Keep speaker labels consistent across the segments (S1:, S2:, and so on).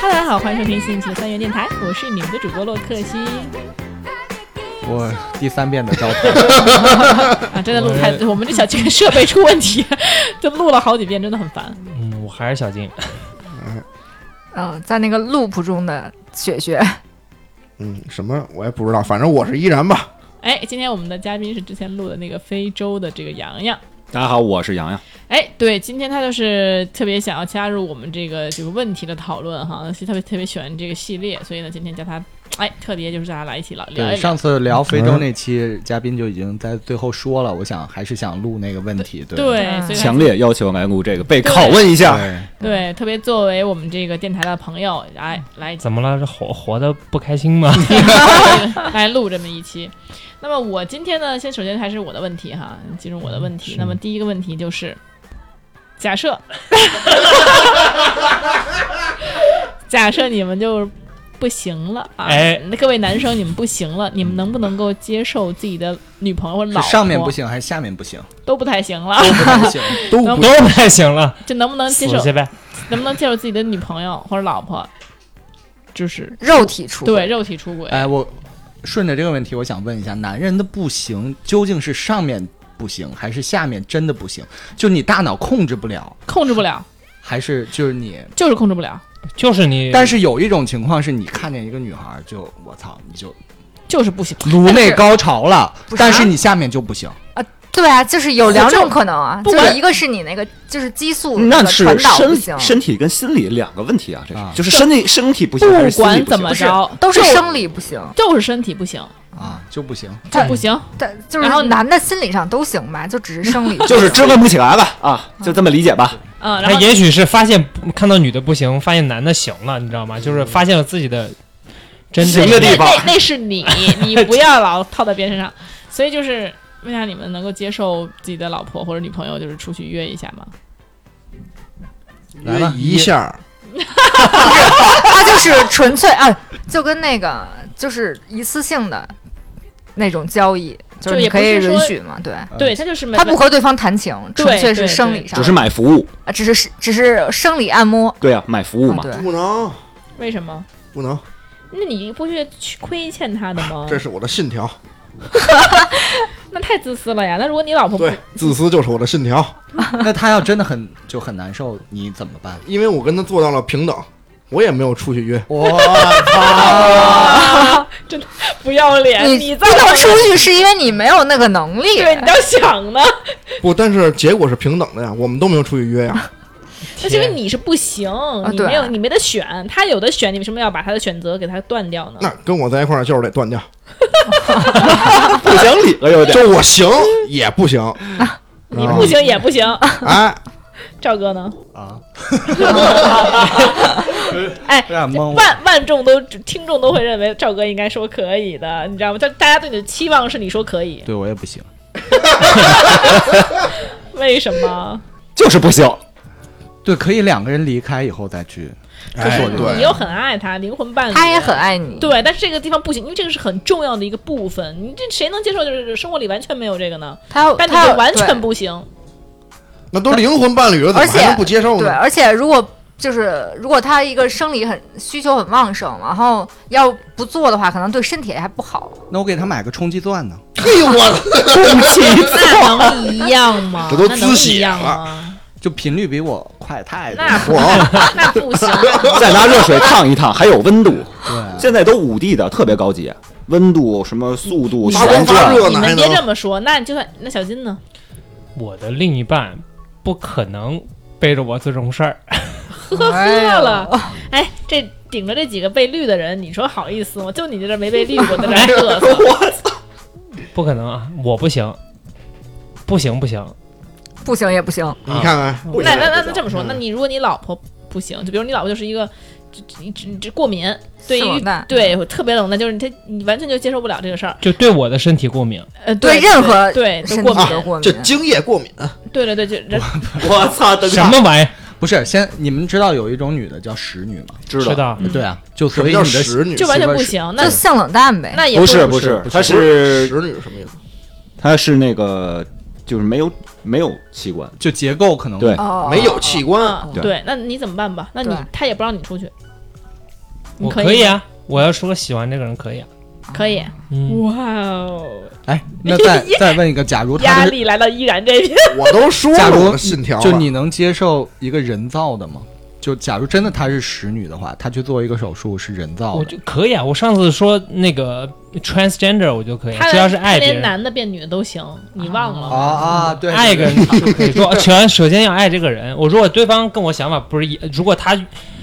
S1: Hello，大家好，欢迎收听新一期的三元电台，我是你们的主播洛克西。
S2: 我第三遍的交谈，
S1: 啊，真的录太，我们这小区设备出问题， 就录了好几遍，真的很烦。
S3: 嗯，我还是小金。
S4: 嗯，在那个 loop 中的雪 雪，
S2: 嗯，什么我也不知道，反正我是依然吧。
S1: 哎，今天我们的嘉宾是之前录的那个非洲的这个洋洋。
S5: 大家好，啊我是洋洋。
S1: 哎，对，今天他就是特别想要加入我们这个这个问题的讨论哈，特别特别喜欢这个系列，所以呢，今天叫他，哎，特别就是叫他来一起聊聊
S2: 对，
S1: 一聊。
S2: 上次聊非洲那期，嘉宾就已经在最后说了，我想还是想录那个问题，对对
S1: 对，所以他
S5: 强烈要求来录这个，被拷问一下。
S1: 对，特别作为我们这个电台的朋友，来来
S3: 怎么了？这活活的不开心吗？
S1: 来录这么一期。那么我今天呢，先首先还是我的问题哈，进入我的问题。
S3: 是
S1: 那么第一个问题就是，假设， 假设你们就是不行了啊，
S3: 哎
S1: 那各位男生你们不行了，你们能不能够接受自己的女朋友或者老
S2: 是
S1: 婆
S2: 上面不行还是下面不行？
S1: 都不太行了，
S2: 都不太行，都
S1: 能
S2: 不
S3: 都太行了，
S1: 就能不能嗯接
S3: 死
S1: 受，
S3: 去呗。
S1: 能不能接受自己的女朋友或者老婆，就是
S4: 肉体出轨
S1: 对肉体出轨，
S2: 哎，我顺着这个问题，我想问一下，男人的不行究竟是上面不行，还是下面真的不行？就你大脑控制不了，
S1: 控制不了，
S2: 还是就是你？
S1: 就是控制不了，
S3: 就是你，
S2: 但是有一种情况是你看见一个女孩就我操，你就
S1: 就是不行。
S2: 颅内高潮了，
S4: 不是
S2: 但是你下面就不行。
S4: 对啊，就是有两种可能啊，
S1: 不
S4: 就
S1: 管
S4: 是一个是你那个就是激素
S5: 那
S4: 是传
S5: 是
S4: 导不
S5: 身
S4: 行，
S5: 身体跟心理两个问题啊，这是、
S2: 啊
S5: 就是身体身体不行，还
S1: 不
S5: 是心理
S1: 管
S5: 不行
S1: 怎么
S4: 不是
S1: 着，
S4: 都是
S1: 就
S4: 生理不行，
S1: 就是身体不行，
S2: 啊，就不行。
S1: 就不行。
S4: 但就是
S1: 然后
S4: 男的心理上都行吧，就只是生 理
S5: 就是支棱不起来吧？啊，就这么理解吧。
S1: 嗯，然
S3: 他
S1: 后
S3: 也许是发现看到女的不行，发现男的行了，你知道吗？就是发现了自己的真正
S5: 行的地
S1: 那
S5: 方
S1: 那那是 你，你不要老套在别人身上。所以就是为啥你们能够接受自己的老婆或者女朋友就是出去约一下吗？
S2: 来吧
S6: 一下，
S4: 他就是纯粹啊，就跟那个就是一次性的那种交易，就
S1: 就也
S4: 你可以
S1: 不是说
S4: 允许嘛，对。
S2: 呃
S1: 对，他就是没
S4: 他不和对方谈情，
S1: 对
S4: 纯
S1: 对
S4: 粹是生理上
S5: 只
S4: 的，
S5: 是买服务，
S4: 啊只是只是生理按摩，
S5: 对啊，买服务
S4: 嗯
S5: 嘛。
S4: 对，
S6: 不能
S1: 为什么？
S6: 不能，
S1: 那你不是去亏欠他的吗？
S6: 这是我的信条。
S1: 那太自私了呀！那如果你老婆不
S6: 对，自私就是我的信条，
S2: 那他要真的很就很难受，你怎么办？
S6: 因为我跟他做到了平等，我也没有出去约。
S2: 我操！
S1: 不要脸，
S4: 你
S1: 哎你
S4: 不
S1: 在
S4: 能出去是因为你没有那个能力，
S1: 对你倒想呢，
S6: 不，但是结果是平等的呀，我们都没有出去约呀。
S1: 那是因为你是不行，你
S4: 对
S1: 没有你没得选，他有的选，你为什么要把他的选择给他断掉呢？
S6: 那跟我在一块儿就是得断掉，
S5: 不讲理了有点。
S6: 就我行也不行。
S1: 啊你
S6: 嗯
S1: 不行也不行，
S6: 哎，
S1: 赵哥呢？
S2: 啊，
S1: 哎，
S2: 有点 懵。
S1: 万万众都听众都会认为赵哥应该说可以的，你知道吗？就大家对你的期望是你说可以，
S2: 对我也不行，
S1: 为什么？
S5: 就是不行，
S2: 对，可以两个人离开以后再去。
S6: 哎
S2: 是我的
S1: 你
S6: 对，
S1: 又很爱他，灵魂伴侣，
S4: 他也很。爱你，
S1: 对，但是这个地方不行，因为这个是很重要的一个部分。你这谁能接受？就是生活里完全没有这个呢？
S4: 他要
S1: 但你
S4: 他
S1: 就
S4: 要
S1: 完
S4: 对
S1: 全不行。
S6: 那都灵魂伴侣了，怎
S4: 而
S6: 么
S4: 且
S6: 还能不接受
S4: 对，
S6: 呢？
S1: 啊
S4: 而且如果就是如果他一个生理很需求很旺盛，然后要不做的话，可能对身体还不好。
S2: 那我给他买个充气钻呢？
S6: 哎呦我，
S1: 那能一样吗？
S6: 这都
S1: 那能
S6: 滋血
S1: 一样
S6: 了
S1: 吗？
S2: 就频率比我快太多。
S1: 那不
S6: 我
S1: 那不行。
S5: 再拿热水烫一烫，还有温度。
S2: 对，
S5: 现在都五 D 的，特别高级，温度什么速度
S1: 你
S6: 发光
S5: 旋
S6: 发
S5: 转
S6: 热
S1: 你
S6: 呢，
S1: 们
S6: 还
S1: 别
S6: 能
S1: 这么说，那你就算那小金呢？
S3: 我的另一半不可能背着我做这种事儿，
S1: 呵呵
S4: 哎
S1: 了，哎，这顶着这几个被绿的人，你说好意思吗？就你在这没被绿过，在这还嘚瑟。
S3: 不可能啊！我不行，不行不行，
S4: 不行也不行，
S6: 你看看，
S5: 不
S1: 那
S5: 行
S1: 那那
S5: 不
S1: 那
S5: 行
S1: 这么
S3: 嗯
S1: 说，那你如果你老婆不行，就比如你老婆就是一个只只只只过敏，对
S4: 是
S1: 于
S4: 冷淡嗯
S1: 对我特别冷淡，就是她你完全就接受不了这个事儿。
S3: 就对我的身体过敏。
S1: 呃，
S4: 对任何
S1: 对哎都
S4: 身
S1: 过
S4: 体
S1: 敏，
S4: 都过
S6: 这
S4: 敏。
S6: 精液过敏，
S1: 对对对，就人
S5: 我操，等一
S3: 什
S5: 下
S3: 么玩意儿？
S2: 不是先你们知道有一种女的叫使女吗？
S5: 知
S3: 知
S5: 道？
S1: 嗯
S3: 道？
S2: 对啊，就
S6: 什
S2: 所
S6: 么
S2: 以
S6: 叫
S2: 你的
S6: 使女？
S1: 就完全
S2: 媳妇
S1: 不
S2: 儿
S1: 行。那
S4: 就性冷淡呗，
S1: 那也
S5: 不是
S1: 是
S5: 不是
S2: 不，是
S5: 他
S2: 呃
S6: 使
S5: 是
S6: 使女是什么意思？
S5: 他是那个就是没有没有器官，
S2: 就结构可能
S5: 对
S4: 哦，
S6: 没有器官，
S1: 啊，
S5: 对
S1: 对，那你怎么办吧？那你
S4: 对
S1: 他也不让你出去，你
S3: 我
S1: 可
S3: 可以
S1: 吗，
S3: 啊，我要说喜欢这个人可以啊。
S1: 可以。
S3: 嗯，
S1: 哇哦，
S2: 哎，那再再问一个，假如他
S1: 压
S2: 是，
S1: 力来到依然这边，
S6: 我都说
S2: 假
S6: 了
S2: 如
S6: 我的信条了
S2: 就你能接受一个人造的吗？就假如真的她是使女的话，她去做一个手术是人造
S3: 我
S2: 的，
S3: 就可以啊。我上次说那个 transgender 我就可以，
S1: 他
S3: 只要是爱别
S1: 连
S3: 人，
S1: 男的变女的都行，你忘了
S2: 啊
S1: 吗？
S2: 啊，对，
S3: 爱一个 人就可以说，全首先要爱这个人。我如果对方跟我想法不是一，如果他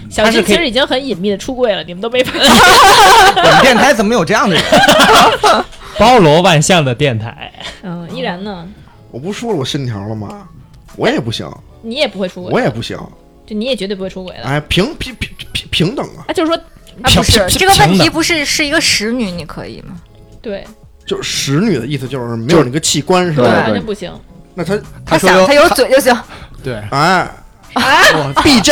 S1: 小
S3: 他
S1: 新
S3: 是可
S1: 其
S3: 以
S1: 实已经很隐秘的出柜了，你们都没发 现。
S2: 我们电台怎么有这样的人？
S3: 包罗万象的电台，
S1: 嗯，依然呢，
S6: 我不说了我信条了吗？我也不行，
S1: 你也不会出轨，
S6: 我也不行，
S1: 就你也绝对不会出轨的。
S6: 哎，平平平平平等啊，
S1: 啊，就是说，
S4: 啊，不是
S3: 平
S4: 这个问
S3: 平
S4: 题，
S3: 等
S4: 不是是一个使女，你可以吗？
S1: 对，
S6: 就是使女的意思就是没有那个器官是
S5: 对
S6: 吧？
S1: 完全不行。
S6: 那他
S2: 他说
S4: 想，
S2: 有
S4: 她有嘴就行。
S2: 对，
S1: 啊
S6: 哎
S2: 我
S6: ，BJ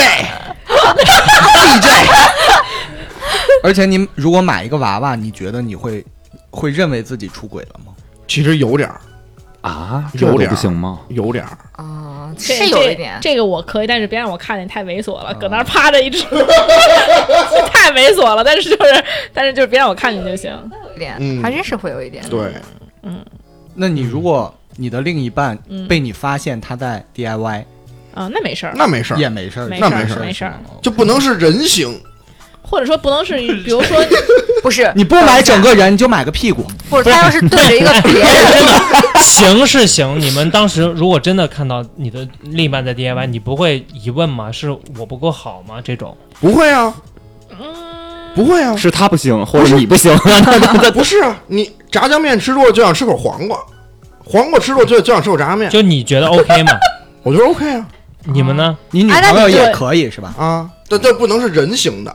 S2: 而且你如果买一个娃娃，你觉得你会会认为自己出轨了吗？
S6: 其实有点儿，
S5: 啊，
S6: 有
S5: 这都
S6: 点儿
S5: 不行吗？
S6: 有点儿，
S4: 啊，
S1: 这
S4: 是有一点。
S1: 这，这个我可以，但是别让我看见，太猥琐了，搁那儿趴着一直，太猥琐了。但是就是，但是就是别让我看见就行。
S4: 有一点，
S6: 嗯
S4: 还真是会有一点。
S6: 对，
S2: 那你如果你的另一半
S1: 嗯
S2: 被你发现他在 DIY，、
S1: 啊，那没事儿，
S6: 那没事儿，
S2: 也没事儿，
S1: 没
S6: 事儿那没事
S1: 儿没事儿
S6: 就不能是人形，
S1: 或者说不能是，比如说，
S4: 不是，
S2: 你不买整个人，你就买个屁股。
S4: 不是，她要是对着一个别人，
S3: 真的行是行。你们当时如果真的看到你的另一半在 DIY，你不会疑问吗？是我不够好吗？这种
S6: 不会啊，不会啊，
S5: 是他不行，或者你不行，
S6: 不是啊，你炸酱面吃多了就想吃口黄瓜，黄瓜吃多了就就想吃口炸酱面，
S3: 就你觉得 OK 吗？
S6: 我觉得 OK 啊
S3: 你们呢？
S2: 你女
S4: 哎那
S2: 朋友
S4: 你
S2: 也
S4: 就
S2: 可以是吧？
S6: 啊，但这不能是人形的，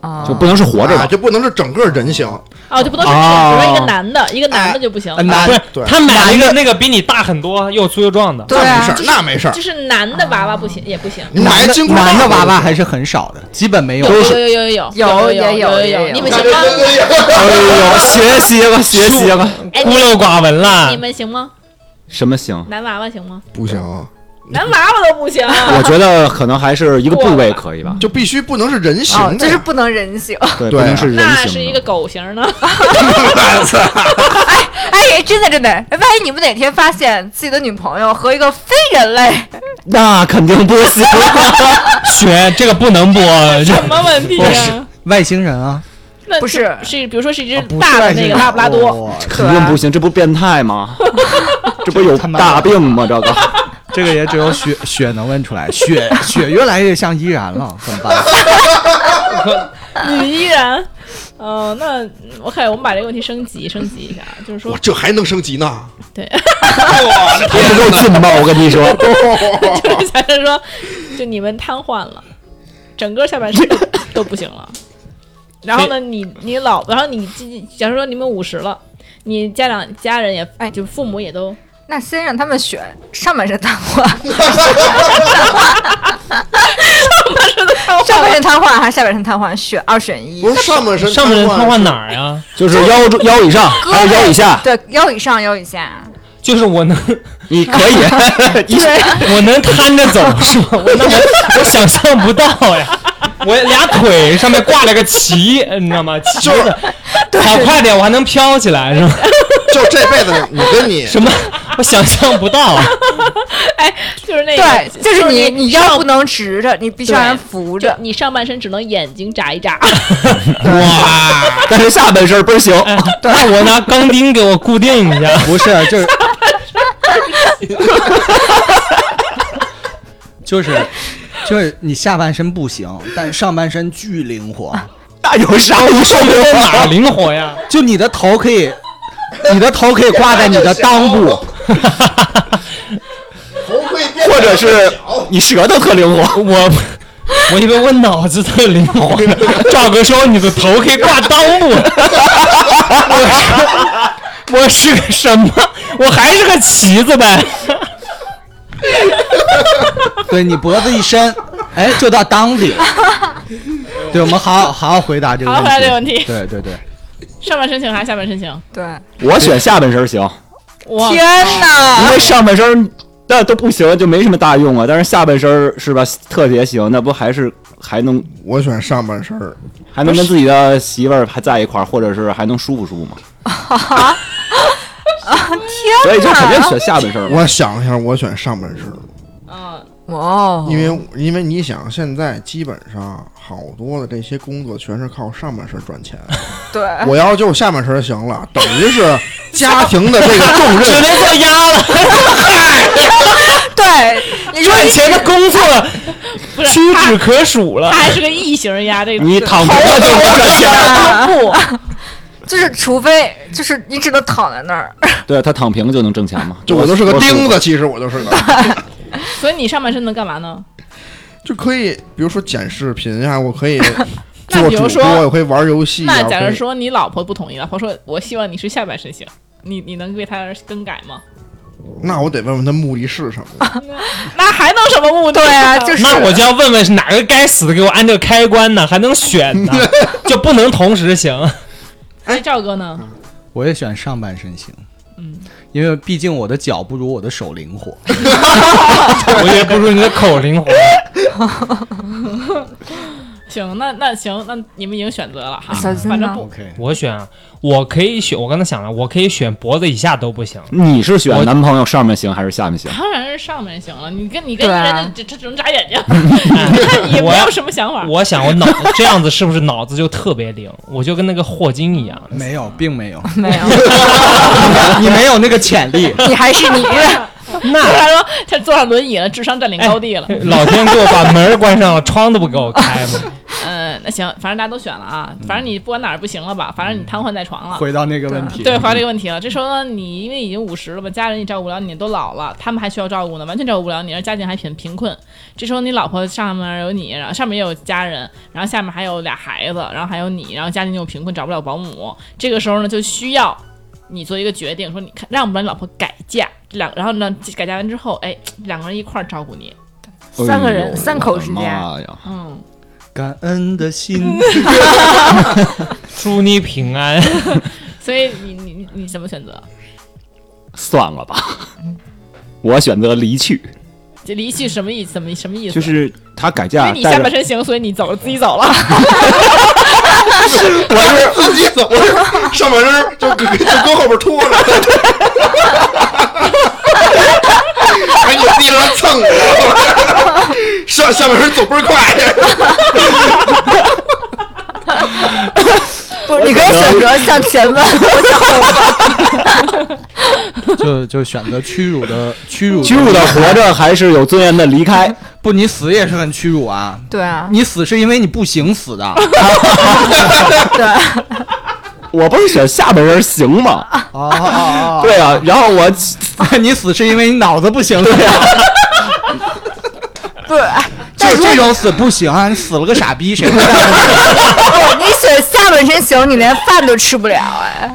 S4: 啊，
S5: 就不能是活着
S6: 啊
S5: 的。
S6: 就不能是整个人形，
S1: 哦，就不能是，比如说一个男的，一个男的就不行，
S2: 呃男
S3: 不是
S6: 啊对，
S3: 他买了一个那个比你大很多又粗又壮的，
S4: 对
S6: 那没
S4: 啊
S6: 事，儿，那没事儿
S1: 就，是男的娃娃不行也不行。
S6: 你买
S2: 男
S6: 金
S2: 的
S6: 箍棒
S2: 男的娃娃还是很少的，基本没有。啊
S1: 有有有有有有有，你们行吗？
S5: 哎呦，学习 吧，学习吧。
S1: 哎，
S3: 孤陋寡闻啦
S1: 你。们行吗？
S5: 什么行？
S1: 男娃娃行吗？
S6: 不行啊，
S1: 男娃娃都不行。
S5: 我觉得可能还是一个部位可以吧，
S6: 就必须不能是人形
S4: 啊，
S6: 的
S4: 就
S6: 呀，
S4: 是不能人形。
S5: 对，
S6: 对
S5: 不
S6: 啊
S5: 能是人
S1: 那是一
S5: 形
S1: 个
S5: 的。
S1: 狗型的，
S4: 哎，真的真的，万一你们哪天发现自己的女朋友和一个非人类，
S5: 那肯定不行。
S3: 学这个不能播，
S1: 什么问题啊？
S2: 外星人啊，
S1: 那
S4: 不是
S1: 是，比如说是一只
S2: 啊不是
S1: 大的
S2: 外
S1: 那
S2: 星
S1: 个
S2: 人
S1: 拉布拉多，
S2: 哦
S5: 肯定不行，这不变态 吗？这不有
S2: 他妈的
S5: 大病吗？这个
S2: 这个也只有 雪雪能问出来。雪雪越来越像依然了，怎么 办？
S1: 你依然。嗯，那 OK，我们把这个问题升级升级一下，嗯就是说
S6: 哇，这还能升级呢？
S1: 对，
S6: 哇，这
S5: 他们够劲爆，我跟你说。
S1: 就是假设说，就你们瘫痪了，整个下半身都不行了。然后呢，你你老，然后你假如说你们五十了，你家长家人也，哎，就父母也都
S4: 那先让他们选上半身瘫 痪，上半身瘫痪还是下半身瘫痪？选二选一
S6: 不。是上半身
S3: 上半身
S6: 瘫
S3: 瘫痪哪儿呀？
S5: 就是腰中腰以上
S4: 胳膊
S5: 还有腰以下，
S4: 对，腰以上，腰以下，
S3: 就是我能
S5: 你可以。
S3: 我能摊着走是吗？我那我我想象不到呀。我俩腿上面挂了个旗，你知道吗？旗
S6: 就是
S3: 子，跑快点，我还能飘起来，是吗？
S6: 就这辈子你跟你
S3: 什么？我想象不到。啊
S1: 就是那个，
S4: 对，就
S1: 就是
S4: 你，
S1: 你
S4: 你腰不能直着，你必须让人扶
S1: 就
S4: 着。
S1: 你上半身只能眼睛眨一眨，
S6: 啊
S5: 哇！但是下半身倍儿行，
S3: 那我拿钢钉给我固定一下。
S2: 不是， 就是，就是，就是你下半身不行，但上半身巨灵 活，
S5: 那有啥无说明
S3: 哪儿灵活呀？
S2: 就你的头可以，你的头可以挂在你的裆部。
S6: 头盔变
S5: 或者是你舌头特灵活，
S3: 我我以为我脑子特灵活。赵哥说你的头可以挂裆部。 我是我是个什么？我还是个旗子呗。
S2: 对你脖子一伸，哎，就到 裆里。对，我们好好好好回答这个
S1: 好
S2: 问
S1: 好
S2: 题。
S1: 回答这个问题
S2: 对对对，
S1: 上半身行还是下半身行？
S4: 对，
S5: 我选下半身行，
S1: 哇，
S4: 天哪
S5: 因！为上半身那都不行，就没什么大用啊。但是下半身是吧，特别行，那不还是还能
S6: 我选上半身儿，
S5: 还能跟自己的媳妇儿还在一块儿，或者是还能舒服舒服嘛？啊天！所以就肯定选下半身嘛。
S6: 我想了一下，我选上半身儿，
S1: 嗯，
S4: 哦，
S6: 因为因为你想，现在基本上好多的这些工作全是靠上半身赚钱，
S4: 对，
S6: 我要是就下半身行了，等于是 家庭的这个重
S3: 只
S6: 任。
S3: 能做鸭了，
S4: 对，你说
S3: 赚钱的工作
S1: 不是
S3: 屈
S1: 他
S3: 指可数
S1: 他
S3: 了。
S1: 还是个异形呀，这个
S5: 你躺平了就 能赚钱，
S1: 不，
S4: 啊 就是除非就是你只能躺在那儿，
S5: 对他躺平了就能挣钱嘛？
S6: 就我 就是个钉
S5: 子，
S6: 子，其实我就是个，
S1: 所以你上半身能干嘛呢？
S6: 就可以，比如说剪视频啊，我可以
S1: 那
S6: 做
S1: 比
S6: 主
S1: 如
S6: 播，
S1: 说
S6: 我可以玩游戏啊。
S1: 那假
S6: 我可
S1: 如
S6: 以
S1: 说你老婆不同意，老婆说我希望你是下半身行，你你能为她更改 吗？
S6: 那我得问问他目的是什么。
S1: 那还能什么目的？
S4: 对啊，就是
S3: 那我就要问问是哪个该死的给我安这个开关呢？还能选 呢？就不能同时行？
S4: 哎
S1: 所以赵哥
S4: 嗯
S1: 呢？
S2: 我也选上半身型，
S1: 嗯，
S2: 因为毕竟我的脚不如我的手 灵活。
S3: 我觉得不如你的口灵活。
S1: 行，那那行，那你们已经选择了哈，
S4: 啊小心
S1: 反正
S4: 呐
S1: 不
S2: OK，
S3: 我选啊，我可以选，我刚才想了，我可以选脖子以下都不行。
S5: 你是
S3: 我
S5: 选男朋友上面行还是下面行？
S1: 当然是上面行了，你跟你跟
S4: 对啊
S1: 人家这这只能眨眼 睛，看你也没有什么想法。
S3: 我想我脑这样子是不是脑子就特别灵？我就跟那个霍金一样，
S2: 没有，并没有，
S4: 没有，
S2: 你没有那个潜力。
S4: 你还是 你，
S3: 那
S1: 他说 他坐上轮椅了，智商占领高地
S4: 哎
S1: 了。
S3: 老天给我把门关上了，窗都不给我开嘛。
S1: 嗯，那行，反正大家都选了啊，反正你不管哪儿不行了吧，反正你瘫痪在床了。
S2: 回到那个问题，
S1: 对，回答这个问题了。这时候呢，你因为已经五十了吧，家人也照顾不了你，你都老了，他们还需要照顾呢，完全照顾不了你，而家境还贫贫困。这时候你老婆上面有你，然后上面也有家人，然后下面还有俩孩子，然后还有你，然后家庭又贫困，找不了保姆。这个时候呢，就需要你做一个决定，说你看让不让你老婆改嫁，这两然后呢改嫁完之后，哎，两个人一块儿照顾你，
S4: 三个人
S5: 哎呦
S4: 三口之间
S5: 我的妈呀！
S1: 嗯，
S2: 感恩的心。
S3: 祝你平安。
S1: 所以你你你你怎么选择？
S5: 算了吧，我选择离去。
S1: 这离去什么意思？怎么什么意思？
S5: 就是他改
S1: 因为
S5: 嫁，
S1: 你
S5: 带
S1: 下
S5: 着
S1: 半身行，所以你走了，自己走了。
S6: 我是自己走，我是上半身儿就搁就搁后边拖着，哎，你自己来 蹭我，上下半身走倍儿快，
S4: 不，你可以选择向前问，
S2: 就就选择屈辱的屈辱
S5: 屈辱的活着，还是有尊严的离开。
S2: 不，你死也是很屈辱啊！
S4: 对啊，
S2: 你死是因为你不行死的
S4: 对，
S5: 我不是选下半身行吗？
S2: 哦，
S5: 对啊，然后我
S2: 你死是因为你脑子不行对呀，
S4: 不是，哎
S2: 就
S4: 但如
S2: 这
S4: 果
S2: 种死不行啊！你死了个傻逼，谁会干？
S4: 哦你选下半身行，你连饭都吃不了哎，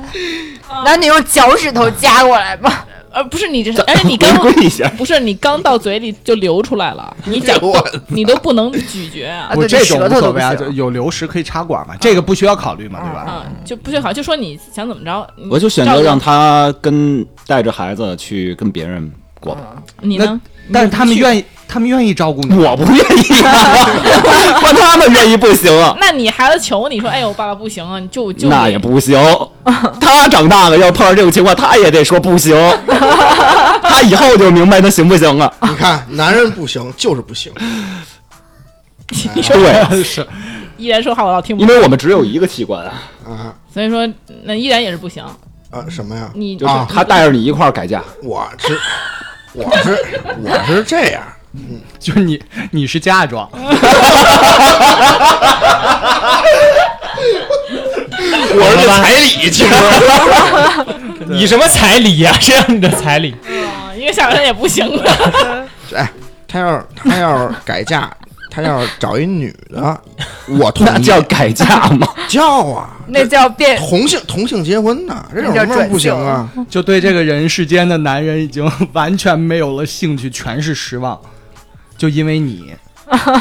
S4: 那你用脚趾头夹过来吧，
S1: 呃，不是你这是，而且你刚
S5: 回归一下，
S1: 不是你刚到嘴里就流出来 了，你讲你都不能咀嚼啊
S4: 啊，
S2: 我
S4: 对，
S2: 这
S4: 这
S2: 种
S4: 舌
S2: 无
S4: 头
S2: 所
S4: 都不
S2: 谓啊，就
S4: 行，
S2: 有流食可以插管嘛，这个不需要考虑嘛，对吧？
S1: 嗯，就不就好，就说你想怎么着，你
S5: 我就选择让
S1: 照
S5: 他跟带着孩子去跟别人过吧。
S1: 着你呢，
S2: 但是他们愿意，他们愿意照顾你。
S5: 我不愿意啊， 我他们愿意不行啊，
S1: 那你孩子求你说，哎呦，爸爸不行啊，你就就
S5: 那
S1: 你
S5: 也不 行。他长大了要碰上这种情况，他也得说不 行。他以后就明白他行不行了。
S6: 你看，男人不行就是不行，
S1: 你说
S5: 对啊，
S1: 依然说话我老听不
S5: 因
S1: 懂，
S5: 为我们只有一个器官啊，
S6: 啊
S1: 所以说那依然也是不行，
S6: 啊什么呀？
S1: 你
S5: 就是
S6: 啊
S5: 他带着你一块儿改嫁。
S6: 我是我是我是这样，
S2: 就是你，你是嫁妆，
S3: 我是彩
S5: 礼去。
S3: 你什么彩礼呀、 谁让你的彩礼？
S1: 啊一个下半身也不行了，
S6: 哎，他要他要改嫁，他要找一女的，我同
S5: 那
S6: 意
S5: 叫改嫁 吗？
S6: 叫啊，
S4: 那叫变
S6: 同性同性结婚呢，这种什么不行啊？
S2: 就对这个人世间的男人已经完全没有了兴趣，全是失望。就因为你，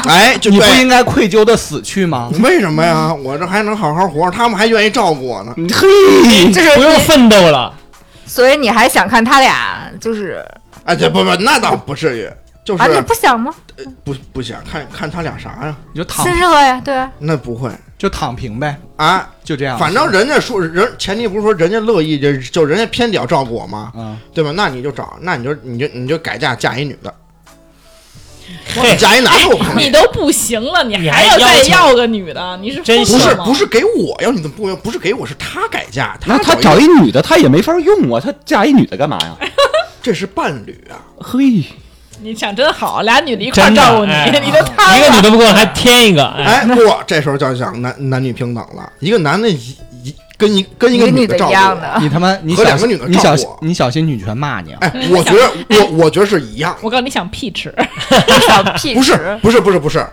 S6: 哎，就
S2: 你不
S6: 对
S2: 应该愧疚的死去吗？
S6: 为什么呀？我这还能好好活着，他们还愿意照顾我呢。
S5: 嘿，
S4: 就是
S3: 不用
S4: 你，
S3: 奋斗了，
S4: 所以你还想看他俩就是
S6: 哎，这不不，那倒不至于，就是
S4: 啊，你不想吗？
S6: 不不想看看他俩啥呀？
S2: 你就躺
S4: 亲热呀，对啊，
S6: 那不会
S2: 就躺平呗，
S6: 啊，
S2: 就这样。
S6: 反正人家说人前提不是说人家乐意，就就人家偏得要照顾我吗？
S2: 嗯，
S6: 对吧？那你就找，那你就你就你就改嫁嫁一女的，
S3: 嘿
S6: 嫁一男 的哎我可
S1: 你
S6: 以。
S1: 都不行了，你
S3: 你
S1: 还
S3: 还
S1: 要再
S3: 要求
S1: 要个女的，你是
S3: 真
S6: 不
S1: 疯
S6: 是
S1: 了吗
S6: 不是给我要你怎么不不是给我是他改嫁，
S5: 那他
S6: 找
S5: 找一女的，他也没法用啊，他嫁一女的干嘛呀？
S6: 这是伴侣啊，
S5: 嘿，
S1: 你想真好，俩女的一块儿
S3: 真的
S1: 照顾你
S3: 哎，
S1: 你都
S3: 一
S1: 瘫
S3: 个
S1: 了。
S3: 女的不够，还添一个，哎，
S6: 哎不，这时候就想男男女平等了，一个男的一一跟一跟一
S4: 一
S6: 个
S4: 个女的
S6: 的照
S4: 一
S6: 顾
S4: 样
S6: 我。
S4: 的，
S2: 你他妈你
S6: 啊和
S2: 小
S6: 两个
S2: 心
S6: 女的
S2: 你小
S6: 照
S2: 心
S6: 顾我
S2: 你小心女权骂你啊！
S6: 哎，我觉得我我觉得是一样的，
S1: 我告诉你想屁吃，
S4: 小屁
S6: 不是
S4: 池
S6: 不是不是不是，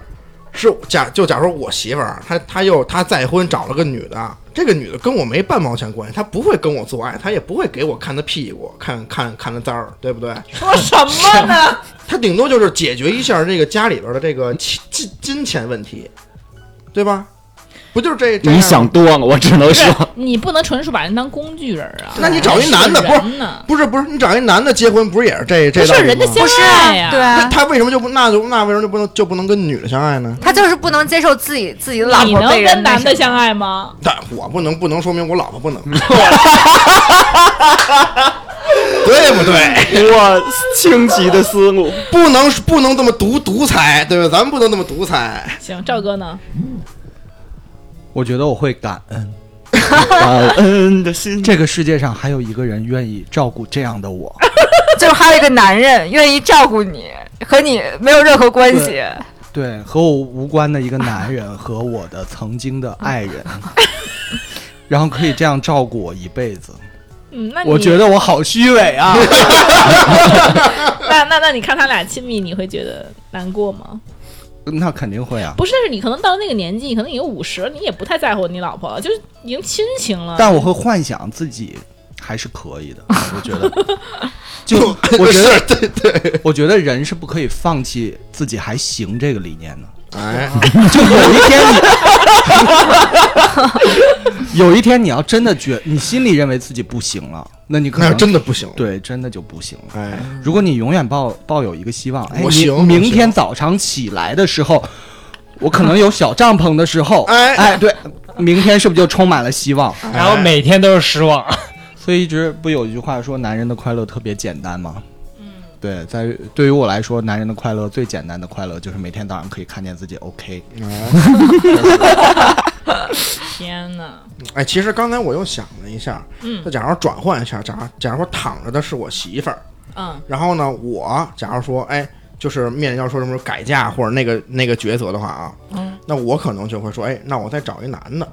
S6: 是假就假如我媳妇儿啊她她又她再婚找了个女的，啊这个女的跟我没半毛钱关系，她不会跟我做爱，她也不会给我看她屁股，看看看她崽儿，对不对？
S1: 说什么呢？
S6: 她顶多就是解决一下这个家里边的这个金金金钱问题，对吧？不就是这这样
S5: 你想
S6: 吗？
S5: 多了，我只能
S1: 不 是
S5: 说，
S1: 你不能纯属把人当工具人啊！
S6: 那你找一男的不是
S1: 人呢？
S6: 不是不是，你找一男的结婚不是也是这这
S1: 不
S6: 道
S1: 是
S6: 理
S1: 人家
S6: 吗
S1: 相爱呀、
S4: 对
S6: 那
S4: 啊，
S6: 他为什么就不那就那为什么就不能就不能跟女的相爱呢？
S4: 他就是不能接受自己自己的老
S1: 你
S4: 婆
S1: 能
S4: 被人
S1: 跟男的
S4: 那什
S1: 相爱吗？
S6: 但我不能不能说明我老婆 不能， 对不对？
S5: 我清奇的 思路。
S6: 不能不能这么独独裁，对吧？咱们不能这么独裁。
S1: 行，赵哥呢？
S2: 我觉得我会感恩，
S5: 感恩的心。
S2: 这个世界上还有一个人愿意照顾这样的我。
S6: 哎
S4: 么就是还有一个男人愿意照顾你，和你没有任何关系。
S2: 对，和我无关的一个男人和我的曾经的爱 人，然后可以这样照顾我一辈子，
S1: 嗯，那你
S2: 我觉得我好虚伪 啊！
S1: 那那那你看他俩亲密，你会觉得难过吗？
S2: 那肯定会啊，
S1: 不是，但是你可能到那个年纪，你可能已经五十，你也不太在乎你老婆了，就是已经亲情
S6: 啊
S1: 了。
S2: 但我会幻想自己还是可以的，我觉 得。就我觉
S6: 是
S2: 得，
S6: 对对，
S2: 我觉得人是不可以放弃自己还行这个理念 的。
S6: 哎，
S2: 就有一天你，有一天你要真的觉，你心里认为自己不行了，那 你可
S6: 那
S2: 能
S6: 真的不行。，
S2: 对，真的就不行了。
S6: 哎，
S2: 如果你永远抱抱有一个希望，哎，
S6: 我
S2: 你
S6: 行我
S2: 明
S6: 行
S2: 天早上起来的时候，我可能有小帐篷的时候，
S6: 哎
S2: 哎，对，明天是不是就充满了希望？
S3: 然后每天都是失望，
S2: 所以一直不有一句话说，男人的快乐特别简单吗？
S1: 嗯
S2: 对，在于对于我来说，男人的快乐最简单的快乐就是每天早上可以看见自己 OK。
S1: 天哪，
S6: 哎，其实刚才我又想了一下，
S1: 嗯
S6: 那假如转换一下，假假如说躺着的是我媳妇儿，
S1: 嗯，
S6: 然后呢，我假如说，哎，就是面临要说什么改嫁或者那个那个抉择的话啊，
S1: 嗯
S6: 那我可能就会说，哎，那我再找一男的。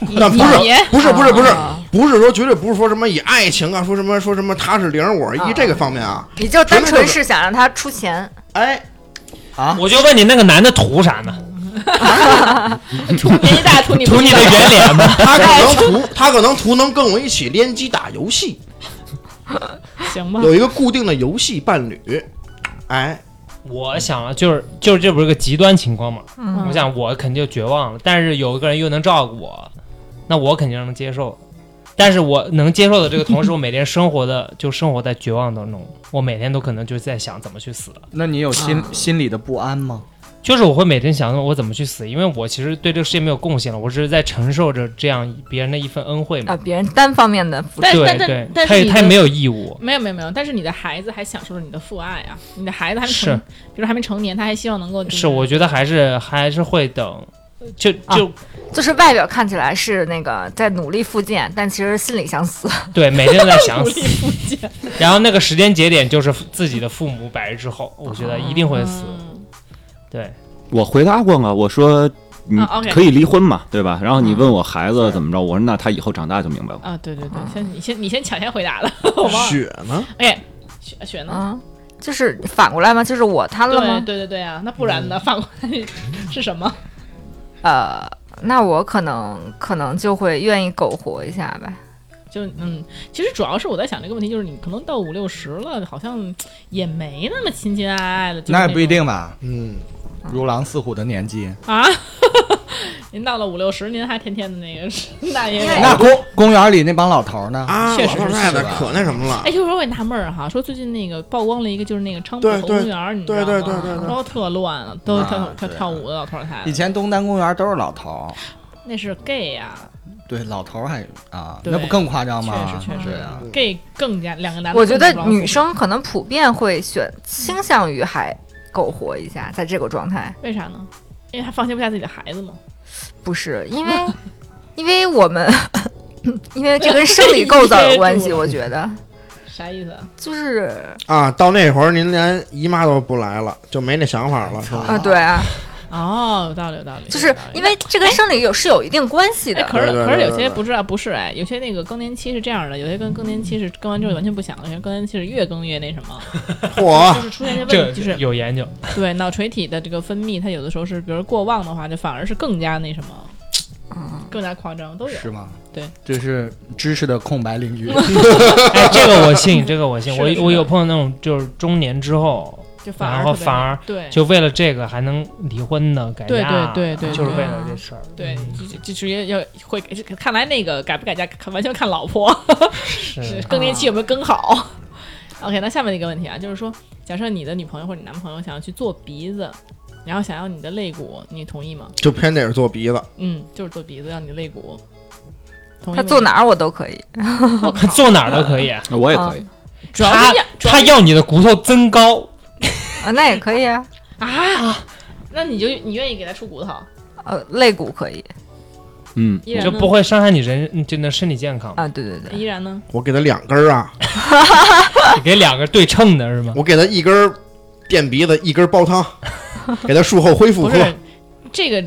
S1: 你
S6: 那不是
S1: 你
S6: 不是不是不是
S4: 啊
S6: 不是说绝对不是说什么以爱情啊，说什么说什么他是零我是一
S4: 啊
S6: 这个方面啊，
S4: 你就单纯是想让他出钱，
S6: 哎，
S3: 我就问你那个男的图啥呢？
S1: 图年纪大图你不
S3: 图你的
S1: 知道
S3: 圆 脸吗？
S6: 哎他可能图他可能图能跟我一起联机打游戏，
S1: 行 吧？
S6: 有一个固定的游戏伴侣，哎，
S3: 我想啊就是就是这不是个极端情况嘛？
S1: 嗯
S3: 我想我肯定就绝望了，但是有一个人又能照顾我，那我肯定能接受。但是我能接受的这个同时，我每天生活的就生活在绝望当中，我每天都可能就在想怎么去死，
S2: 那你有心、
S1: 啊
S2: 心里的不安吗？
S3: 就是我会每天想我怎么去死，因为我其实对这个世界没有贡献了，我只是在承受着这样别人的一份恩惠嘛
S4: 啊，。别人单方面的付出。
S1: 但
S3: 对
S1: 但
S3: 对
S1: 但，但
S3: 他
S1: 是
S3: 也
S1: 你
S3: 他
S1: 的
S3: 也没有义务，
S1: 没有没有没有，但是你的孩子还享受着你的父爱啊！你的孩子还没
S3: 是
S1: 成，比如还没成年，他还希望能够就是
S3: 我觉得还是还是会等，就
S1: 啊
S3: 就、
S4: 就是外表看起来是那个在努力复健，但其实心里想死。
S3: 对每天都在想
S1: 努
S3: 死
S1: 力，复健，
S3: 然后那个时间节点就是自己的父母百日之后，我觉得一定会死。
S1: 哦嗯
S3: 对，
S5: 我回答过了，我说你
S1: 啊，OK 嗯
S5: 可以离婚嘛，对吧？然后你问我孩子怎么着，我说那他以后长大就明白了。
S1: 啊，对对
S4: 嗯
S1: 对，先你先你先抢先回答了，我忘了。
S6: 雪呢？
S1: 哎，雪雪呢？
S4: 啊， 就是反过来吗？就是我贪
S1: 对
S4: 了吗？嗯
S1: 对对对啊，那不然呢？反过来是什么？
S4: 呃，那我可能可能就会愿意苟活一下吧。
S1: 就嗯，其实主要是我在想这个问题，就是你可能到五六十了，好像也没那么亲亲爱爱了。就是
S2: 那也不一
S1: 种
S2: 定吧，
S6: 嗯，
S2: 如狼似虎的年纪，
S1: 啊。您到了五六十，您还天天的那个，那也得
S2: 那公公园里那帮老头儿呢？
S6: 啊，
S1: 确
S6: 老
S1: 实
S6: 头
S1: 是
S6: 太太
S2: 吧
S6: 可那什么了
S1: 哎，，就是我也纳闷儿哈，说最近那个曝光了一个，就是那个昌普
S6: 对
S1: 侯
S6: 对
S1: 公园儿，你知道吗？
S6: 对对对对对
S1: 然后特乱啊，都
S2: 啊
S1: 跳跳
S2: 对
S1: 跳舞的老头儿太太，
S2: 以前东单公园都是老头儿，
S1: 那是 gay 啊呀、
S2: 对，老头儿还啊，
S1: 对
S2: 那不更夸张吗？
S1: 确实确实
S2: 对啊，
S1: g a y 更加两个男的，
S4: 我觉得女生可能普遍会选倾向于还苟活一下，在这个状态，
S1: 为啥呢？因为她放心不下自己的孩子嘛。
S4: 不是因为因为我们 因为这跟生理构造有关
S1: 噎
S4: 系，
S1: 住了
S4: 我觉得
S1: 啥意思啊？
S4: 就是
S6: 啊，到那会儿您连姨妈都不来了，就没那想法了，是吧？
S4: 啊，对啊，
S1: 哦，有道理，有道理。
S4: 就是因为这跟生理有是有一定关系
S1: 哎，
S4: 的。
S1: 可是
S6: 对对
S1: 可是
S6: 对
S1: 有些
S6: 对对
S1: 不是啊，不是哎，有些那个更年期是这样的，有些跟更年期是更完之后完全不想了，有些更年期是越更越那什么，
S6: 嚯
S1: 就，是出现一些
S3: 这
S1: 问题，就是
S3: 有研究，
S1: 对脑垂体的这个分泌，它有的时候是，比如过旺的话，就反而是更加那什么，更加夸张，都有。
S2: 是吗？
S1: 对，
S2: 这是知识的空白领 域。
S3: 哎，这个我信，这个我信，
S1: 是的是的
S3: 我我有碰到那种就是中年之后，
S1: 就反
S3: 然
S1: 而
S3: 后
S1: 特别
S3: 反而
S1: 对
S3: 就为了这个还能离婚的改
S1: 对
S3: 嫁，
S1: 对对对
S3: 就是
S1: 对
S3: 为了这事儿，
S1: 对
S3: 嗯，
S1: 就就直接要会，看来那个改不改嫁看完全看老婆，是
S3: 是
S1: 更年期有没有更 好。OK，那下面一个问题啊，就是说，假设你的女朋友或者你男朋友想要去做鼻子，然后想要你的肋骨，你同意吗？
S6: 就偏得是做鼻子，
S1: 嗯，就是做鼻子要你的肋骨，同意
S4: 他
S1: 吗
S4: 坐？哪儿我都可以，
S3: 坐哪儿都可以，啊
S5: 我也
S1: 啊
S5: 可以，
S1: 主要是
S3: 他
S1: 要主要
S3: 他要你的骨头增高，
S4: 啊，那也可以啊，
S1: 啊，那你就你愿意给他出骨头，
S4: 呃，肋骨可以
S5: 嗯，
S1: 依然
S3: 就
S1: 呢
S3: 不会伤害你人真的身体健 康。
S4: 啊，对对对，
S1: 依然呢？
S6: 我给他两根儿啊，
S3: 你给两个对称的是吗？
S6: 我给他一根儿垫鼻子，一根儿煲汤，给他术后恢复
S1: 不
S6: 喝。
S1: 是这个。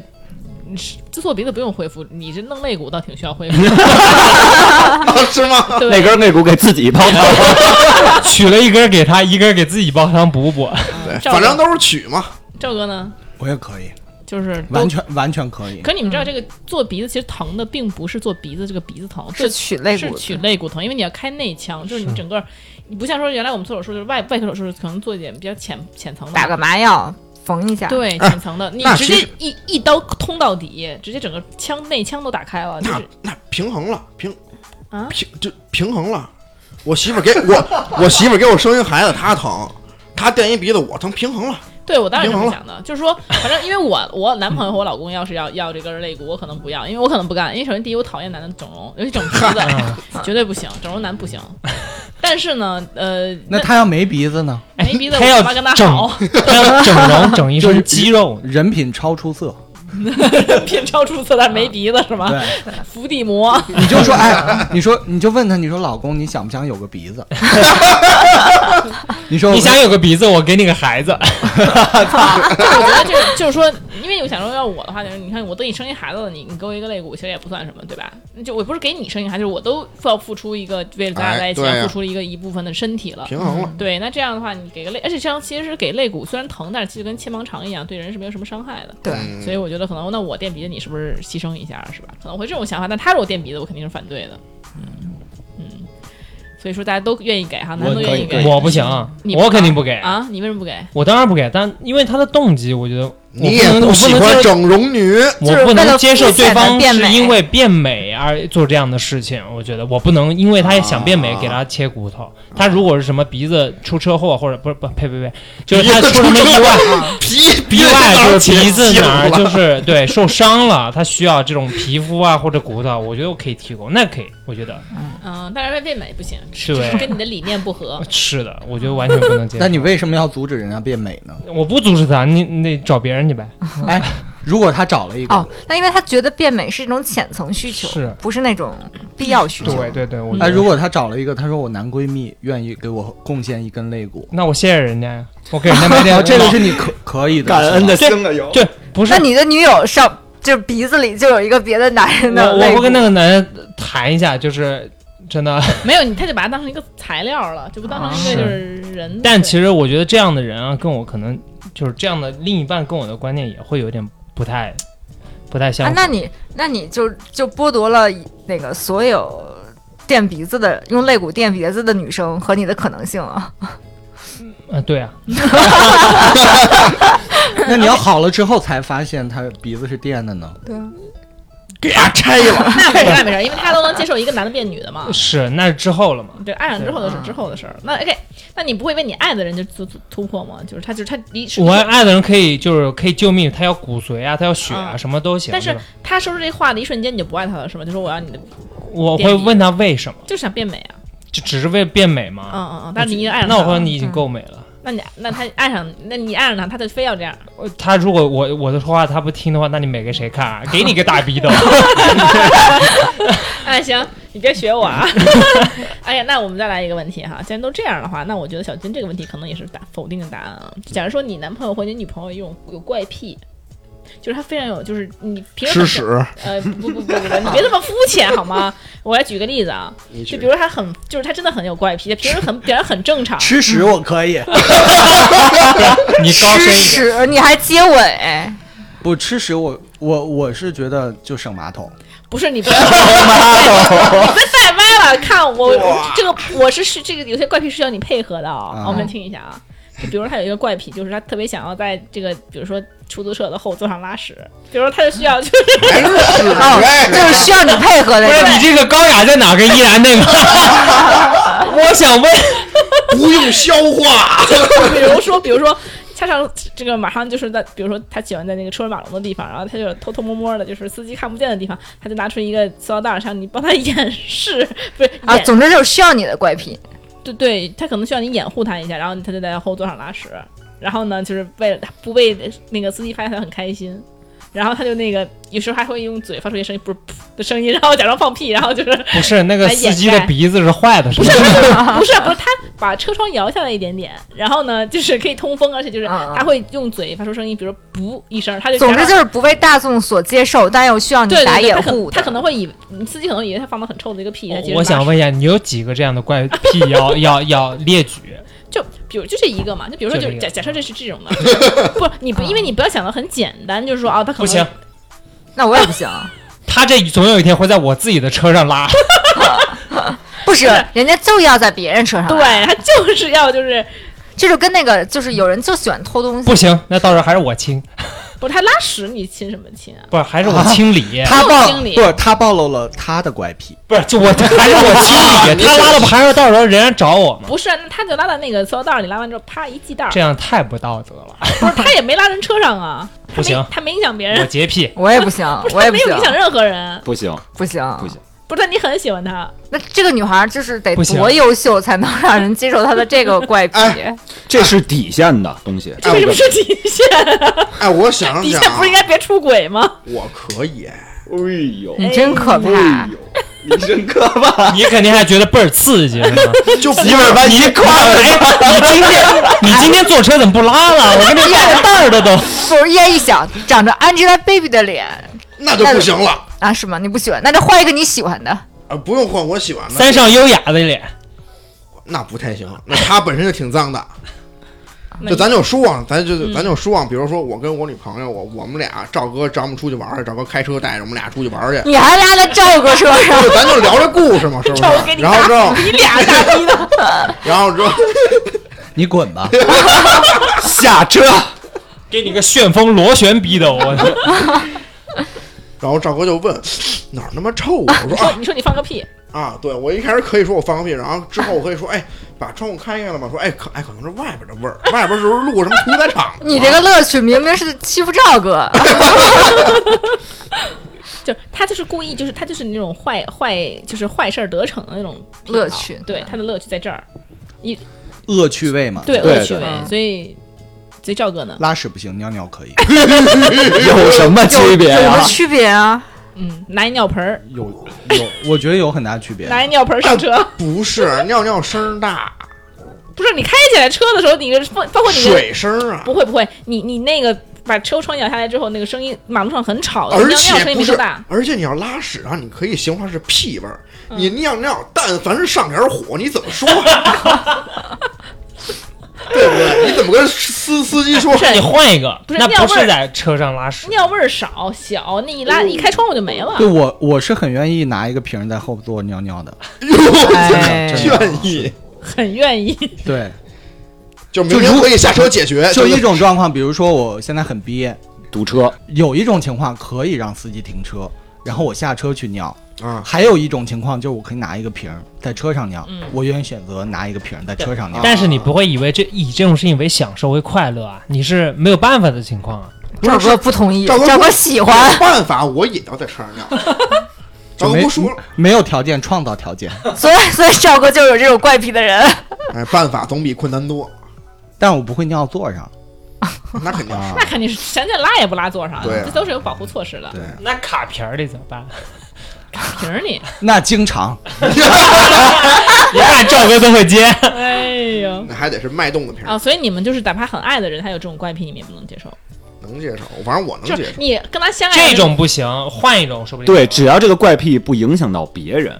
S1: 是做鼻子不用恢复，你这弄肋骨倒挺需要恢复的。
S6: 啊， 是吗？
S1: 对
S5: 那根肋骨给自己 包头。
S3: 取了一根儿给他，一根儿给自己煲汤补补。
S6: 对，
S1: 赵
S6: 反正
S1: 哥
S6: 都是曲嘛。
S1: 赵哥呢，
S2: 我也可以，
S1: 就是都
S2: 完。全完全可以。
S1: 可你们知道，这个做鼻子其实疼的并不是做鼻子这个鼻子疼，
S4: 是
S1: 最
S4: 取肋
S1: 是
S4: 骨的，
S1: 取肋骨疼，因为你要开内腔，就是你
S3: 是
S1: 整个，你不像说原来我们做手术就是外外科手术，可能做一点比较浅浅层的，
S4: 打个麻药缝一下，
S1: 对
S6: 哎
S1: 浅层的，你
S6: 那
S1: 直
S6: 其
S1: 接
S6: 实
S1: 一一刀通到底，直接整个腔内腔都打开了，就
S6: 那
S1: 是
S6: 那平衡了，平
S1: 啊
S6: 平就平衡了。我媳妇儿给我，我媳妇儿给我生一孩子，她疼，她垫一鼻子，我疼，平衡了。
S1: 对我当然
S6: 平
S1: 这么
S6: 衡
S1: 想的，就是说，反正因为我我男朋友和我老公要是要要这根肋骨，我可能不要，因为我可能不干，因为首先第一我讨厌男的整容，尤其整鼻
S4: 嗯
S1: 子绝对不行，整容男不行。但是呢，呃，
S2: 那他要没鼻子呢？
S1: 没鼻子
S3: 他
S1: 我
S3: 要
S1: 他妈跟他
S3: 整
S1: 好，
S3: 他要整容，整一
S2: 就是
S3: 身肌肉。
S2: 人品超出色。
S1: 偏超出色，但是没鼻子是吗？
S2: 对，
S1: 伏地魔，
S2: 你就说，哎，你说你就问他，你说老公，你想不想有个鼻子？ 你说
S3: 你想有个鼻子，我给你个孩子。
S1: 我觉得就是就是说，因为我想说，要我的话，就是你看我都已生一孩子了，你你给我一个肋骨，其实也不算什么，对吧？就我不是给你生一个孩子，就是我都要付出一个为了咱俩在一起，
S6: 哎对啊
S1: 要付出一个一部分的身体了。
S6: 平衡了，
S1: 对，那这样的话，你给个肋，而且这样其实是给肋骨，虽然疼，但是其实跟切盲肠一样，对人是没有什么伤害的。
S4: 对
S6: 嗯
S1: 所以我觉得可能，那我垫鼻子，你是不是牺牲一下，是吧？可能会这种想法，但他如果垫鼻子，我肯定是反对的。嗯嗯，所以说大家都愿意给哈，男的都愿意给
S3: 我不行，啊
S1: 你
S3: 我肯定不给。
S1: 啊？你为什么不给？
S3: 我当然不给，但因为他的动机，我觉得
S6: 你也
S3: 我不能
S6: 不喜
S3: 我不能
S6: 欢
S3: 接
S6: 整容女，
S3: 我不能接受对方
S4: 就是为了肤浅的变
S3: 是
S4: 美
S3: 因为变美而做这样的事情，我觉得我不能因为
S1: 哦
S3: 他想变美
S6: 啊
S3: 给他切骨头。他如果是什么鼻子出车祸，或者不是不呸呸呸，就是他出什么意外，啊
S6: 皮
S3: 意外就是鼻子哪 儿
S6: 就
S3: 就是对受伤了，他需要这种皮肤啊或者骨头，我觉得我可以提供，那可以，我觉得
S1: 嗯，但是变美不行，
S3: 是
S1: 就是
S3: 呗
S1: 跟你的理念不合。
S3: 是的，我觉得完全不能接
S2: 那
S3: 受。
S2: 你为什么要阻止人家变美呢？
S3: 我不阻止他，你你得找别人去呗。
S2: 哎，如果他找了一个，
S4: 哦，那因为他觉得变美是一种浅层需求，
S3: 是
S4: 不是那种必要需求？
S3: 对对对，我觉
S2: 哎，
S3: 得
S2: 如果他找了一个，他说我男闺蜜愿意给我贡献一根肋骨，
S3: 那我谢谢人家呀，我给人 家买
S2: 哦
S3: 点，
S2: 这个是你可可以的，
S5: 感恩的
S2: 是吧
S5: 心啊，有。
S3: 对，不是
S4: 那你的女友上就鼻子里就有一个别的男人的
S3: 我
S4: 肋
S3: 我
S4: 骨
S3: 会
S4: 啊
S3: 跟那个男人谈一下，就是真的。
S1: 没有，你他就把它当成一个材料了，就不当成一个就是人。
S3: 但
S1: 对
S3: 其实我觉得这样的人啊，跟我可能就是这样的另一半跟我的观念也会有点不太不太相
S4: 啊
S3: 符。，
S4: 那你那你就就剥夺了那个所有垫鼻子的用肋骨垫鼻子的女生和你的可能性了。
S3: 呃，对啊，
S2: 那你要好了之后才发现他鼻子是垫的呢，
S6: 给他拆了。
S1: 那没事，那没事，因为他都能接受一个男的变女的嘛。
S3: 是，那是之后了嘛？
S1: 对，爱上之
S3: 嗯
S1: 后的事，之后的事儿。那 OK，那你不会为你爱的人就突突突破吗？就是他，就是他离是
S3: 我爱的人可以就是可以救命，他要骨髓啊，他要血啊，
S1: 嗯
S3: 什么都行。
S1: 但是
S3: 对吧
S1: 他说出这话的一瞬间，你就不爱他了，是吗？就说我要你的，
S3: 我会问他为什么，
S1: 就是想变美啊。
S3: 就只是为了变美吗？
S1: 嗯嗯嗯，但是你已经爱上他
S3: 那
S1: 了，嗯
S3: 我说你已经够美了。
S1: 那你那他爱上，那你爱上他，他就非要这样。
S3: 呃他如果我我的话他不听的话，那你美给谁看啊？给你个 大逼斗！
S1: 哎，行，你别学我 啊。哎呀，那我们再来一个问题哈，既然都这样的话，那我觉得小金这个问题可能也是答否定的答案啊。假如说你男朋友或者你女朋友有有怪癖，就是他非常有，就是你平时
S6: 吃屎，
S1: 呃不不不不不，你别那么肤浅好吗？我来举个例子啊，
S6: 你
S1: 就比如他很就是他真的很有怪癖，平时很表现很正常，
S2: 吃屎我可以，
S3: 你高
S4: 吃
S3: 深一点，
S4: 屎你还结尾，
S2: 不吃屎我我我是觉得就省马桶，
S1: 不是你不要你别带歪了，看我这个我是是这个有些怪癖是需要你配合的啊、
S2: 啊
S1: 我们听一下啊，就比如说他有一个怪癖，就是他特别想要在这个比如说出租车的后座上拉屎，比如说他就需要 就是
S6: 还是屎
S4: 哦，
S6: 哎
S4: 就是需要你配合的
S3: 不是
S4: 人。
S3: 你这个高雅在哪儿？跟依 然那个， 我想问，
S6: 不用消化，
S1: 比如说，比如说，他上这个马上就是在，比如说他喜欢在那个车水马龙的地方，然后他就偷偷摸摸的，就是司机看不见的地方，他就拿出一个塑料袋儿，让你帮他掩饰，不是
S4: 啊，
S1: 掩，
S4: 总之就是需要你的怪癖。
S1: 对对，他可能需要你掩护他一下，然后他就在后座上拉屎，然后呢，就是为了不被那个司机发现，他很开心。然后他就那个，有时候还会用嘴发出一声音，不是噗的声音，然后假装放屁，然后就是
S3: 不是那个司机的鼻子是坏的，是吗？
S1: 不是不是，他把车窗摇下来一点点，然后呢，就是可以通风，而且就是
S4: 啊啊
S1: 他会用嘴发出声音，比如“噗”一声， 他就
S4: 总之
S1: 假
S4: 就
S1: 装
S4: 是不被大众所接受，但又需要你
S1: 对
S4: 打
S1: 对对，
S4: 掩
S1: 他
S4: 护
S1: 可
S4: 的
S1: 他可能会以为你司机可能以为他放的很臭的一个屁，他其实
S3: 我想
S1: 拉屎
S3: 问一下，你有几个这样的怪癖要要要列举？
S1: 就比如就这一个嘛，就比如说
S3: 就
S1: 就
S3: 这一个
S1: 假假设这是这种的，就是不你不因为你不要想的很简单，就是说啊，他可能
S3: 不行，，
S4: 那我也 不行，
S3: 他这总有一天会在我自己的车上拉。
S4: 不是
S1: 是，
S4: 人家就要在别人车 上，
S1: 对，他就是要就是
S4: 这就跟那个就是有人就喜欢偷东西
S3: 不，行，那到时候还是我清，
S1: 不是他拉屎你亲什么亲啊？
S3: 不是还是我清理，
S2: 他
S1: 我
S2: 暴
S1: 经理
S2: 不是他暴露了他的怪癖，
S3: 不是就我还是我清理，他拉了不还是到时候人家找我吗？
S1: 不是，那他就拉到那个塑料袋里，拉完之后啪一系袋儿，
S3: 这样太不道德了，
S1: 不是他也没拉人车上啊，他
S3: 不
S1: 没
S3: 行
S1: 他没影响别
S3: 我
S1: 人，
S3: 洁癖。
S4: 我也不行，
S1: 不是
S4: 我也
S1: 他
S4: 不
S1: 没
S4: 行
S1: 有，影响任何人，
S5: 不行
S4: 不行
S5: 不行。
S1: 不是，但你很喜欢他，
S4: 那这个女孩就是得
S3: 不行
S4: 多优秀才能让人接受她的这个怪癖？
S6: 哎
S5: 这是底线的东西。
S1: 这为什么是底线？
S6: 哎，我想想，
S1: 底线不是应该别出轨吗？
S6: 我可以哎，
S5: 哎呦，
S4: 你真可
S3: 哎
S4: 怕！
S5: 呦，你真可怕！
S3: 你肯定还觉得倍儿刺激是吗？
S6: 就不
S5: 媳妇儿把你夸了，
S3: 你今天你今天坐车怎么不拉了？我跟你拉个袋儿的都。
S4: 不是，一一想，长着 Angelababy 的脸
S6: 那就不行了
S4: 啊，是吗？你不喜欢，那就换一个你喜欢的。
S6: 啊！不用换我喜欢的，
S3: 三上优雅的脸，
S6: 那不太行，那他本身就挺脏的。
S1: 那
S6: 就咱就说啊，咱就、
S1: 啊嗯
S6: 咱就说啊，比如说我跟我女朋友，我我们俩赵哥找我们出去玩儿去，赵哥开车带着我们俩出去玩儿去，
S4: 你还拉在赵哥车上，
S6: 就咱就聊这故事嘛，是不是
S1: 啊赵哥给？你
S6: 然后之后，
S1: 你俩大逼的。
S6: 然后之后，
S2: 你滚 吧！
S5: 下车。
S3: 给你个旋风螺旋逼的，我
S6: 然后赵哥就问哪儿那么臭啊？我 说啊
S1: 你说你放个屁，
S6: 啊，对我一开始可以说我放个屁，然后之后我可以说，哎，把窗户开开了嘛，说哎可哎可能是外边的味儿，外边是不是路过什么屠宰场？
S4: 你这个乐趣明明是欺负赵 哥，
S1: 就他就是故意，就是他就是那种坏坏，就是坏事儿得逞的那种癖好
S4: 乐趣
S1: 对，他的乐趣在这儿，
S2: 恶趣味嘛，
S1: 对
S5: 对
S1: 恶趣
S5: 对
S1: 味。所以，所以赵哥呢？
S2: 拉屎不行，尿尿可以，
S5: 有什么区别
S4: 有什么
S5: 啊？
S4: 区别啊？
S1: 嗯，拿一尿盆儿，
S2: 有有，我觉得有很大区别。
S1: 拿一尿盆儿上车。
S6: 啊不是尿尿声儿大，
S1: 不是你开起来车的时候，你包包括你的
S6: 水声儿啊，
S1: 不会不会，你你那个把车窗摇下来之后，那个声音马路上很吵，
S6: 而
S1: 尿尿
S6: 且
S1: 声音
S6: 不
S1: 没多
S6: 是
S1: 大，，嗯
S6: 而且你要拉屎啊，你可以形容它是屁味儿。你尿尿，但凡是上点儿火，你怎么说？ 对不对？你怎么跟司司机说？
S1: 哎
S3: 你换一个，
S1: 不是
S3: 那
S1: 尿
S3: 不
S1: 味儿
S3: 是在车上拉屎，
S1: 尿味儿少小，那一拉
S6: 哦
S1: 一开窗户就没了
S2: 对。我我是很愿意拿一个瓶儿在后座尿尿的，
S4: 哎
S6: 愿意
S1: 很愿意，
S2: 对，
S6: 就明天可以下车解决。
S2: 就一
S6: 哎是
S2: 种状况，比如说我现在很憋，
S5: 堵车，
S2: 有一种情况可以让司机停车，然后我下车去尿。
S6: 啊，
S2: 还有一种情况就是我可以拿一个瓶儿在车上尿，
S1: 嗯
S2: 我愿意选择拿一个瓶儿在车上尿。
S3: 但是你不会以为这以这种事情为享受为快乐啊，你是没有办法的情况啊。
S6: 不
S4: 赵
S6: 是
S4: 哥不同意，
S6: 赵哥
S4: 赵哥喜 欢。
S6: 没办法，我也要在车上 尿。赵
S2: 就
S6: 哥
S2: 没
S6: 不说，
S2: 没有条件创造条件，
S4: 所以所以赵哥就是有这种怪癖的人。
S6: 哎，办法总比困难多，
S2: 但我不会尿座上
S6: 那肯定是
S2: 啊。
S1: 那肯定是想起来拉也不拉座上，
S6: 对啊
S1: 这都是有保护措施的。
S2: 对，
S3: 那卡瓶儿里怎么办？
S6: 啊
S1: 凭着 你，
S2: 那经常
S3: 你看赵哥都会接，
S1: 哎呦
S6: 那还得是脉动的瓶儿，
S1: 啊！所以你们就是哪怕很爱的人，他有这种怪癖，你们也不能接受。
S6: 能接受，反正我能
S1: 就
S6: 接
S1: 是
S6: 受。
S1: 你跟他相爱的人
S3: 这种不行，换一种说不定。
S5: 对，只要这个怪癖不影响到别人，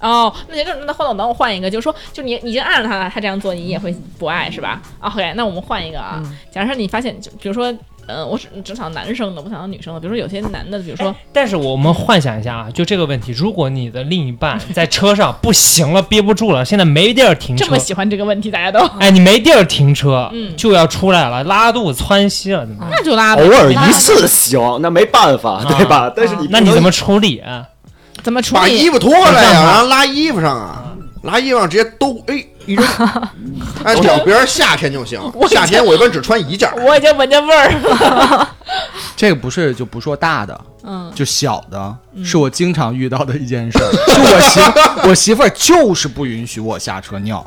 S1: 哦，那就那换我等我换一个，就是说，就你你已经爱上他了，他这样做你也会不爱是吧？OK，那我们换一个啊。假设你发现，就比如说，呃，我只只想男生的，不想要女生的。比如说有些男的，比如说，
S3: 但是我们幻想一下啊，就这个问题，如果你的另一半在车上不行了，憋不住了，现在没地儿停
S1: 这
S3: 车
S1: 么，喜欢这个问题，大家都
S3: 哎，你没地儿停车，
S1: 嗯
S3: 就要出来了，拉肚子、窜稀了，怎么办？啊
S1: 那就拉吧
S5: 偶尔一次行，那没办法，对吧？但啊是你
S3: 那
S5: 不
S3: 你
S5: 能
S3: 怎么处理啊？
S1: 怎么处
S6: 把衣
S1: 理？
S6: 服脱下来呀、
S3: 干嘛
S6: 然后拉衣服上啊，拉衣服上直接兜，哎，一 扔。哎，找别人夏天就行
S1: 我，
S6: 夏天我一般只穿一件儿。
S1: 我已经闻见味儿了。
S2: 这个不是就不说大的，
S1: 嗯，
S2: 就小的，
S4: 嗯
S2: 是我经常遇到的一 件事儿。就我媳我媳妇儿就是不允许我下车尿，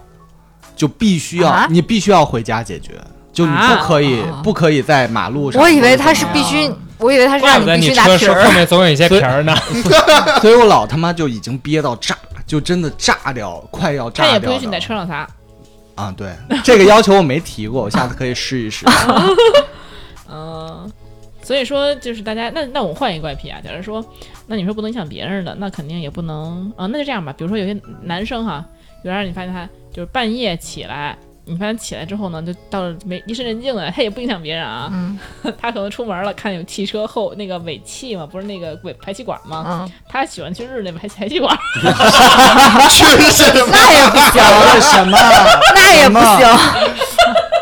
S2: 就必须要、
S4: 啊
S2: 你必须要回家解决，就你
S1: 啊
S2: 不可以、不可以在马路上。
S4: 我以为他是必须，我以为他是
S3: 怪
S4: 让
S3: 不
S4: 你
S3: 得你
S4: 必须拿
S3: 车
S4: 皮
S3: 时候后
S4: 儿。
S3: 面总有一些
S2: 所以
S3: 皮儿呢。
S2: 所以我老他妈就已经憋到炸，就真的炸掉，快要炸
S1: 他
S2: 掉
S1: 也
S2: 的。
S1: 不允许你在车上撒。
S2: 啊，对，这个要求我没提过，我下次可以试一试。
S4: 啊
S1: 嗯，所以说就是大家，那那我换一个怪癖啊，假如说，那你说不能影响别人的，那肯定也不能啊、那就这样吧。比如说有些男生哈，有让你发现他就是半夜起来，你发现起来之后呢，就到了没夜深人静了，他也不影响别人啊，
S4: 嗯
S1: 他可能出门了，看有汽车后那个尾气嘛，不是那个尾排气管嘛，
S4: 嗯，
S1: 他喜欢去日那排排气管，
S6: 去什么？
S4: 那也不行，
S2: 这什么？
S4: 那也不行，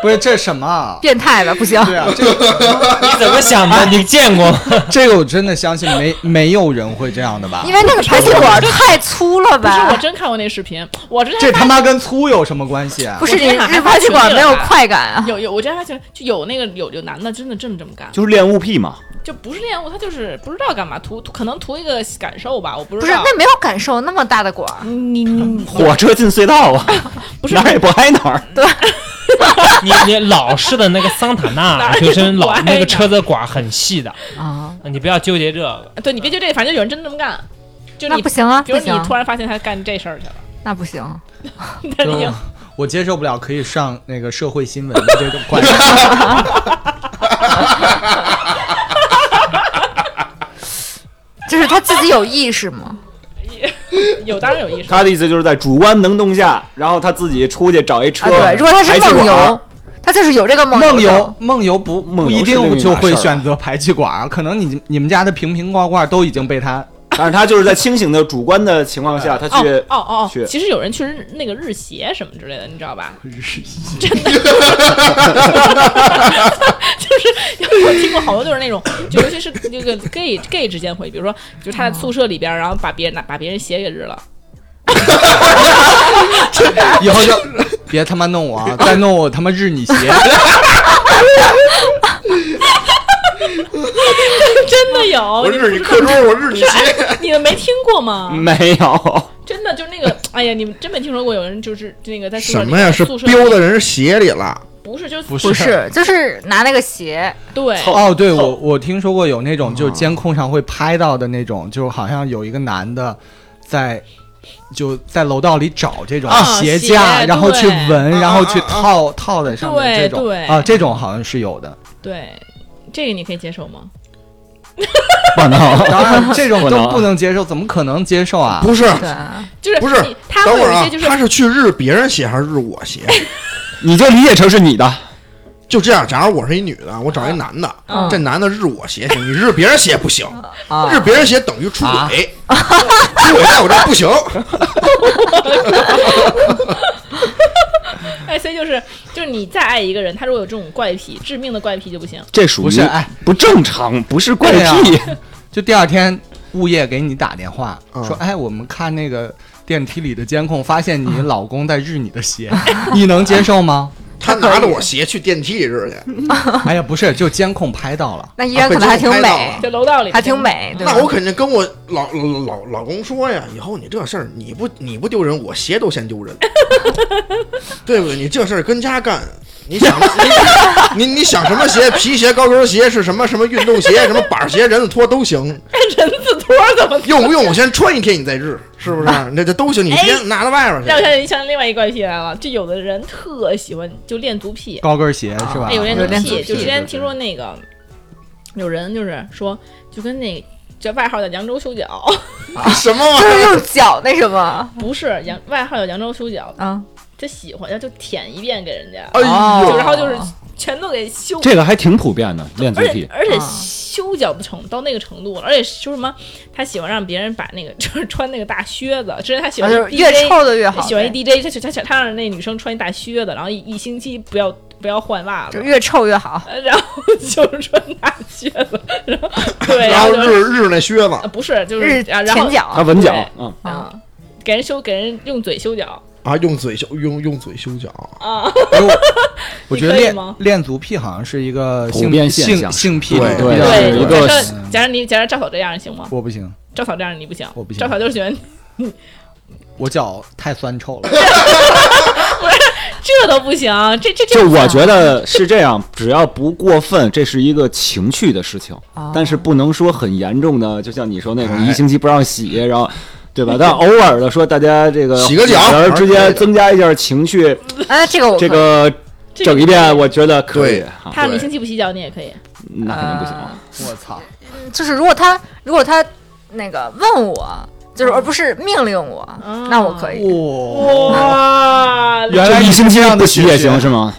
S2: 不是这什么？
S4: 变态吧，不行。
S2: 对啊，这个
S3: 你怎么想的？ 你见过吗？
S2: 这个我真的相信没没有人会这样的吧
S4: 因？为那个排气管太粗了
S1: 不是我
S4: 吧？
S1: 真看过那视频，我之前
S2: 这
S1: 发
S2: 他妈跟粗有什么关系啊
S4: 不？是
S1: 我
S4: 你
S1: 真的
S4: 日
S1: 害怕
S4: 排气管没有
S1: 群体了
S4: 快感啊？
S1: 有有，我之前发现就有那个有有男的真的这么这么干，
S5: 就是恋物癖嘛？
S1: 就不是恋物，他就是不知道干嘛，图图可能图一个感受吧，我不
S4: 不
S1: 知
S4: 是，
S1: 道。
S4: 那没有感受那么大的管儿，
S1: 你你
S5: 火车进隧道啊，
S1: 不是
S5: 哪儿也不挨哪儿。
S3: 你你老式的那个桑塔
S1: 哪
S3: 纳，
S1: 儿有
S3: 就是老
S1: 拐呢
S3: 那个车子管儿很细的，
S4: 啊，
S3: 你不要纠结这个。
S1: 对你别就这，反正有人真这么干，就
S4: 那
S1: 你
S4: 不，行啊，
S1: 比如
S4: 不
S1: 你
S4: 行
S1: 突，然发现他干这事儿去了，
S4: 那不行。
S1: 那你就
S2: 我接受不了，可以上那个社会新闻的这种 观点。
S4: 就是他自己有意识吗？
S1: 有当然有意识，
S5: 他的意思就是在主观能动下，然后他自己出去找一
S4: 啊，
S5: 车。
S4: 对，如果他是
S5: 排气
S4: 梦
S5: 管
S4: 游，他就是有这个梦
S2: 梦
S4: 游
S2: 游梦游不
S5: 梦
S2: 不
S5: 游
S2: 一
S5: 是另
S2: 定
S5: 一码
S2: 就
S5: 事
S2: 会
S5: 儿啊
S2: 选择排气管儿，可能你你们家的瓶瓶罐罐都已经被他
S5: 但是他就是在清醒的主观的情况下，他
S1: 哦
S5: 去
S1: 哦哦哦
S5: 去，
S1: 其实有人去日那个日协什么之类的，你知道吧？日协真的， 就是我听过好多就是那种，就尤其是那个 gay gay 之间会，比如说，就是他在宿舍里边，然后把别人拿把别人鞋给日了，
S2: 以后就别他妈弄我， 啊，再弄我他妈日你鞋。
S1: 真的有，
S6: 我
S1: 你
S6: 日你磕钟，我日你鞋。
S1: 你们没听过吗？
S5: 没有，
S1: 真的就那 个，哎呀，你们真没听说过有人就是那个在宿舍
S6: 什
S1: 里
S6: 么呀？是
S1: 宿舍里
S6: 飙在人鞋里了。
S1: 不是就是
S2: 不
S4: 不是，就是拿那个鞋，
S1: 对，
S2: 哦，对我我听说过有那种就是监控上会拍到的那种，就好像有一个男的在。就在楼道里找这种
S1: 啊
S2: 鞋
S1: 鞋
S2: 架，
S1: 对
S2: 然后去闻，
S6: 啊
S2: 然后
S6: 啊
S2: 去
S6: 啊啊
S2: 套套在上面
S1: 对
S2: 这种
S1: 对
S2: 啊，这种好像是有 的。
S1: 对，这个你可以接受吗？
S5: 不 能。
S2: 当然，这种
S5: 不能
S2: 都
S5: 啊
S2: 不能接受，怎么可能接受啊？
S6: 不是，
S4: 对，
S1: 就是
S6: 不是
S1: 你他
S6: 等
S1: 会
S6: 会
S1: 有
S6: 儿
S1: 一
S6: 啊
S1: 些就，
S6: 他是去日别人鞋还是日我鞋？
S5: 你就理解成是你的，
S6: 就这样，假如我是一女的，我找一男的，
S4: 嗯
S6: 这男的日我鞋行，你日别人鞋不行，
S4: 啊
S6: 日别人鞋等于出轨，出轨在我这儿不行。
S1: 哎，所以就是就是你再爱一个人，他如果有这种怪癖，致
S6: 啊
S1: 命的怪癖就不行。
S5: 这属于
S2: 不是哎
S5: 不正常，不是怪
S2: 对呀
S5: 癖。
S2: 就第二天物业给你打电话、
S6: 嗯
S2: 说，哎，我们看那个电梯里的监控，发现你老公在日你的鞋，你能接受吗？
S6: 他拿着我鞋去电梯日去，
S2: 哎呀，不是，就监控拍到了。
S4: 那依
S1: 啊
S4: 然可能还挺
S6: 被监控拍到
S4: 美
S6: 了，
S1: 这楼道里
S4: 还挺。美，对吧
S6: 那？我肯定跟我老老老老公说呀，以后你这事儿你不你不丢人，我鞋都先丢人，对不对？你这事儿跟家干。你想你你你想什么鞋？皮鞋、高跟鞋是什么？什么运动鞋？什么板鞋、人字拖都行，
S1: 哎人字拖怎么？
S6: 用不用？我先穿一天，你再治，是不是？那这都行，你别
S1: 哎
S6: 拿到外边去。
S1: 让我想起另外一个怪癖来了，就有的人特喜欢就练足癖，
S2: 高跟鞋
S5: 啊
S2: 是吧？
S1: 哎，有练
S4: 有
S1: 足
S4: 练
S1: 癖，
S6: 足
S1: 就
S6: 癖
S1: 之前
S6: 对
S1: 听说那个有人就是说，就跟那这外号叫扬州修脚，
S4: 哦
S6: 什么 玩
S4: 就
S6: 意儿
S4: 是？用脚那什么
S1: 不是扬外号叫扬州修脚，
S4: 啊？
S1: 他喜欢他就舔一遍给人家，
S6: 哎
S1: 就
S6: 呦，
S1: 然后就是全都给修，
S5: 这个还挺普遍的，练足
S1: 而且
S5: 癖。
S1: 而且
S4: 啊
S1: 修脚的程到那个程度了，而且说什么他喜欢让别人把那个 就是穿那个大靴子，之前他喜
S4: 就
S1: 欢
S4: 是
S1: DJ,
S4: 哎越臭的越好，
S1: 喜欢一 DJ，他他他他让那女生穿一大靴子，然后一一星期不要不要换袜
S4: 就
S1: 子。
S4: 越臭越好。
S1: 呃然后就是穿大靴子，然后 对，
S6: 然后
S1: 就是
S6: 日日那靴子
S1: 啊，不是，就是
S4: 日
S1: 啊，然后
S4: 前脚
S5: 啊，闻脚
S1: 对，
S5: 嗯，
S1: 啊，给人修，给人用嘴修脚
S6: 啊，用嘴修用用嘴修脚，
S1: 啊，
S2: 哎我我
S1: 你
S2: 觉得
S1: 可以
S2: 恋
S1: 吗
S2: 恋足癖好像是一个
S5: 普
S2: 性
S5: 遍现
S2: 性
S5: 象
S2: 性癖
S6: 对
S2: 比较
S5: 对
S2: 多
S5: 一
S1: 对，
S5: 个嗯
S1: 假
S5: 是
S1: 设假设你假设赵嫂这样行吗？
S2: 我不行，
S1: 赵嫂这样你不行，
S2: 我不行
S1: 赵嫂就是喜欢
S2: 我脚太酸臭了。
S1: 这都不行，这这这
S5: 就我觉得是这样，只要不过分，这是一个情趣的事情，
S1: 哦
S4: 哦
S5: 但是不能说很严重的，就像你说那种
S6: 哎
S5: 一星期不让洗，然后。对吧？但偶尔的说，大家这个
S6: 洗个脚
S5: 然
S6: 还是
S5: 后之
S6: 可以
S5: 间
S6: 的
S5: 增加一下情趣，
S4: 哎，这个我
S5: 这
S4: 可
S5: 个
S1: 这
S5: 整一遍，我觉得可以
S6: 对。
S5: 啊
S1: 他让你
S6: 对
S1: 星期不洗脚你也可以，
S5: 那肯定不行
S4: 呃嗯
S5: 了。
S2: 我操！
S4: 就是如果他如果他那个问我，就是而不是命令我，
S1: 哦
S4: 那我可
S5: 哦
S4: 以
S2: 哇，
S1: 哇，
S2: 原来
S5: 就一星期
S2: 这样
S5: 不
S2: 的
S5: 洗也
S2: 学
S5: 行是 吗？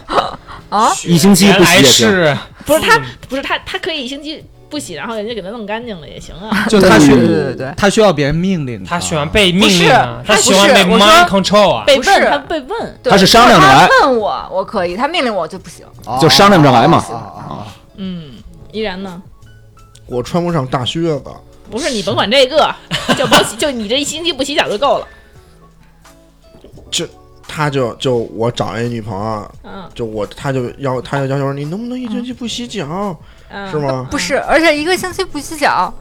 S4: 啊。
S5: 一星期
S3: 原
S5: 不洗
S3: 来
S5: 也行。
S3: 是
S1: 不是他不是他，他可以一星期不洗，然后人家给他弄干净了也行啊，
S2: 就他
S5: 对
S2: 需
S4: 对对对对，
S2: 他需要别人命令
S3: 他喜欢被命令啊，
S4: 不是
S3: 他喜欢被
S4: 不是我
S3: mind
S4: 说
S3: control 啊，
S1: 被
S4: 不
S1: 问
S4: 是
S1: 他被问，
S4: 对
S5: 他是商量着来
S4: 他问我，我可以；他命令我就不行。
S5: 就商量着来嘛
S2: 啊
S1: 哦
S2: 啊啊啊！
S1: 嗯，依然呢？
S6: 我穿不上大靴子。
S1: 不是你甭管这 个，就甭洗，就你这一星期不洗脚就够了，
S6: 他就就我找一女朋友，
S1: 嗯
S6: 就我他就要他就要求说你能不能一星期不洗脚，
S1: 嗯，
S6: 是？吗？
S4: 不是，而且一个星期不洗脚，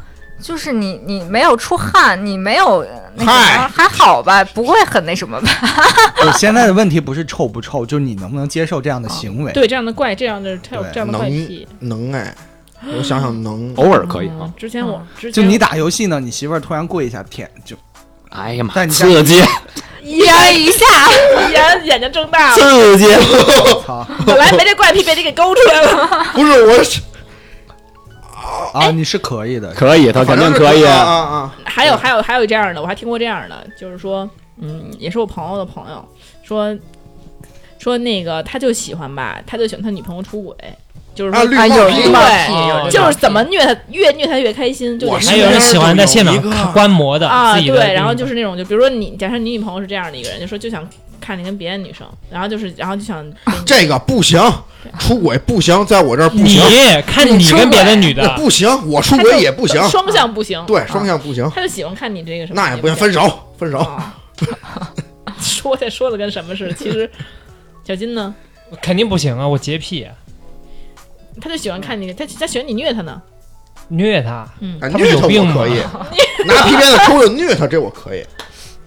S4: 就是你你没有出汗，你没有呃那什么，
S6: 嗨
S4: 还好吧，不会很那什么吧？
S2: 我现在的问题不是臭不臭，就是你能不能接受这样的行为？
S1: 对，这样的怪，这样的他有
S2: 对
S1: 这样的怪癖
S6: 能。能哎，我想想能。
S5: 偶尔可以啊
S1: 嗯。之前我之
S2: 就
S1: 前
S2: 你打游戏呢，你媳妇儿突然跪一下舔，就
S5: 哎呀妈，
S2: 但你
S5: 刺激
S4: 一人一下，
S1: 眼眼睛睁 大了，
S5: 刺激！
S1: 哦
S2: 我操
S1: 本来没这怪癖被你给勾出来了。
S6: 不是我是，
S2: 啊！你是可以的，
S5: 可以，他肯
S6: 反正
S5: 定
S6: 是
S5: 可以
S6: 啊。啊啊！
S1: 还
S3: 嗯
S1: 有还有还有这样的，我还听过这样的，就是说，嗯，也是我朋友的朋友说说那个他就喜欢吧，他就喜欢他女朋友出轨，就是说
S6: 啊绿
S4: 啊，
S6: 帽
S4: 有
S6: 皮
S4: 绿帽
S1: 对
S4: 皮
S3: 哦，
S4: 有
S1: 就是怎么虐他越虐他越开心，就
S6: 我
S1: 是
S3: 还有人喜欢在现
S6: 有一个
S3: 场观摩的
S1: 啊
S3: 自己的
S1: 对，然后
S3: 嗯
S1: 就是那种就比如说你假设你女朋友是这样的一个人，就说就想看你跟别的女生，然后就是然后就想跟你
S6: 啊这个不行，出轨不行，在我这儿不
S3: 你
S6: 行，
S3: 看你跟别的女的，
S6: 不行，我出
S1: 他就
S6: 轨也不行，
S1: 双向不行，啊
S6: 对，双向不行，
S1: 他就喜欢看你这个什么，
S6: 那也不行，分手，分手。
S1: 啊， 说这说的跟什么似的？其实小金呢，
S3: 肯定不行啊！我洁癖啊，
S1: 他就喜欢看你，他他喜欢你虐他呢。
S3: 虐他，
S6: 啊，
S3: 他不
S6: 虐
S3: 是有
S6: 他
S3: 病
S6: 我
S3: 吗
S6: 可以，拿皮鞭子抽着虐他，这我可以。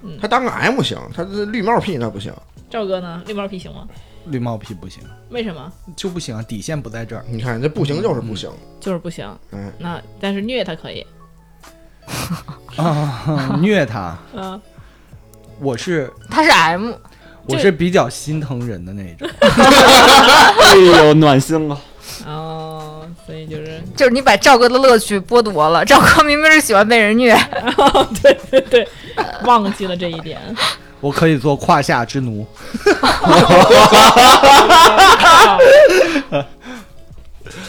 S1: 嗯
S6: 他当个 M 行，他这绿帽屁那不行。
S1: 赵哥呢，绿帽皮行吗？
S2: 绿帽癖不行，
S1: 为什么？
S2: 就不行，啊底线不在这儿。
S6: 你看这不行就是不行，
S1: 就是不行。
S6: 嗯，
S1: 那但是虐他可以。
S2: 啊，虐他，
S1: 嗯、
S2: 我是
S4: 他是 M，
S2: 我是比较心疼人的那种。
S5: 哎呦，暖心啊了。
S1: 哦，所以就是
S4: 就是你把赵哥的乐趣剥夺了。赵哥明明是喜欢被人虐，
S1: 对对对，忘记了这一点。
S2: 我可以做胯下之奴，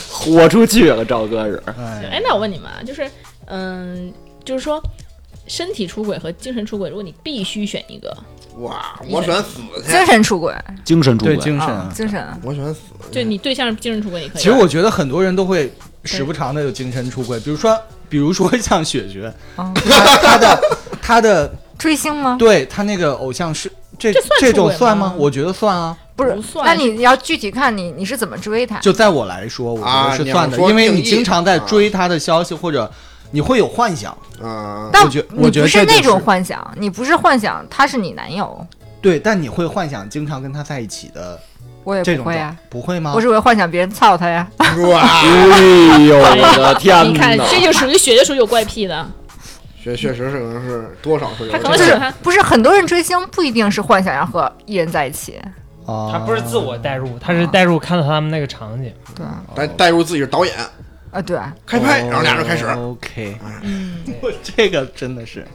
S5: 豁出去了，赵哥是。
S1: 哎，那我问你们啊，就是嗯，就是说。身体出轨和精神出轨，如果你必须选一个，
S6: 哇，我选死去，
S4: 精神出轨
S5: 精神出
S2: 对
S5: 轨，
S2: 精
S4: 啊，
S2: 神。
S4: 精神
S6: 我选死
S1: 就你对象精神出轨，你可以。
S2: 其实我觉得很多人都会时不常的有精神出轨，比如说比如说 像雪雪，
S4: 哦
S2: 她她的她的
S4: 追星吗？
S2: 对她那个偶像是这
S1: 这算
S2: 这
S1: 出
S2: 种
S1: 轨
S2: 算
S1: 吗
S2: 吗？我觉得算啊。
S4: 不是
S1: 不，算
S4: 那你要具体看你你是怎么追他？
S2: 就在我来说，我觉
S6: 啊
S2: 得
S6: 你
S2: 是
S6: 要
S2: 算的，
S6: 说
S2: 因为
S6: 定
S2: 你
S6: 义
S2: 经常在
S6: 啊
S2: 追她的消息，或者你会有幻想。
S6: 啊，
S4: 但
S2: 我觉
S4: 你
S2: 我觉
S4: 不
S2: 得
S4: 是
S2: 这就
S4: 那种
S2: 是
S4: 幻想，你不是幻想他是你男友，
S2: 对，但你会幻想经常跟她在一起的
S4: 我也
S2: 这
S4: 不
S2: 种
S4: 会
S2: 状
S4: 啊，
S2: 不会吗
S4: 我？只会幻想别人操他呀。
S6: 哇，
S5: 哎呦我的 天
S1: 你看，
S5: 哪！
S1: 这就属于雪就属于有怪癖的，
S6: 确确实是可能是多少是有
S1: 他可
S6: 这
S1: 能
S6: 个
S4: 就
S1: 喜
S4: 是
S1: 欢
S4: 不是很多人追星不一定是幻想要和艺人在一起，
S2: 啊，
S3: 他不是自我代入，他是代入看到他们那个场景。
S4: 对啊，
S6: 带带入自己是导演，
S4: 啊对啊，
S6: 开
S3: 哦
S6: 拍，然后俩人开始，
S2: OK，我 这个真的是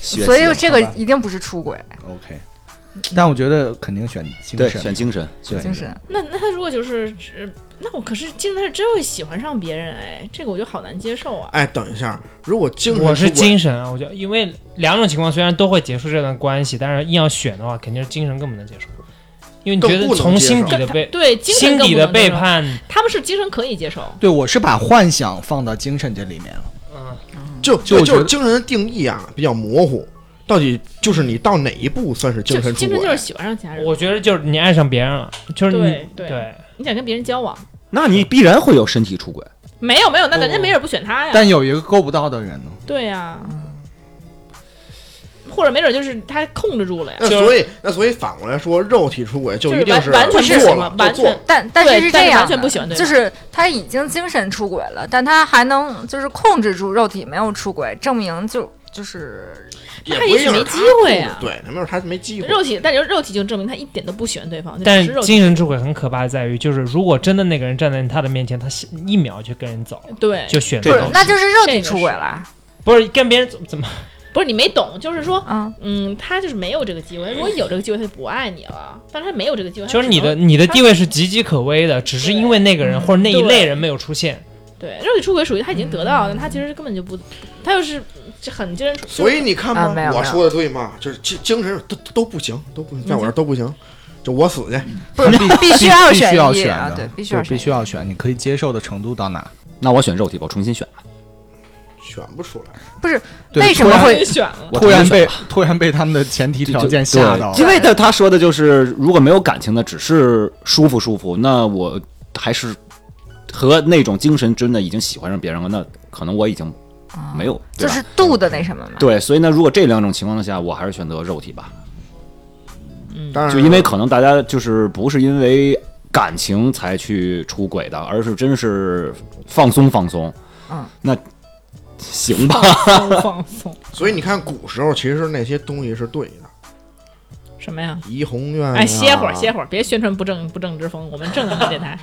S5: 学
S4: 所
S5: 习
S4: 以这个
S2: 好吧
S4: 一定不是出轨，
S2: OK，但我觉得肯定选精
S5: 对
S2: 神，
S5: 选精神，
S2: 对
S4: 精神。
S1: 那那他如果就是只，那我可是竟然是真会喜欢上别人，哎，这个我就好难接受啊。
S6: 哎，等一下，如果精神
S3: 我是
S6: 出轨
S3: 精神啊，我觉得，因为两种情况虽然都会结束这段关系，但是硬要选的话，肯定是精神更不能接受，因为你觉
S6: 更
S3: 得
S6: 不能
S3: 从
S6: 接受
S3: 心底
S1: 他
S3: 的背，
S1: 对精神
S3: 心
S1: 更
S3: 底
S1: 不
S3: 的
S1: 能
S3: 背
S1: 接受，
S3: 叛，
S1: 他们是精神可以接受，
S2: 对，我是把幻想放到精神这里面了。
S3: 嗯，
S6: 就
S2: 就
S6: 就
S2: 我觉得
S6: 就是精神的定义啊比较模糊，到底就是你到哪一步算是精
S1: 就
S6: 神出
S1: 精神就是
S6: 轨？
S1: 喜欢上其他人，
S3: 我觉得就是你爱上别人了，就是你
S1: 对对
S3: 对，
S1: 你想跟别人交往，
S5: 那你必然会有身体出轨。
S1: 没有没有，那人家
S3: 不
S1: 没准不选他呀，
S2: 但有一个够不到的人呢，
S1: 对呀、或者没准就是他控制住了呀，
S3: 呃
S6: 那所以那所以反过来说，肉体出轨就
S1: 就是
S6: 一定
S1: 完完全
S6: 就
S1: 不
S6: 做
S1: 喜欢
S6: 了就
S1: 完
S6: 做了
S1: 全
S4: 但但
S1: 对
S4: 是是
S1: 但
S4: 这
S1: 是
S4: 样的，
S1: 完全不喜欢对方
S4: 就是他已经精神出轨了，但他还能就是控制住肉体没有出轨，证明就就是
S6: 也
S1: 他
S6: 不
S1: 也
S6: 一
S1: 许
S6: 定
S1: 没
S6: 是
S1: 机
S6: 他控
S1: 会
S6: 制
S1: 啊
S6: 对，那没准他没机会。
S1: 肉体，但就是肉体就证明他一点都不喜欢对方，就
S3: 但
S1: 只是肉体
S3: 精神出轨很可怕的在于，就是如果真的那个人站在他的面前，他是一秒就跟人走，
S1: 对，
S3: 就选
S5: 这
S3: 择
S5: 种
S3: 走
S4: 那就是肉体
S1: 这个
S4: 出轨
S1: 是
S4: 了，
S3: 不是跟别人怎么怎么
S1: 不是你没懂，就是说。
S4: 嗯。
S1: 嗯，他就是没有这个机会。如果有这个机会，他就不爱你了。但是他没有这个机会，他
S3: 就是
S1: 只
S3: 你
S1: 能
S3: 的你的地位是岌岌可危的，只是因为那个人或者那一类人没有出现。
S1: 对，肉体出轨属于他已经得到了，
S3: 嗯
S1: 但他其实根本就不，他就是这很精神出。
S6: 所以你看
S4: 啊没
S6: 嘛，
S4: 有
S6: 我
S4: 没有
S6: 说的对嘛，就是精精神都都不行，都不在
S1: 嗯
S6: 我这儿都不行，就我死去。
S4: 不是必须要
S2: 必
S4: 选
S2: 须要
S4: 一
S2: 选
S4: 啊，对
S2: 的，，
S4: 必须要选
S2: 必
S4: 一
S2: 须要选，你可以接受的程度到哪？
S5: 那我选肉体吧，我重新选。
S6: 选不出来，
S2: 对
S4: 为什么
S2: 突然
S4: 会
S1: 被选 了，
S5: 我
S2: 突然
S5: 重新选
S2: 被突然被他们的前提条件
S5: 就就
S2: 吓到
S5: 对
S2: 了？
S5: 因为他他说的就是如果没有感情的，只是舒服舒服，那我还是和那种精神真的已经喜欢上别人了，那可能我已经
S4: 啊
S5: 没有，对
S4: 就
S5: 吧
S4: 是度的那什么嘛。
S5: 对，所以呢，如果这两种情况下，我还是选择肉体吧，
S6: 但是
S5: 就因
S3: 嗯
S5: 为可能大家就是不是因为感情才去出轨的，而是真是放松放松。
S4: 嗯，
S5: 那行吧，
S1: 放松放松
S6: 所以你看古时候其实那些东西是对的，
S1: 什么呀？
S6: 怡红院、啊
S1: 哎，歇会儿，歇。会儿，别宣传不正不正之风，我们正能量电台。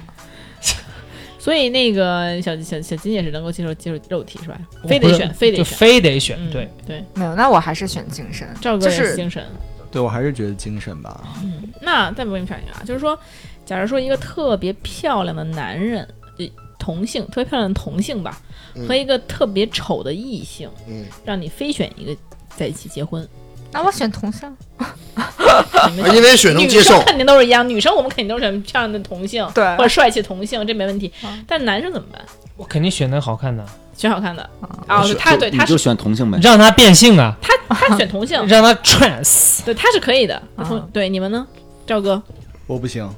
S1: 所以那个小小小金也是能够接受接受肉体是吧？非得
S3: 我不是
S1: 选，非得
S3: 就
S1: 选，
S3: 非得选，
S1: 嗯
S3: 对，
S1: 对。
S4: 没有，那我还是选精神，
S1: 赵哥
S4: 就
S1: 也是
S4: 是
S1: 精神。
S2: 对我还是觉得精神吧。
S1: 那再不给你选一个啊，就是说，假如说一个特别漂亮的男人，呃同性特别漂亮的同性吧，
S6: 嗯
S1: 和一个特别丑的异性，
S6: 嗯，
S1: 让你非选一个在一起结婚，
S4: 那我选同性，
S1: 你
S6: 啊
S1: 们
S6: 因为雪能
S1: 女
S6: 接
S1: 生
S6: 受，
S1: 肯定都是一样，女生我们肯定都是很漂亮的同性，
S4: 对
S1: 或者帅气同性，这没问题
S4: 嗯。
S1: 但男生怎么办？
S3: 我肯定选那个好看的，
S1: 选好看的
S4: 嗯
S5: 我
S1: 啊，
S5: 选
S1: 他
S5: 就
S1: 对
S5: 你
S1: 他
S5: 就是选同性呗。
S3: 让他变性啊，
S1: 他他选同性，
S3: 让他 trans。
S1: 对他是可以的。
S4: 啊
S1: 同对你们呢，赵哥，
S2: 我不行，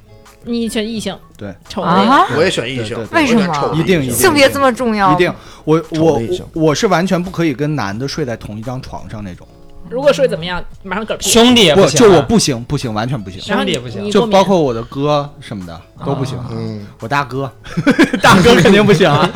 S1: 你选异性，
S2: 对，
S1: 丑的那个，
S4: 啊，
S6: 我也选异性
S2: 对对，对
S6: 我也选
S4: 为什么
S6: 丑的
S2: 一定
S6: 异
S2: 一
S6: 性
S2: 定
S4: 性别这么重要？
S2: 一定，我
S6: 丑
S2: 我
S6: 的也行
S2: 我我是完全不可以跟男的睡在同一张床上那种。
S1: 如果睡怎么样，马上嗝屁。
S3: 兄弟也不
S2: 不，
S3: 行啊，
S2: 就我不行，不行，完全不行。
S1: 然后
S3: 兄弟
S1: 你
S3: 也不行
S1: 你啊
S2: 就
S1: 过敏
S2: 包括我的哥什么的都不行。
S6: 嗯，
S2: 我大哥，啊 大哥肯定不行啊！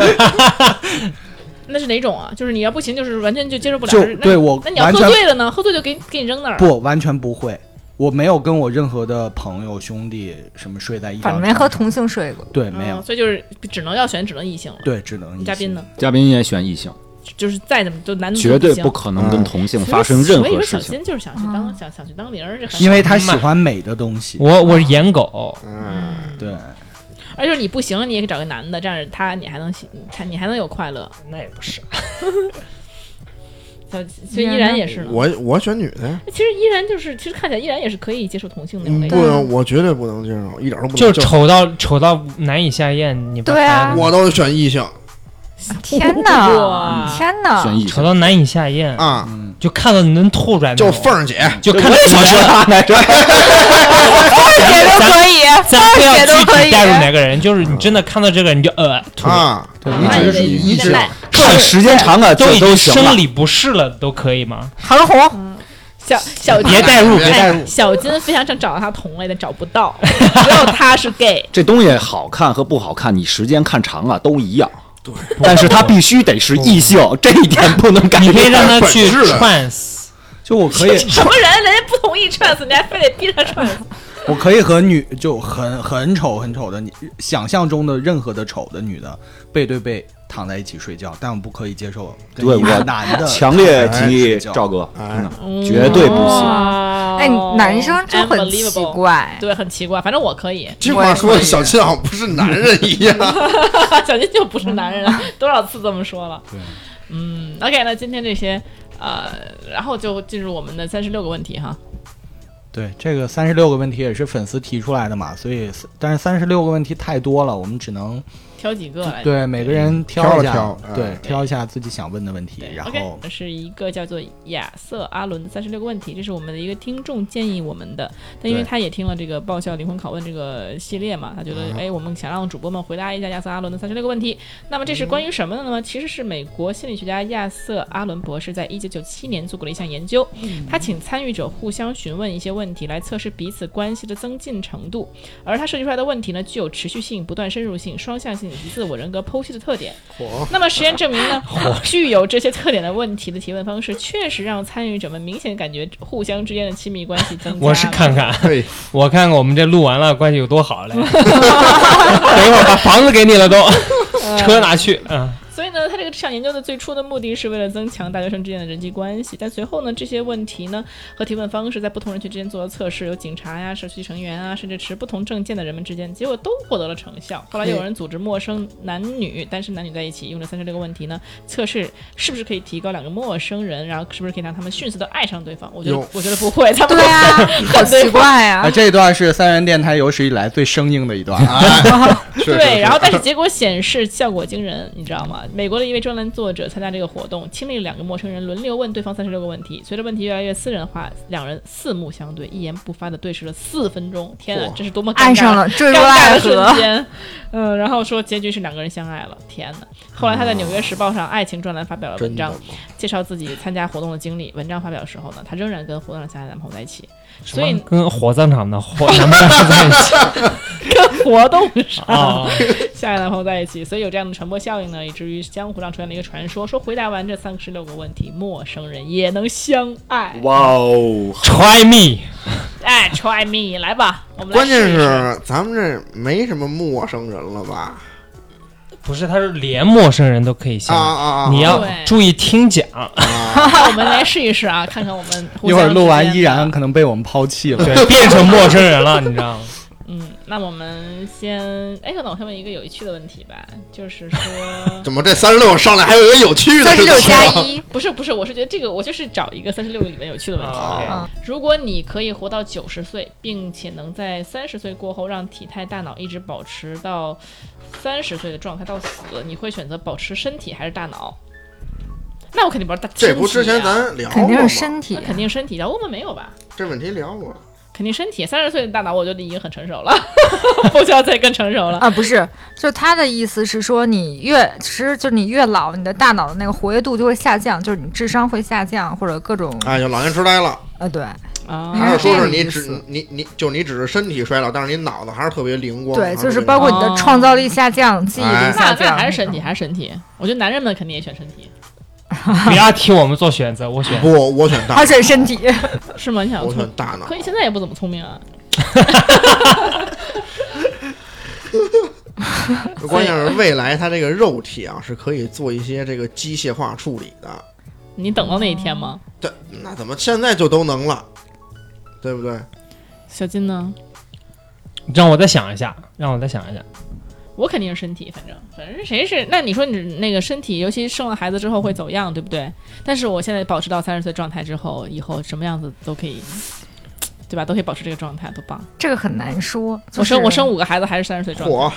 S1: 那是哪种啊？就是你要不行，就是完全就接受不了。
S2: 就是
S1: 那
S2: 对我
S1: 那你要
S2: 完
S1: 喝
S2: 全
S1: 醉了呢？喝醉就给你给你扔那儿了。
S2: 不，完全不会。我没有跟我任何的朋友、兄弟什么睡在一张
S4: 反
S2: 床
S4: 正
S2: 上，
S4: 没和同性睡过，
S2: 对没有
S1: 嗯，所以就是只能要选，只能异性了。
S2: 对只能一起
S1: 嘉宾呢，
S5: 嘉宾也选异性，
S1: 就是再怎么就男的
S5: 绝对不
S1: 不
S5: 可
S3: 嗯
S5: 能跟同性
S1: 行
S5: 发生任
S1: 嗯所以
S5: 何
S1: 说
S5: 事
S1: 小
S5: 情。
S1: 金就是想去当想想去当零儿，这很
S2: 因为他喜欢美的东西。
S3: 我我是颜狗，
S1: 嗯
S6: 哎
S2: 对，
S1: 而就是你不行了，你也可以找个男的，这样他你还能喜他你还能有快乐。
S3: 那也不是。
S1: 小所以依然也是呢。
S6: 我我选女的呀，
S1: 其实依然就是其实看起来依然也是可以接受同性那种类
S6: 嗯
S1: 型
S6: 不。能，我绝对不能接受，一点都不能。
S3: 就是丑到丑到难以下咽，你不
S4: 对啊
S3: 烦
S6: 我都选异性，
S4: 天哪
S1: 哇！
S4: 天哪！
S5: 悬疑
S3: 吵到难以下咽，
S6: 啊，
S3: 就看到你能吐出来那
S6: 就
S3: 种，
S6: 凤儿姐，
S3: 就看
S5: 我
S3: 到
S5: 也想说
S3: 啊
S5: 他来 着，
S4: 姐都可以，
S3: 咱不要
S4: 姐都
S3: 具
S4: 可
S3: 体
S4: 以
S3: 带入哪个 人，就是你真的看到这个你就呃吐了，
S6: 啊，
S2: 你
S1: 哎
S2: 只是
S1: 你
S2: 你只
S1: 赖
S5: 看时间长了
S3: 都
S5: 这
S3: 已
S5: 都
S3: 经
S5: 行了
S3: 生。理不适了都可以 吗？
S4: 韩红，
S1: 小小金
S3: 别带入，别带入
S1: 哎，。小金非常想找到他同类的，找不到， 只有他是 gay。
S5: 这东西好看和不好看，你时间看长了啊都一样。
S6: 对，
S5: 但是它必须得是异性，这一点不能改
S3: 你
S5: 变。
S3: 可以让他
S6: 本
S3: 去
S6: 质的
S3: trans，
S2: 就我可以，
S1: 什么人，人家不同意 trans，你还非得逼他 trans？
S2: 我可以和女就很很丑很丑的你想象中的任何的丑的女的背对背躺在一起睡觉，但我不可以接受跟
S5: 对
S2: 一个
S5: 我
S2: 男的
S5: 强烈
S2: 躺在
S5: 提
S2: 一起
S5: 议
S2: 睡觉
S5: 赵哥，
S6: 哎。
S5: 真的
S1: 嗯
S5: 绝对不行。
S1: 哇
S4: 哎，男生真很奇
S1: 哦 Unbelievable
S4: 怪，
S1: 对，很奇怪，反正我可以
S6: 这话说的小青好像不是男人一 样。
S1: 小金就不是男人 啊，多少次这么说了。
S2: 对
S1: 嗯，OK，那今天这些，呃，然后就进入我们的三十六个问题哈。
S2: 对，这个三十六个问题也是粉丝提出来的嘛，所以但是三十六个问题太多了，我们只能
S1: 挑几个来。
S2: 对每个人嗯
S6: 挑
S2: 挑
S6: 了
S2: 一下，
S6: 挑
S2: 对
S6: 哎
S2: 挑一下自己想问的问题，
S1: 对
S2: 然后
S1: o k 是一个叫做亚瑟阿伦的三十六个问题，这是我们的一个听众建议我们的，但因为
S2: 对
S1: 他也听了这个爆笑灵魂拷问这个系列嘛，他觉
S2: 嗯
S1: 得哎，我们想让主播们回答一下亚瑟阿伦的三十六个问题。那么这是
S2: 嗯
S1: 关于什么的呢？其实是美国心理学家亚瑟阿伦博士在一九九七年做过的一项研究，他请参与者互相询问一些问题来测试彼此关系的增进程度，而他设计出来的问题呢，具有持续性、不断深入性、双向性以及自我人格剖析的特点。那么实验证明 呢，具有这些特点的问题的提问方式，确实让参与者们明显感觉互相之间的亲密关系增加。
S3: 我是看看，
S6: 对，
S3: 我看看我们这录完了关系有多好 嘞。等一会儿把房子给你了 都，车拿去。嗯，
S1: 所以呢，他这个这项研究的最初的目的是为了增强大学生之间的人际关系，但随后呢，这些问题呢和提问方式在不同人群之间做了测试，有警察呀、社区成员啊，甚至持不同证件的人们之间，结果都获得了成效。
S4: 嗯
S1: 后来有人组织陌生男女、单身男女在一起，用这三十六个问题呢测试是不是可以提高两个陌生人，然后是不是可以让他们迅速的爱上对方。我觉得
S6: 哟。
S1: 我觉得不会，他们
S4: 对啊，好
S1: 对
S4: 奇怪呀、
S2: 啊，这一段是三元电台有史以来最生硬的一段啊
S6: 哎是是
S1: 对，
S6: 是
S1: 然后但是结果显示效果惊人，你知道吗？美国的一位专栏作者参加这个活动，亲历两个陌生人轮流问对方三十六个问题，随着问题越来越私人化，两人四目相对，一言不发的对视了四分钟。天啊
S6: 嚯，
S1: 这是多么尴
S4: 爱
S1: 尬
S4: 上
S1: 的
S4: 了坠
S1: 尴
S4: 入
S1: 尬
S4: 爱
S1: 的瞬
S4: 河，
S1: 间。嗯，然后说结局是两个人相爱了。天哪！后来他在《纽约时报》上爱情专栏发表了文
S6: 真的
S1: 章
S6: 吗，？
S1: 介绍自己参加活动的经历。文章发表的时候呢，她仍然跟活动上相爱的男朋友在一起，所以
S3: 跟火葬场的 火男朋友在一起
S1: 跟活动上。
S3: 啊，
S1: 下一个男朋友在一起，所以有这样的传播效应呢，以至于江湖上出现了一个传说，说回答完这三十六个问题，陌生人也能相 爱。
S5: 哇哦，
S3: try me，
S1: 哎，try me，来吧，我们来
S6: 关键
S1: 试一试
S6: 是咱们这没什么陌生人了吧？
S3: 不是，他是连陌生人都可以
S6: 啊
S3: 相爱。
S6: 啊啊！。
S3: 你要
S1: 对
S3: 注意听讲，
S1: 那我们来试一试啊， 看看我们互
S2: 一
S1: 相
S2: 会儿录完
S1: 之间
S2: 依然可能被我们抛弃了。
S3: 对，变成陌生人了，你知道吗？
S1: 嗯，那我们先哎，那我先问一个有趣的问题吧，就是说
S6: 怎么这三十六上来还有一个有趣的？
S4: 三十六
S6: 这怎么
S4: 加
S6: 了
S4: 一，
S1: 不是不是，我是觉得这个，我就是找一个三十六个里面有趣的问题。
S2: 哦
S3: 啊
S1: 如果你可以活到九十岁，并且能在三十岁过后让体态、大脑一直保持到三十岁的状态到死，你会选择保持身体还是大脑？那我肯定不是大。
S6: 这不之前
S1: 身体啊
S6: 咱聊
S4: 肯
S6: 过
S4: 定
S6: 吗
S4: 是？身体
S1: 那。肯定身体的，我们没有吧？
S6: 这问题聊过。
S1: 肯定身体。三十岁的大脑，我觉得已经很成熟了，不需要再更成 熟了。
S4: 啊，不是，就他的意思是说，你越其实就是你越老，你的大脑的那个活跃度就会下降，就是你智商会下降，或者各种
S6: 哎呀，老年痴呆了，
S4: 呃，对
S1: 啊
S6: 还是说是
S4: 这个意
S6: 你只你你就你只是身体衰老，但是你脑子还是特别灵光。还
S4: 对，就是
S6: 特别
S4: 包括你的
S1: 哦
S4: 创造力下降、记忆
S6: 哎
S4: 力
S1: 那
S4: 下
S1: 那
S4: 降，
S1: 还是身体，还是身体。我觉得男人们肯定也选身体，
S3: 不要替我们做选择，我选
S6: 不，我选大
S4: 而，且身体。
S1: 是吗？你想
S6: 我
S1: 聪
S6: 选大脑
S1: 可。你现在也不怎么聪明啊。
S6: 关键是未来它这个肉体啊是可以做一些这个机械化处理的。
S1: 你等到那一天吗？
S6: 对，那怎么现在就都能了？对不对？
S1: 小金呢？
S3: 让我再想一下，让我再想一下。
S1: 我肯定是身体，反正反正谁是那你说你那个身体，尤其生了孩子之后会走样，对不对？但是我现在保持到三十岁状态之后，以后什么样子都可以，对吧？都可以保
S4: 嗯
S1: 持这个状态，多棒！
S4: 这个很难说。就
S1: 我生我
S4: 是
S1: 生五个孩子还是三十岁状态，
S6: 嚯，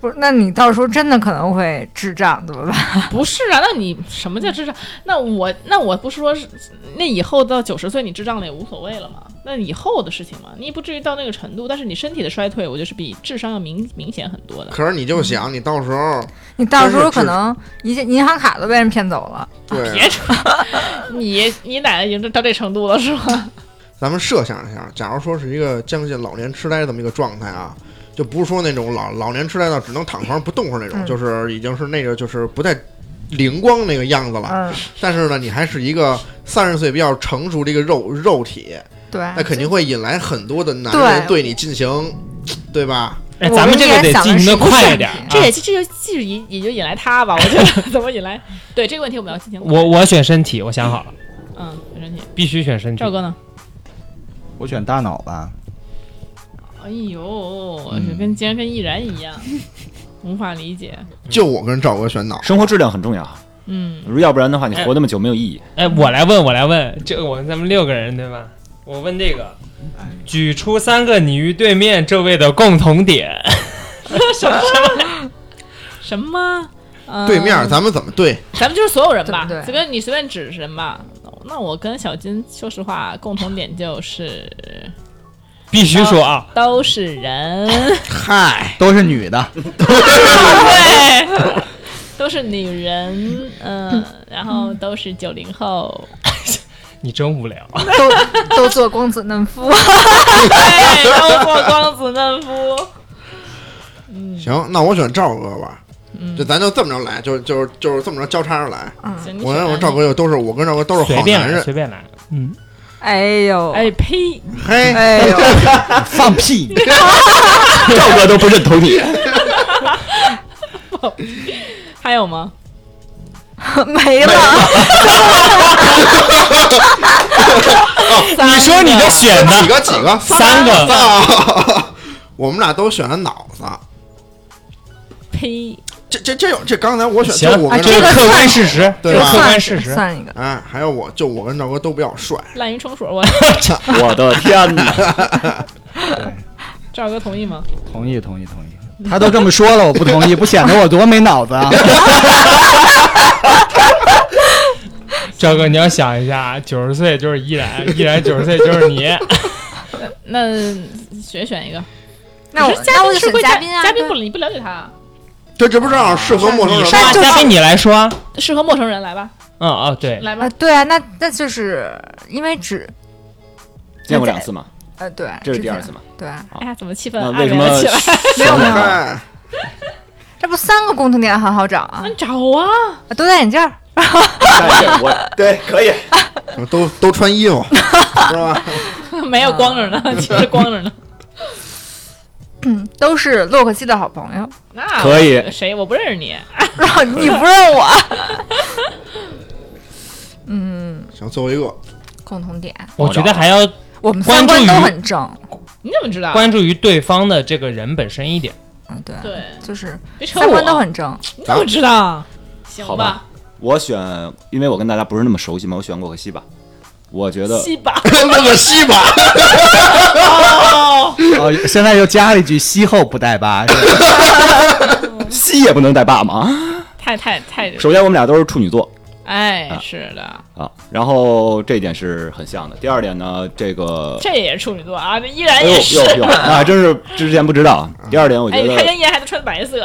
S4: 不不是，那你到时候真的可能会智障，怎么办？
S1: 不是啊，那你什么叫智障？那我那我不是说是，那以后到九十岁你智障了也无所谓了嘛？那以后的事情嘛，你也不至于到那个程度。但是你身体的衰退，我觉得是比智商要明明显很多的。
S6: 可是你就想，你到时候
S4: 你到时候
S6: 真是
S4: 可
S6: 智
S4: 能一些银行卡都被人骗走了。
S6: 对，
S1: 别扯，你你奶奶已经到这程度了是吧？
S6: 咱们设想一下，假如说是一个将近老年痴呆这么一个状态啊，就不是说那种老老年痴呆到只能躺床上不动是那种，
S4: 嗯
S6: 就是已经是那个就是不太灵光那个样子了。
S4: 嗯，
S6: 但是呢，你还是一个三十岁比较成熟的一个肉肉体，
S4: 对。
S6: 那肯定会引来很多的男
S4: 哎对
S6: 人对你进行，对吧？
S3: 哎，
S4: 我
S3: 咱们这个
S4: 也
S3: 得
S4: 想
S3: 进
S4: 的
S3: 行
S4: 是
S3: 的
S4: 一个
S3: 快一
S4: 问
S3: 点
S4: 题
S3: 啊。
S1: 这也这就这就引也就引来他吧，我觉得 怎么引来？对这个问题我们要进行
S3: 我我选身体，我想好了，
S1: 嗯，没问题。
S3: 必须选身体
S1: 赵。哥呢？
S2: 我选大脑吧，
S1: 哎呦，
S2: 嗯
S1: 这跟竟然跟易燃一样，无法理解。
S6: 就我跟赵哥选脑，
S5: 生活质量很重要，啊
S1: 嗯，
S5: 要不然的话，你活那么久没有意义。
S3: 哎，我来问，我来问，这个我们咱们六个人对吧？我问这个，举出三个你与对面这位的共同点。
S1: 什么？
S4: 嗯
S1: 呃
S6: 对面咱们怎么对？
S1: 咱们就是所有人吧，
S4: 对对
S1: 随便你随便指人吧。那我跟小金，说实话，共同点就是
S3: 必须说啊，
S1: 都是人，
S6: 嗨，
S2: 都是女 的，
S1: 对， 都是女人，嗯、然后都是九零后，
S3: 你真无聊。
S4: 都都做公子嫩夫，
S1: 对，都做光子嫩肤。
S6: 行，那我选赵哥吧。就咱就这么着来，就就就是这么着交叉着来。
S1: 行，
S6: 我让
S1: 让
S6: 我赵哥，又都是我跟赵哥都是
S3: 随
S6: 好
S3: 便
S6: 男
S3: 来，
S6: 人，
S3: 随便来。嗯，
S4: 哎呦，
S1: 哎呸，
S6: 嘿，
S4: 哎呦，
S2: 放屁！
S5: 赵哥都不认同你，
S1: 还有吗？
S4: 没了，
S3: 你说你的选
S6: 几
S3: 的
S6: 个几个
S3: 三个
S6: 个， 我们俩都选了脑子。
S1: 呸，
S6: 这这这有这刚才我选
S3: 行哎
S6: 就我，跟
S3: 这
S6: 赵
S3: 是
S6: 哥
S4: 个
S3: 客观事实，
S6: 对
S3: 这是
S6: 吧
S3: 客观
S4: 算
S3: 事实。
S4: 算一个，
S6: 哎，还有我就我跟赵哥都比较帅，
S1: 滥竽充数，我
S5: 我的天哪！
S1: 赵哥同意吗？
S2: 同意，同意，同意。他都这么说了，我不同意，不显得我多没脑子 啊？
S3: 赵哥，你要想一下，九十岁就是依然，依然九十岁就是你。
S1: 那选选一个，
S4: 那我
S1: 可是
S4: 那
S1: 嘉
S4: 我
S1: 宾
S4: 就是选
S1: 贵
S4: 嘉宾啊，
S1: 嘉宾
S4: 对
S1: 不你不了解他，
S6: 这这不是让适合陌生
S3: 你
S6: 人
S3: 说
S6: 吗？
S3: 啊，
S4: 就是
S3: 嘉宾你来说啊。
S1: 适合陌生人来吧，
S3: 嗯哦，对，
S1: 来吧
S4: 啊，，对啊，那那就是因为只
S5: 见过两 次嘛，
S4: 呃对，
S5: 这是
S4: 之
S5: 第二
S4: 前
S5: 次嘛？
S4: 对啊，
S1: 哎呀，怎么气氛
S5: 那
S1: 暗
S5: 为什
S1: 然
S5: 么
S1: 了起来？
S4: 没有没有，
S6: 哎，
S4: 这不三个共同点很好找啊
S1: 那，找啊，
S4: 啊都戴眼镜儿，
S5: 我对可以，
S6: 都都穿衣服，是吧？
S1: 没有光着呢，
S5: 啊
S1: 其实光 着呢。
S4: 都是洛克希的好朋友，
S1: 那
S5: 可以
S1: 谁？我不认识你。
S4: 然后你不认我，嗯，
S6: 行，最后一个，
S4: 共同点，
S3: 我觉得还要
S4: 我们三
S3: 关
S4: 观
S3: 注
S4: 都
S3: 于
S4: 很正，
S1: 你怎么知道？
S3: 关注于对方的这个人本身一点。
S4: 嗯对，
S1: 对，
S4: 就是
S1: 别扯
S4: 三观都
S1: 我。
S4: 很正，
S1: 你怎么知道？行
S5: 好吧，我选，因为我跟大家不是那么熟悉嘛，我选洛克希吧。我觉得
S1: 西吧。
S6: 那个西吧，
S2: 哦，现在又加了一句“西后不带疤”，是吧？
S5: 西也不能带爸嘛。
S1: 太太太，
S5: 首先，我们俩都是处女座
S1: 哎，
S5: 啊
S1: 是的，
S5: 啊，然后这一点是很像的。第二点呢，这个
S1: 这也是处女座啊，这依然
S5: 哎
S1: 也
S5: 呦
S1: 是
S5: 呦。 呦，啊，真是之前不知道。啊第二点，我
S1: 哎
S5: 觉，得
S1: 他跟依然还都穿白色，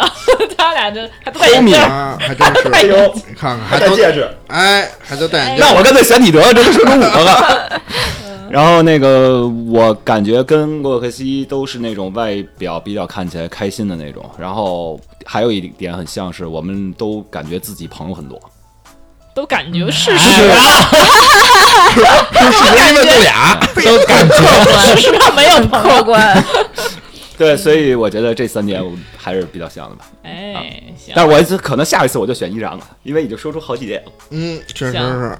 S1: 他俩这还都戴眼
S5: 聪明
S1: 镜儿。
S6: 啊，还真是，
S5: 哎呦，
S6: 你看看，还
S5: 还
S6: 都
S5: 戴戒指，
S6: 哎，还都 戴眼镜
S5: 那，我干脆选你得了，这就说成我了。 然后那个，我感觉跟洛克希都是那种外表比较看起来开心的那种，然后还有一点很像是，我们都感觉自己朋友很多，
S1: 都感
S2: 嗯
S1: 觉是
S3: 哎
S1: 是
S6: 是不是因为对 俩？
S3: 都感觉
S1: 是是吧？没有朋友。
S4: 观，
S5: 对，所以我觉得这三点我还是比较像的吧。
S1: 哎，行，
S5: 但是我可能下一次我就选依然了，因为已经说出好几点了。
S6: 嗯，确实
S1: 行
S6: 是，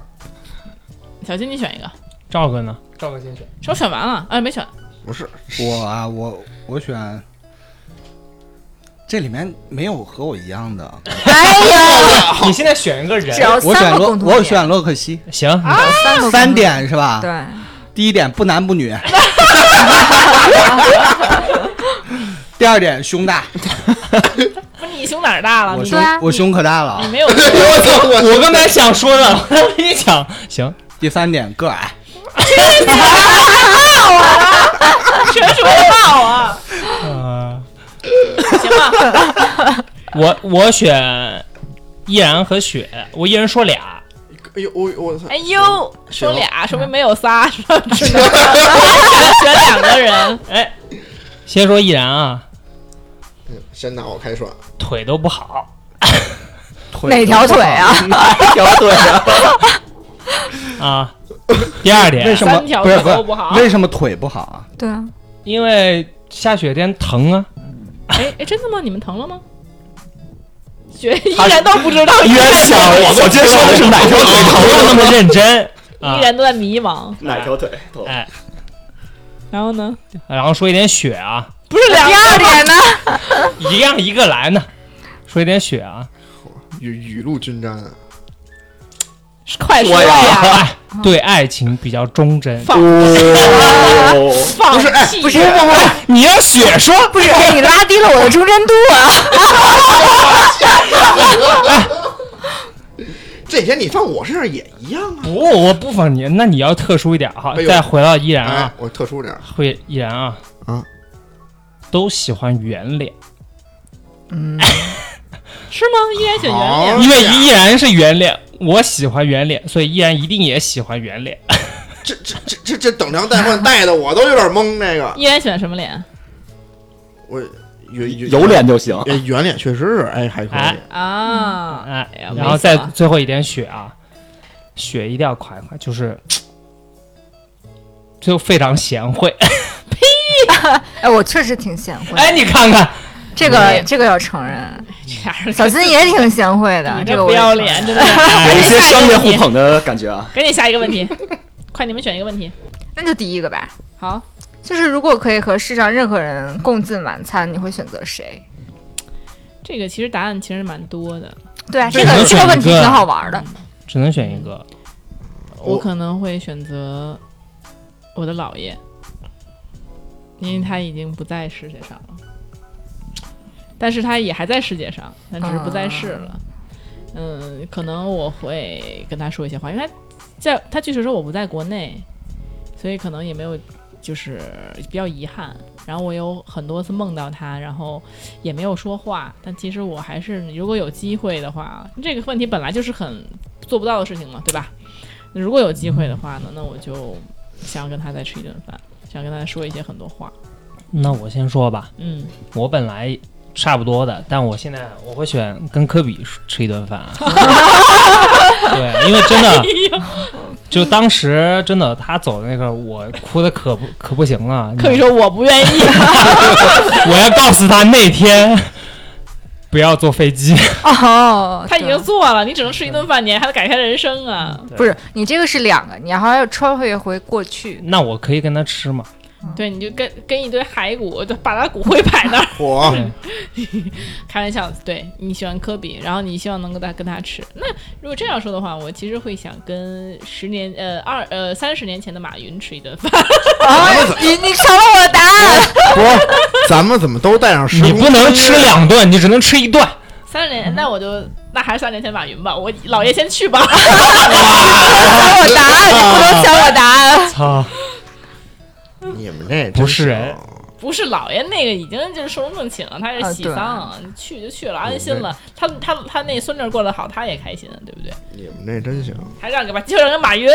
S1: 小金你选一个，
S3: 赵哥呢？赵哥先选。
S1: 我选完了，哎，没选，
S6: 不是
S2: 我啊，我我选，这里面没有和我一样的，
S4: 哎呦，
S3: 你现在选一个人
S4: 只。要
S2: 我选
S4: 三个
S2: 洛
S4: 共，同点，
S2: 我选洛克希，
S3: 行，
S4: 三个
S2: 三
S4: 共同，
S2: 点是吧？
S4: 对。
S2: 第一点不男不 女， 第二点胸大，
S1: 你胸哪儿大了？
S2: 我
S1: 你
S2: 胸
S4: 对啊
S2: 我
S1: 你
S2: 胸可大了
S1: 你
S2: 啊。
S1: 没有
S6: 我操！我
S3: 我刚才想说的，我一想，行，
S2: 第三点，个矮。
S1: 谁说的骂我啊？
S3: 呃，
S1: 行吧，
S3: 我我选依然和雪，我一人说俩，
S6: 哎呦我我操！
S1: 哎 呦，说俩，
S2: 嗯
S1: 说明没有仨，说只能选两个人。
S3: 哎，先说依然啊，
S6: 先拿我开涮，
S3: 腿都不好，
S2: 腿
S4: 哪条腿 啊？
S5: 条腿 啊？
S3: 啊。第二
S2: 为
S3: 点，
S2: 什么
S1: 三条
S2: 不是
S1: 腿
S2: 不是
S1: 都不好
S2: 为什么腿不好啊？
S4: 对啊，
S3: 因为下雪天疼啊，
S1: 哎哎，真的吗？你们疼了吗？学依然都不知道，
S5: 依然想，我今天说的是哪条腿
S3: 不用那么认真啊
S1: 依。然都在迷茫。
S5: 哪条腿头？
S3: 哎，
S1: 然后呢？
S3: 然后说一点雪啊，
S1: 不是两
S4: 第
S1: 个
S4: 二点呢？
S3: 一样一个来呢。说一点雪啊，
S6: 雨雨露均沾啊。
S1: 快说
S5: 我
S1: 呀！
S3: 哎，对爱情比较忠贞。
S5: 哦，
S1: 放弃，不是
S3: 哎你要雪说
S4: 不是，哎，你拉低了我的忠贞度啊！
S6: 这些你放我身上也一样啊。
S3: 不，我不放你，那你要特殊一点哈。
S6: 哎呦
S3: 再回到依然
S6: 哎
S3: 啊，，
S6: 我特殊点儿，
S3: 会依然啊，
S6: 啊，
S3: 都喜欢圆脸，
S1: 是吗？依然选圆脸，
S6: 好
S3: 因为依然是圆脸，我喜欢圆脸，所以依然一定也喜欢圆脸。
S6: 这这这这这等量代换带的我都有点懵。这个
S1: 依然选什么脸
S6: 我有
S5: 有脸就行。
S6: 圆圆脸确实是，哎，还可以
S3: 哎。
S1: 啊？
S3: 哎
S1: 哎呀，
S3: 然后
S1: 没死
S3: 再
S1: 了
S3: 最后一点雪啊，雪一定要夸一夸，就是就非常贤惠。
S4: 哎，我确实挺贤惠，
S3: 哎，你看看，
S4: 这个这个要承认，
S1: 这俩人
S4: 小新也挺贤惠的
S1: 你，
S4: 这
S1: 这
S4: 个
S1: 嗯
S4: 我
S1: 不
S4: 也
S1: 要
S4: 承认
S1: 脸，真的。
S5: 有一些商业互捧的感觉啊。
S1: 赶紧下一个问题，快，你们选一个问题。
S4: 那就第一个吧。
S1: 好，
S4: 就是如果可以和世上任何人共进晚餐，你会选择谁？
S1: 这个其实答案其实蛮多的，
S4: 对啊，
S3: 这
S4: 这
S3: 只
S4: 个
S3: 能
S4: 这
S3: 选
S4: 个问题
S3: 一个
S4: 挺好玩的。
S3: 只能选一个。
S1: 我
S6: 我
S1: 可能会选择我的姥爷，因为他已经不在世界上了，但是他也还在世界上，但只是不在世了。嗯，可能我会跟他说一些话，因为他在他去世的时候我不在国内，所以可能也没有就是比较遗憾。然后我有很多次梦到他，然后也没有说话，但其实我还是如果有机会的话，这个问题本来就是很做不到的事情嘛，对吧？如果有机会的话呢，那我就想跟他再吃一顿饭，想跟他说一些很多话。
S3: 那我先说吧，
S1: 嗯，
S3: 我本来差不多的，但我现在我会选跟科比吃一顿饭。啊 对，因为真的，就当时真的他走的那个，我哭的可不可不行了。
S1: 科比说我不愿意，
S3: 我要告诉他那天不要坐飞机。
S4: 哦，
S1: 他已
S4: 对
S1: 经做了，你只能吃一顿饭，你还得改善人生啊。
S4: 不是你这个是两个，你还要穿越回过去。
S3: 那我可以跟他吃嘛？
S1: 对，你就跟跟一堆骸骨，就把他骨灰摆那儿。
S6: 我
S3: 对
S1: 开玩笑，对你喜欢科比，然后你希望能跟他跟他吃。那如果这样说的话，我其实会想跟十年呃二呃三十年前的马云吃一顿饭。
S4: 啊，你你成了我的答案。
S6: 不是，咱们怎么都带上时
S3: 你
S6: 空？
S3: 不能吃两顿，你只能吃一顿。
S1: 三十年，那我就那还是三年前马云吧，我姥爷先去吧。
S4: 抢我答 案，你不能抢我答案。
S3: 操！
S6: 你们这真
S3: 不是哎人
S1: 不是姥爷那个已经就是寿终正寝了，他是喜丧，
S4: 啊
S1: 你去就去了，安心了。他他他那孙女过得好，他也开心，对不对？
S6: 你们这真行。
S1: 还让给吧，就让给 马云。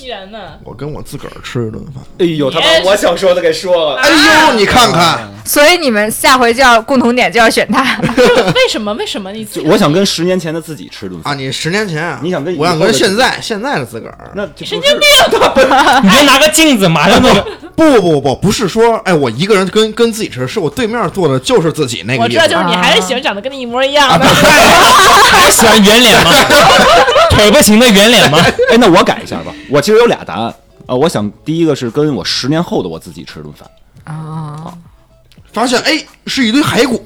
S1: 依然呢？
S6: 我跟我自个儿吃一顿饭。
S5: 哎呦，他把
S1: 别
S5: 我想说的给说了。
S6: 哎呦，你看看，
S4: 所以你们下回就要共同点就要选 他。
S1: 为什么？为什么你自
S5: 就
S1: 己
S5: 我想跟十年前的自己吃顿
S6: 啊，
S5: 饭，
S6: 你十年前，
S5: 你想跟以后
S6: 我
S5: 的
S6: 想跟现在现在的自个儿。
S5: 那 就
S1: 神
S5: 不
S1: 经
S5: 是
S1: 病，啊
S3: 你别拿个镜子，马上就
S6: 不不不，不是说哎，我一个人跟跟自己吃，是我对面坐的就是自己那个
S1: 我
S6: 意
S1: 知
S6: 思
S1: 道，。就是你还是喜欢长得跟你一模一样的。
S3: 还喜欢圆脸吗？ 腿不行的圆脸吗？
S5: 哎，那我改一下吧。我其实有俩答案啊、我想第一个是跟我十年后的我自己吃顿饭，
S4: 哦，
S6: 发现哎，是一堆骸骨。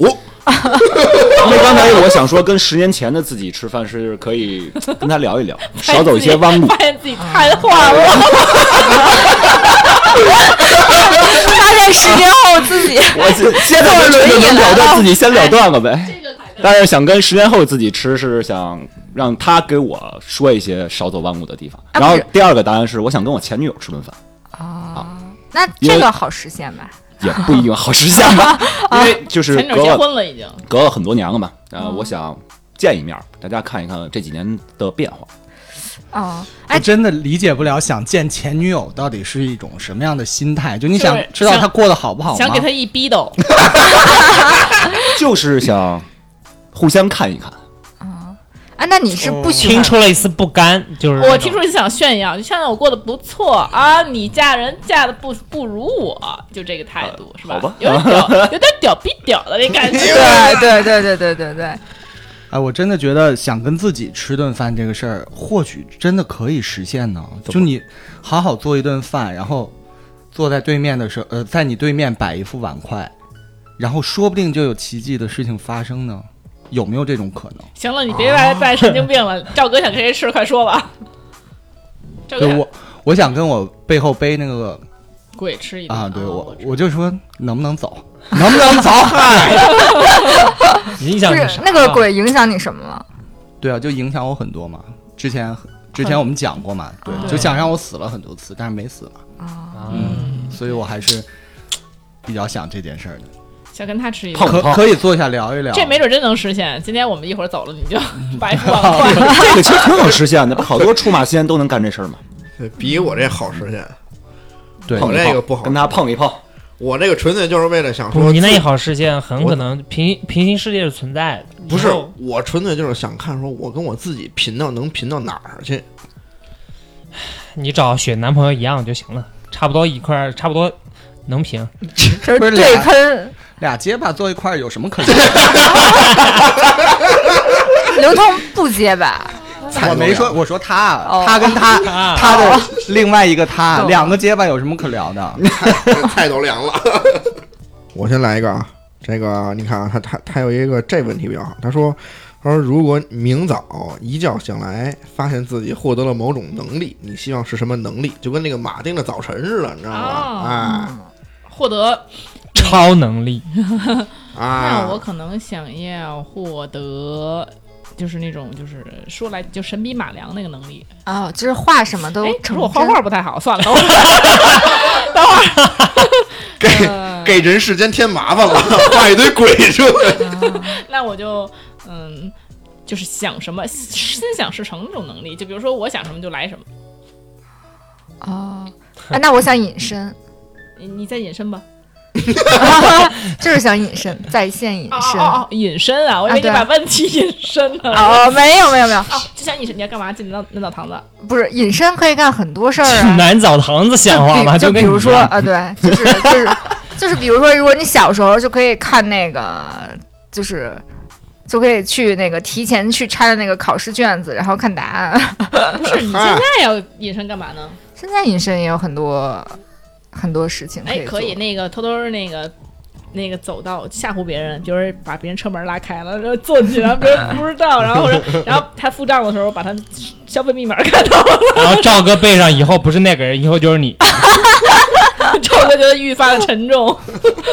S5: 因为刚才我想说跟十年前的自己吃饭是可以跟他聊一聊，少走一些弯路
S1: 发。现自己瘫痪了。
S4: 发现在十年后自己
S5: 我就现在就趁着能了断自己先了断了呗。但是想跟十年后自己吃，是想让他给我说一些少走弯路的地方。
S4: 啊
S5: 然后
S4: 不是
S5: 第二个答案是，我想跟我前女友吃顿饭，
S4: 啊。那这个好实现吧？
S5: 也不一定好实现吧，因为就是哦
S1: 前女
S5: 隔
S1: 友结
S5: 了
S1: 婚了已经，
S5: 隔了很多年了嘛。呃，
S4: 嗯
S5: 我想见一面，大家看一看这几年的变 化。
S4: 哦，
S2: 我
S4: 哎，
S2: 真的理解不了想见前女友到底是一种什么样的心态，就你
S1: 就是
S2: 想知道
S1: 想
S2: 她过得好不好吗？
S1: 想给他一逼斗，
S5: 就是想互相看一看。
S4: 哎，那你是不
S1: 哦
S4: 喜
S3: 听
S4: 欢？
S3: 出了一丝不甘，就是
S1: 我听出你想炫耀，就现在我过得不错啊，你嫁人嫁的不不如我，就这个态度是吧？
S5: 呃好吧
S1: 有点屌，有点屌逼屌的那感觉。
S4: 对 对对对对对对，
S2: 哎，我真的觉得想跟自己吃顿饭这个事儿，或许真的可以实现呢。就你好好做一顿饭，然后坐在对面的时候，呃，在你对面摆一副碗筷，然后说不定就有奇迹的事情发生呢。有没有这种可能？
S1: 行了，你别再再神经病了。赵哥想跟谁吃，快说吧。赵哥
S2: 对
S1: 想
S2: 我，我想跟我背后背那个
S1: 鬼吃一顿
S2: 啊，对
S1: 我
S2: 我，我就说能不能走， 能不能走？
S3: 影
S4: 不
S3: 响
S4: 是那个鬼影响你什么了？
S2: 对啊，就影响我很多嘛。之前之前我们讲过嘛，对，就想让我死了很多次，但是没死嘛，
S3: 啊，
S2: 所以我还是比较想这件事儿的。
S1: 想跟他吃一顿
S5: 胖。不
S2: 可
S5: 胖
S2: 可以坐下聊一聊。
S1: 这没准真能实现。今天我们一会儿走了，你 就把一副碗筷。
S5: 这个其实挺好实现的，不好多出马仙都能干这事儿吗？
S6: 对比我这好实现，
S2: 对
S6: 好
S5: 碰一
S6: 这
S5: 碰
S6: 个不好
S5: 跟他碰一碰。
S6: 我这个纯粹就是为了想
S3: 不
S6: 说
S3: 你那
S6: 自
S3: 一好视线很可能平平行世界是存在的，
S6: 不是
S3: 以
S1: 哦
S3: 后
S6: 我纯粹就是想看说我跟我自己贫到能贫到哪儿去，
S3: 你找选男朋友一样就行了，差不多一块儿，差不多能平。
S4: 就是
S2: 不是
S4: 对
S2: 俩
S4: 喷
S2: 俩结巴坐一块儿有什么可能？
S4: 刘通不结吧？
S2: 我没 说，我说他，
S4: 哦
S2: 他跟他，
S3: 啊
S2: 他的另外一个他，
S4: 哦
S2: 两个结巴有什么可聊的？
S6: 菜都凉了。 我先来一个啊，这个你看啊，他他他有一个这问题比较好，他说他说如果明早一觉醒来，发现自己获得了某种能力，你希望是什么能力？就跟那个马丁的早晨似的，你知道
S1: 哦嗯
S6: 吗？哎
S1: 获
S2: 啊
S1: 得，
S3: 超能力，
S6: 啊
S1: 那我
S6: 啊！
S1: 可能想要获得，就是那种就是说来就神笔马良那个能力。
S4: 哦，就是画什么都
S1: 哎，可
S4: 成
S1: 是我
S4: 真
S1: 画画不太好，算了，等会儿，等会儿。
S6: 给
S1: 呃
S6: 给人世间添麻烦了， 画一堆鬼出来。
S1: 那我就嗯，就是想什么心想事成这种能力，就比如说我想什么就来什么。
S4: 哦。哎，那我想隐 身，
S1: 你你再隐身吧。
S4: 就是想隐身，在线隐
S1: 哦
S4: 身。
S1: 哦哦，隐身啊！我以为你
S4: 啊对
S1: 把
S4: 啊
S1: 问题隐身了。
S4: 哦，没有没有没有，
S1: 哦，就想隐身，你要干嘛？进那那澡堂子？
S4: 不是隐身可以干很多事儿啊。
S3: 男澡堂子像话吗？
S4: 就比
S3: 跟你
S4: 就比如
S3: 一
S4: 说
S3: 样
S4: 啊，对，就是就是 就是，比如说，如果你小时候就可以看那个，就是就可以去那个提前去拆的那个考试卷子，然后看答案。
S1: 不是，你现在要隐身干嘛 呢？
S4: 现在隐身也有很多很多事情
S1: 哎，可
S4: 以
S1: 以
S4: 做。
S1: 那个偷偷那个。那个走到吓唬别人，就是把别人车门拉开了，然后坐进去，然后别人不知道，然后或者 然后他付账的时候把他消费密码看到了，
S3: 然后赵哥背上以后不是那个人，以后就是你。
S1: 这我就觉得愈发的沉重。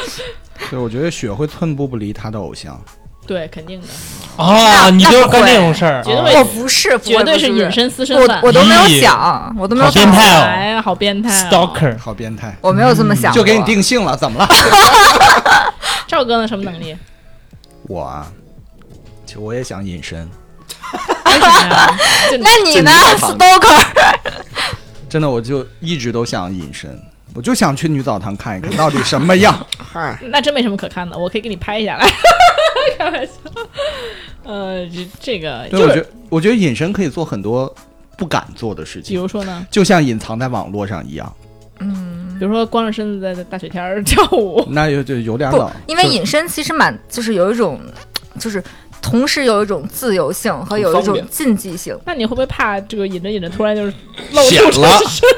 S2: 对，我觉得雪会寸步不离他的偶像。
S1: 对，肯定的，
S3: 哦，
S4: 那
S3: 你就是干
S4: 那不会
S3: 这种事儿，
S1: 绝对
S3: 哦
S4: 我不是，
S1: 绝对
S4: 是
S1: 是隐，身私
S4: 不
S1: 生
S4: 是
S1: 饭。
S4: 我我都没有
S3: 咦
S4: 想，我都没有
S3: 好变
S4: 想
S3: 态嗯哦
S1: 哎呀，好变态、哦、
S3: stalker
S2: 好变态，
S4: 我没有这么想过，
S2: 就给你定性了，怎 么了？
S1: 赵哥呢？什么能力？
S2: 我啊，其实我也想隐身，
S1: 为什么呀？就
S4: 那你呢
S5: 这你想
S4: ，Spoker？
S2: 真的，我就一直都想隐身，我就想去女澡堂看一看到底什么样。
S6: 嗨，
S1: 那真没什么可看的，我可以给你拍下来。 开玩笑，呃，这这个
S2: 对，
S1: 就
S2: 我
S1: 是
S2: 觉得我觉得隐身可以做很多不敢做的事
S1: 比
S2: 情，
S1: 如说呢，
S2: 就像隐藏在网络上一样，
S1: 比如说光着身子在在大雪天儿跳 舞，
S2: 那就就有点
S4: 不
S2: 冷，，
S4: 因为
S2: 就
S4: 隐身其实蛮就是有一种，就是同时有一种自由性和有一
S5: 方
S4: 种
S5: 便
S4: 禁忌性。
S1: 那你会不会怕这个引着引着突然就是露出
S6: 显
S1: 真身？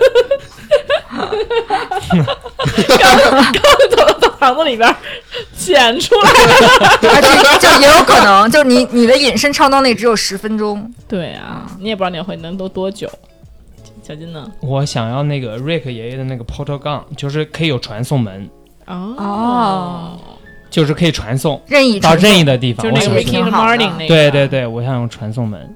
S6: 了
S1: 刚刚走到房子里边儿 显出来。
S4: 而且就也有可能，就你你的隐身超能力只有十分钟，
S1: 对啊，你也不知道你会能多多久。小金呢？
S3: 我想要那个瑞克爷爷的那个抛车杠，就是可以有传送门，
S1: 哦，
S3: 就是可以传送
S4: 任意
S3: 到
S4: 传
S3: 哦
S4: 送
S3: 任意的地方。
S1: 就是
S3: 我
S1: 那
S3: 想
S1: 个
S4: 我
S1: Ricky
S3: 用
S4: 挺
S1: the
S4: 好的
S1: Morning 那个，
S3: 哦对对，对，我想用传送门。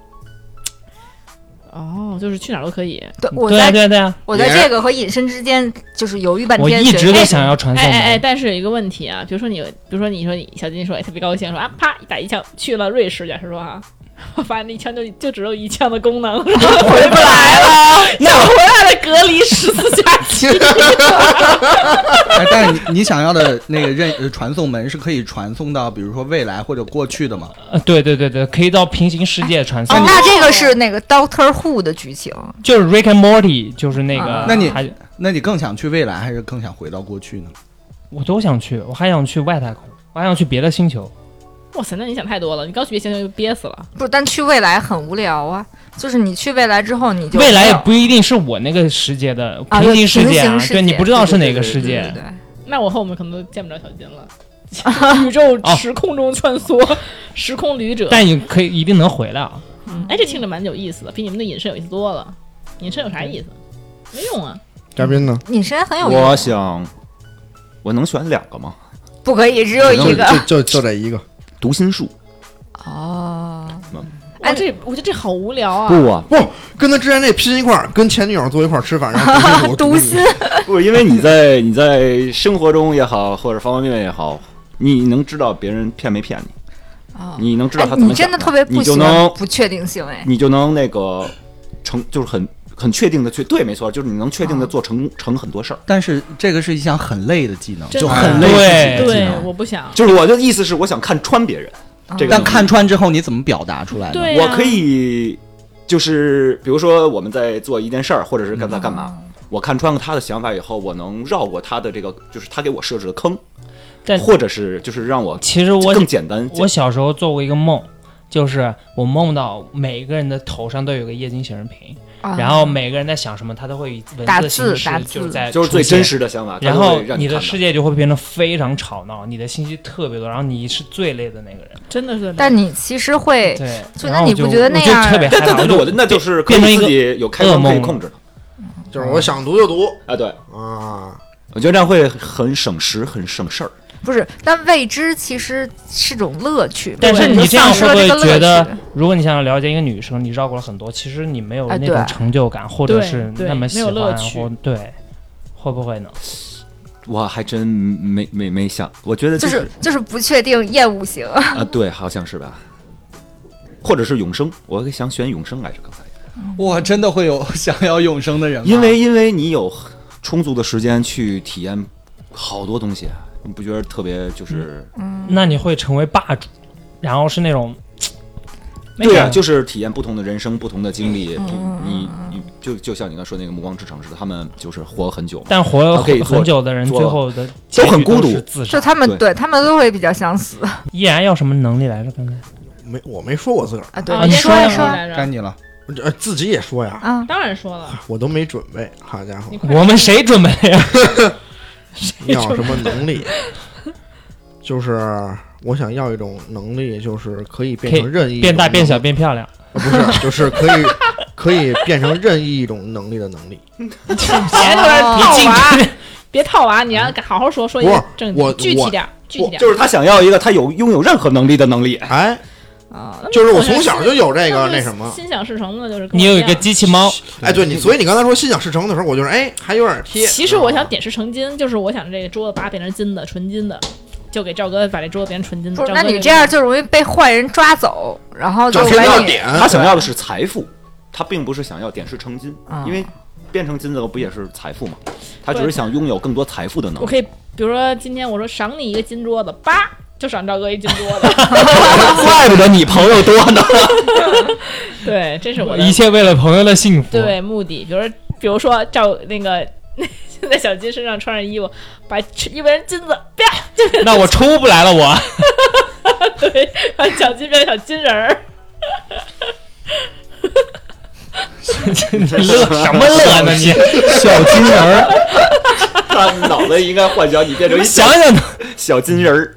S1: 哦，就是去哪儿都可以。
S4: 对，我
S3: 对啊
S4: 在
S3: 对啊对啊，
S4: 我在
S6: 也
S4: 这个和隐身之间就是犹豫半
S3: 我
S4: 天，
S3: 一
S4: 选
S3: 直都
S4: 哎
S3: 想要传
S1: 哎
S3: 送门。
S1: 哎哎，但是有一个问题啊，比如说你，比如说你说你小金说，哎，特别高兴，说啊，啪打一枪去了瑞士，假设说啊，我发现那一枪就就只有一枪的功能，然后回不来了， 那回来了隔离十四假期。
S2: 哎，但是你你想要的那个任呃传送门是可以传送到，比如说未来或者过去的嘛？
S3: 呃对对对对，可以到平行世界传送。
S4: 哦那这
S1: 哦
S4: 个是那个 Doctor Who 的剧情，
S3: 就是 Rick and Morty，就是那个
S4: 啊。
S2: 那你
S3: 还
S2: 那你更想去未来，还是更想回到过去呢？
S3: 我都想去，我还想去外太空，我还想去别的星球。
S1: 哇塞，那你想太多了，你刚去别星球就憋死了。
S4: 不，但去未来很无聊啊。就是你去未来之后，你就
S3: 未来
S4: 没
S3: 也
S4: 有
S3: 不一定是我那个世界的
S4: 啊
S3: 平行世
S4: 平
S3: 界啊
S4: 行，世
S3: 对你
S4: 界
S3: 不知道是哪
S5: 对
S3: 个
S5: 对
S3: 世
S5: 对
S3: 界。
S4: 对对对
S1: 那我和我们可能都见不着小金 了，宇宙时空中穿梭，时空旅者。
S3: 但你可以一定能回来啊！
S1: 哎，这听着蛮有意思的，比你们的隐身有意思多了。隐身有啥意思？没用啊！
S6: 嘉宾呢？
S4: 隐身很有
S5: 我
S4: 用，
S5: 想，我能选两个吗？
S4: 不可以只有一个
S6: 就就就这一个。
S5: 读心术
S4: 哦。
S1: 哎，
S4: 哎
S1: 这我觉得这好无聊啊！
S5: 不啊，
S6: 不跟他之前那拼一块儿，跟前女友坐一块儿吃饭，然后 读
S4: 读
S6: 心
S4: 心
S6: 术，
S5: 不，因为你在你在生活中也好，或者方方面面也好，你能知道别人骗没骗你，
S4: 哦
S5: 你能知道
S4: 哎
S5: 他，怎
S4: 你
S5: 么想
S4: 真的特别不
S5: 你
S4: 喜
S5: 就
S4: 欢
S5: 能
S4: 不确定性哎，
S5: 你就能那个成，就是很很确定的去对，没错，就是你能确
S3: 嗯
S5: 定的做成、成很多事儿。
S2: 但是这个是一项很累的技能，
S1: 真
S2: 就
S1: 的
S2: 很累
S3: 对
S2: 自己的技
S1: 对，
S2: 能。
S1: 我不想。
S5: 就是我的意思是，我想看穿别人，
S3: 嗯
S5: 这个
S2: 但
S5: 能力
S2: 看穿之后，你怎么表达出来呢？
S1: 对、
S5: 我可。以，就是比如说我们在做一件事儿，或者
S3: 嗯
S5: 是干在干嘛。我看穿了他的想法以后，我能绕过他的这个，就是他给我设置的坑，
S3: 但
S5: 或者是就是让我
S3: 其实我
S5: 更简单。
S3: 我小时候做过一个梦，就是我梦到每个人的头上都有个液晶显示屏，
S4: 啊
S3: 然后每个人在想什么，他都会以文
S4: 打
S3: 字形
S4: 字
S3: 式
S4: 打
S3: 就是
S4: 字
S3: 在
S5: 就是
S3: 出
S5: 最真
S3: 现。
S5: 实的想法，
S3: 然
S5: 他就
S3: 后
S5: 会让
S3: 你的
S5: 看到
S3: 世界就会变得非常吵闹，你的信息特别多，然后你是最累的那个人。
S1: 真的是，
S4: 但你其实会
S3: 对，
S4: 就
S3: 然后
S4: 哎那你
S3: 我就
S4: 不觉得那
S3: 我
S4: 样
S3: 就特别害
S5: 对
S3: 怕？
S5: 对对对，
S3: 就
S5: 我的那就是可
S3: 变成一
S5: 以
S3: 个
S5: 自己有开关可以控制的。
S6: 就是我想读就读
S5: 啊，对，
S6: 啊。
S5: 我觉得这样会很省时，很省事儿。
S4: 不是，但未知其实是种乐趣。
S3: 但是
S4: 对
S3: 你
S4: 就
S3: 这样
S4: 丧
S3: 会
S4: 失了
S3: 不会
S4: 这个乐
S3: 觉得
S4: 趣，
S3: 如果你想要了解一个女生，你绕过了很多，其实你没有
S4: 哎
S3: 那
S4: 对
S3: 种成就感，或者
S1: 对
S3: 是
S1: 对
S3: 那么
S1: 没
S3: 喜
S1: 有
S3: 欢，
S1: 乐趣
S3: 或对，会不会呢？
S4: 嗯
S5: 我还真没没没想，我觉得
S4: 就
S5: 这
S4: 是就是不确定厌恶型？
S5: 啊，对，好像是吧，或者是永生，我想选永生来着，刚才，
S2: 哇，真的会有想要永生
S4: 啊
S2: 的人吗？啊
S5: 因为因为你有充足的时间去体验好多东西，啊你不觉得特别就是？
S3: 那你会成为霸主，然后是那种，那
S5: 对啊，
S3: 个
S5: 就是体验不同的人生、不同的经
S4: 嗯
S5: 历，你你就就像你刚才说那个《暮光之城》似的，他们就是活很久嘛，
S3: 但活了
S5: 啊可以
S3: 很
S5: 做
S3: 很久的人，
S5: 做
S3: 最后的
S5: 都
S3: 结局
S5: 很孤
S3: 是
S5: 独
S3: 自
S4: 就
S3: 杀。
S4: 他们
S5: 对
S4: 对
S5: 啊
S4: 他们都会比较想死
S3: 依然要什么能力来着？刚
S4: 哎
S3: 才
S6: 没，我没说我自个儿，
S4: 啊。对
S1: 啊，
S3: 你
S1: 先
S3: 说
S4: 呀
S3: 呀
S1: 说
S4: 说呀
S1: 来着
S2: 该你了，
S6: 呃自己也说呀，
S4: 啊，
S1: 当然说了，
S6: 我都没准备。好家伙
S1: 你，快
S3: 我们谁准备
S5: 哎
S3: 的呀？
S6: 要什么 能力？就是我想要一种能力，就是可以变
S3: 可
S6: 成
S3: 以
S6: 任意一
S3: 变大、
S6: 种
S3: 变小、
S6: 能
S5: 哎
S6: 力，
S3: 变漂亮，
S6: 呃不是，就是可以可以变成任意一种能力的能力。
S1: 别突然
S4: 哦
S1: 套
S3: 进
S1: 娃， 别套娃，你要好好说，说一
S6: 不
S1: 个
S6: 是
S1: 正
S6: 我
S1: 具体点儿，具体点儿。
S5: 就是他想要一个他有拥有任何能力的能力。
S6: 哎，
S1: 啊，
S4: 哦
S1: 那
S6: 就是我
S1: 好像
S6: 从小就有这
S1: 那
S6: 个
S1: 就
S6: 那
S1: 是
S6: 什么。
S1: 心想事成的，就是跟
S3: 你
S1: 我
S3: 有
S1: 一
S3: 一个
S1: 样
S3: 机器猫，
S6: 哎，对你，所以你刚才说心想事成的时候，我就是哎，还有点贴。
S1: 其实我想
S6: 啊，
S1: 点石成金，就是我想这个桌子把它变成金的，纯金的，就给赵哥把这桌子变成纯金的。
S4: 不是，
S1: 赵
S4: 那
S1: 哥
S4: 你
S1: 就
S4: 这样就容易被坏人抓走，然后就
S6: 整天
S4: 把
S6: 要
S4: 你
S6: 点，
S5: 他想要的是财富，他并不是想要点石成金
S4: 啊，
S5: 因为变成金子不也是财富吗？他只是想拥有更多财富的能
S1: 我
S5: 力。
S1: 可以，比如说今天我说赏你一个金桌子，叭就赏赵哥一金桌子。
S5: 怪不得你朋友多呢。
S1: 对，这是我的
S3: 一切为了朋友的幸福。
S1: 对目的。比如说，比如说赵那个。 现在小金身上穿上衣服，把一围成金子，啪，
S3: 那我出不来了，我。
S1: 对，把小金变成小金人儿。
S3: 乐什么乐呢你？
S2: 小金人儿，
S5: 他脑袋应该幻想你变成一小
S3: 想想呢，
S5: 小金人儿，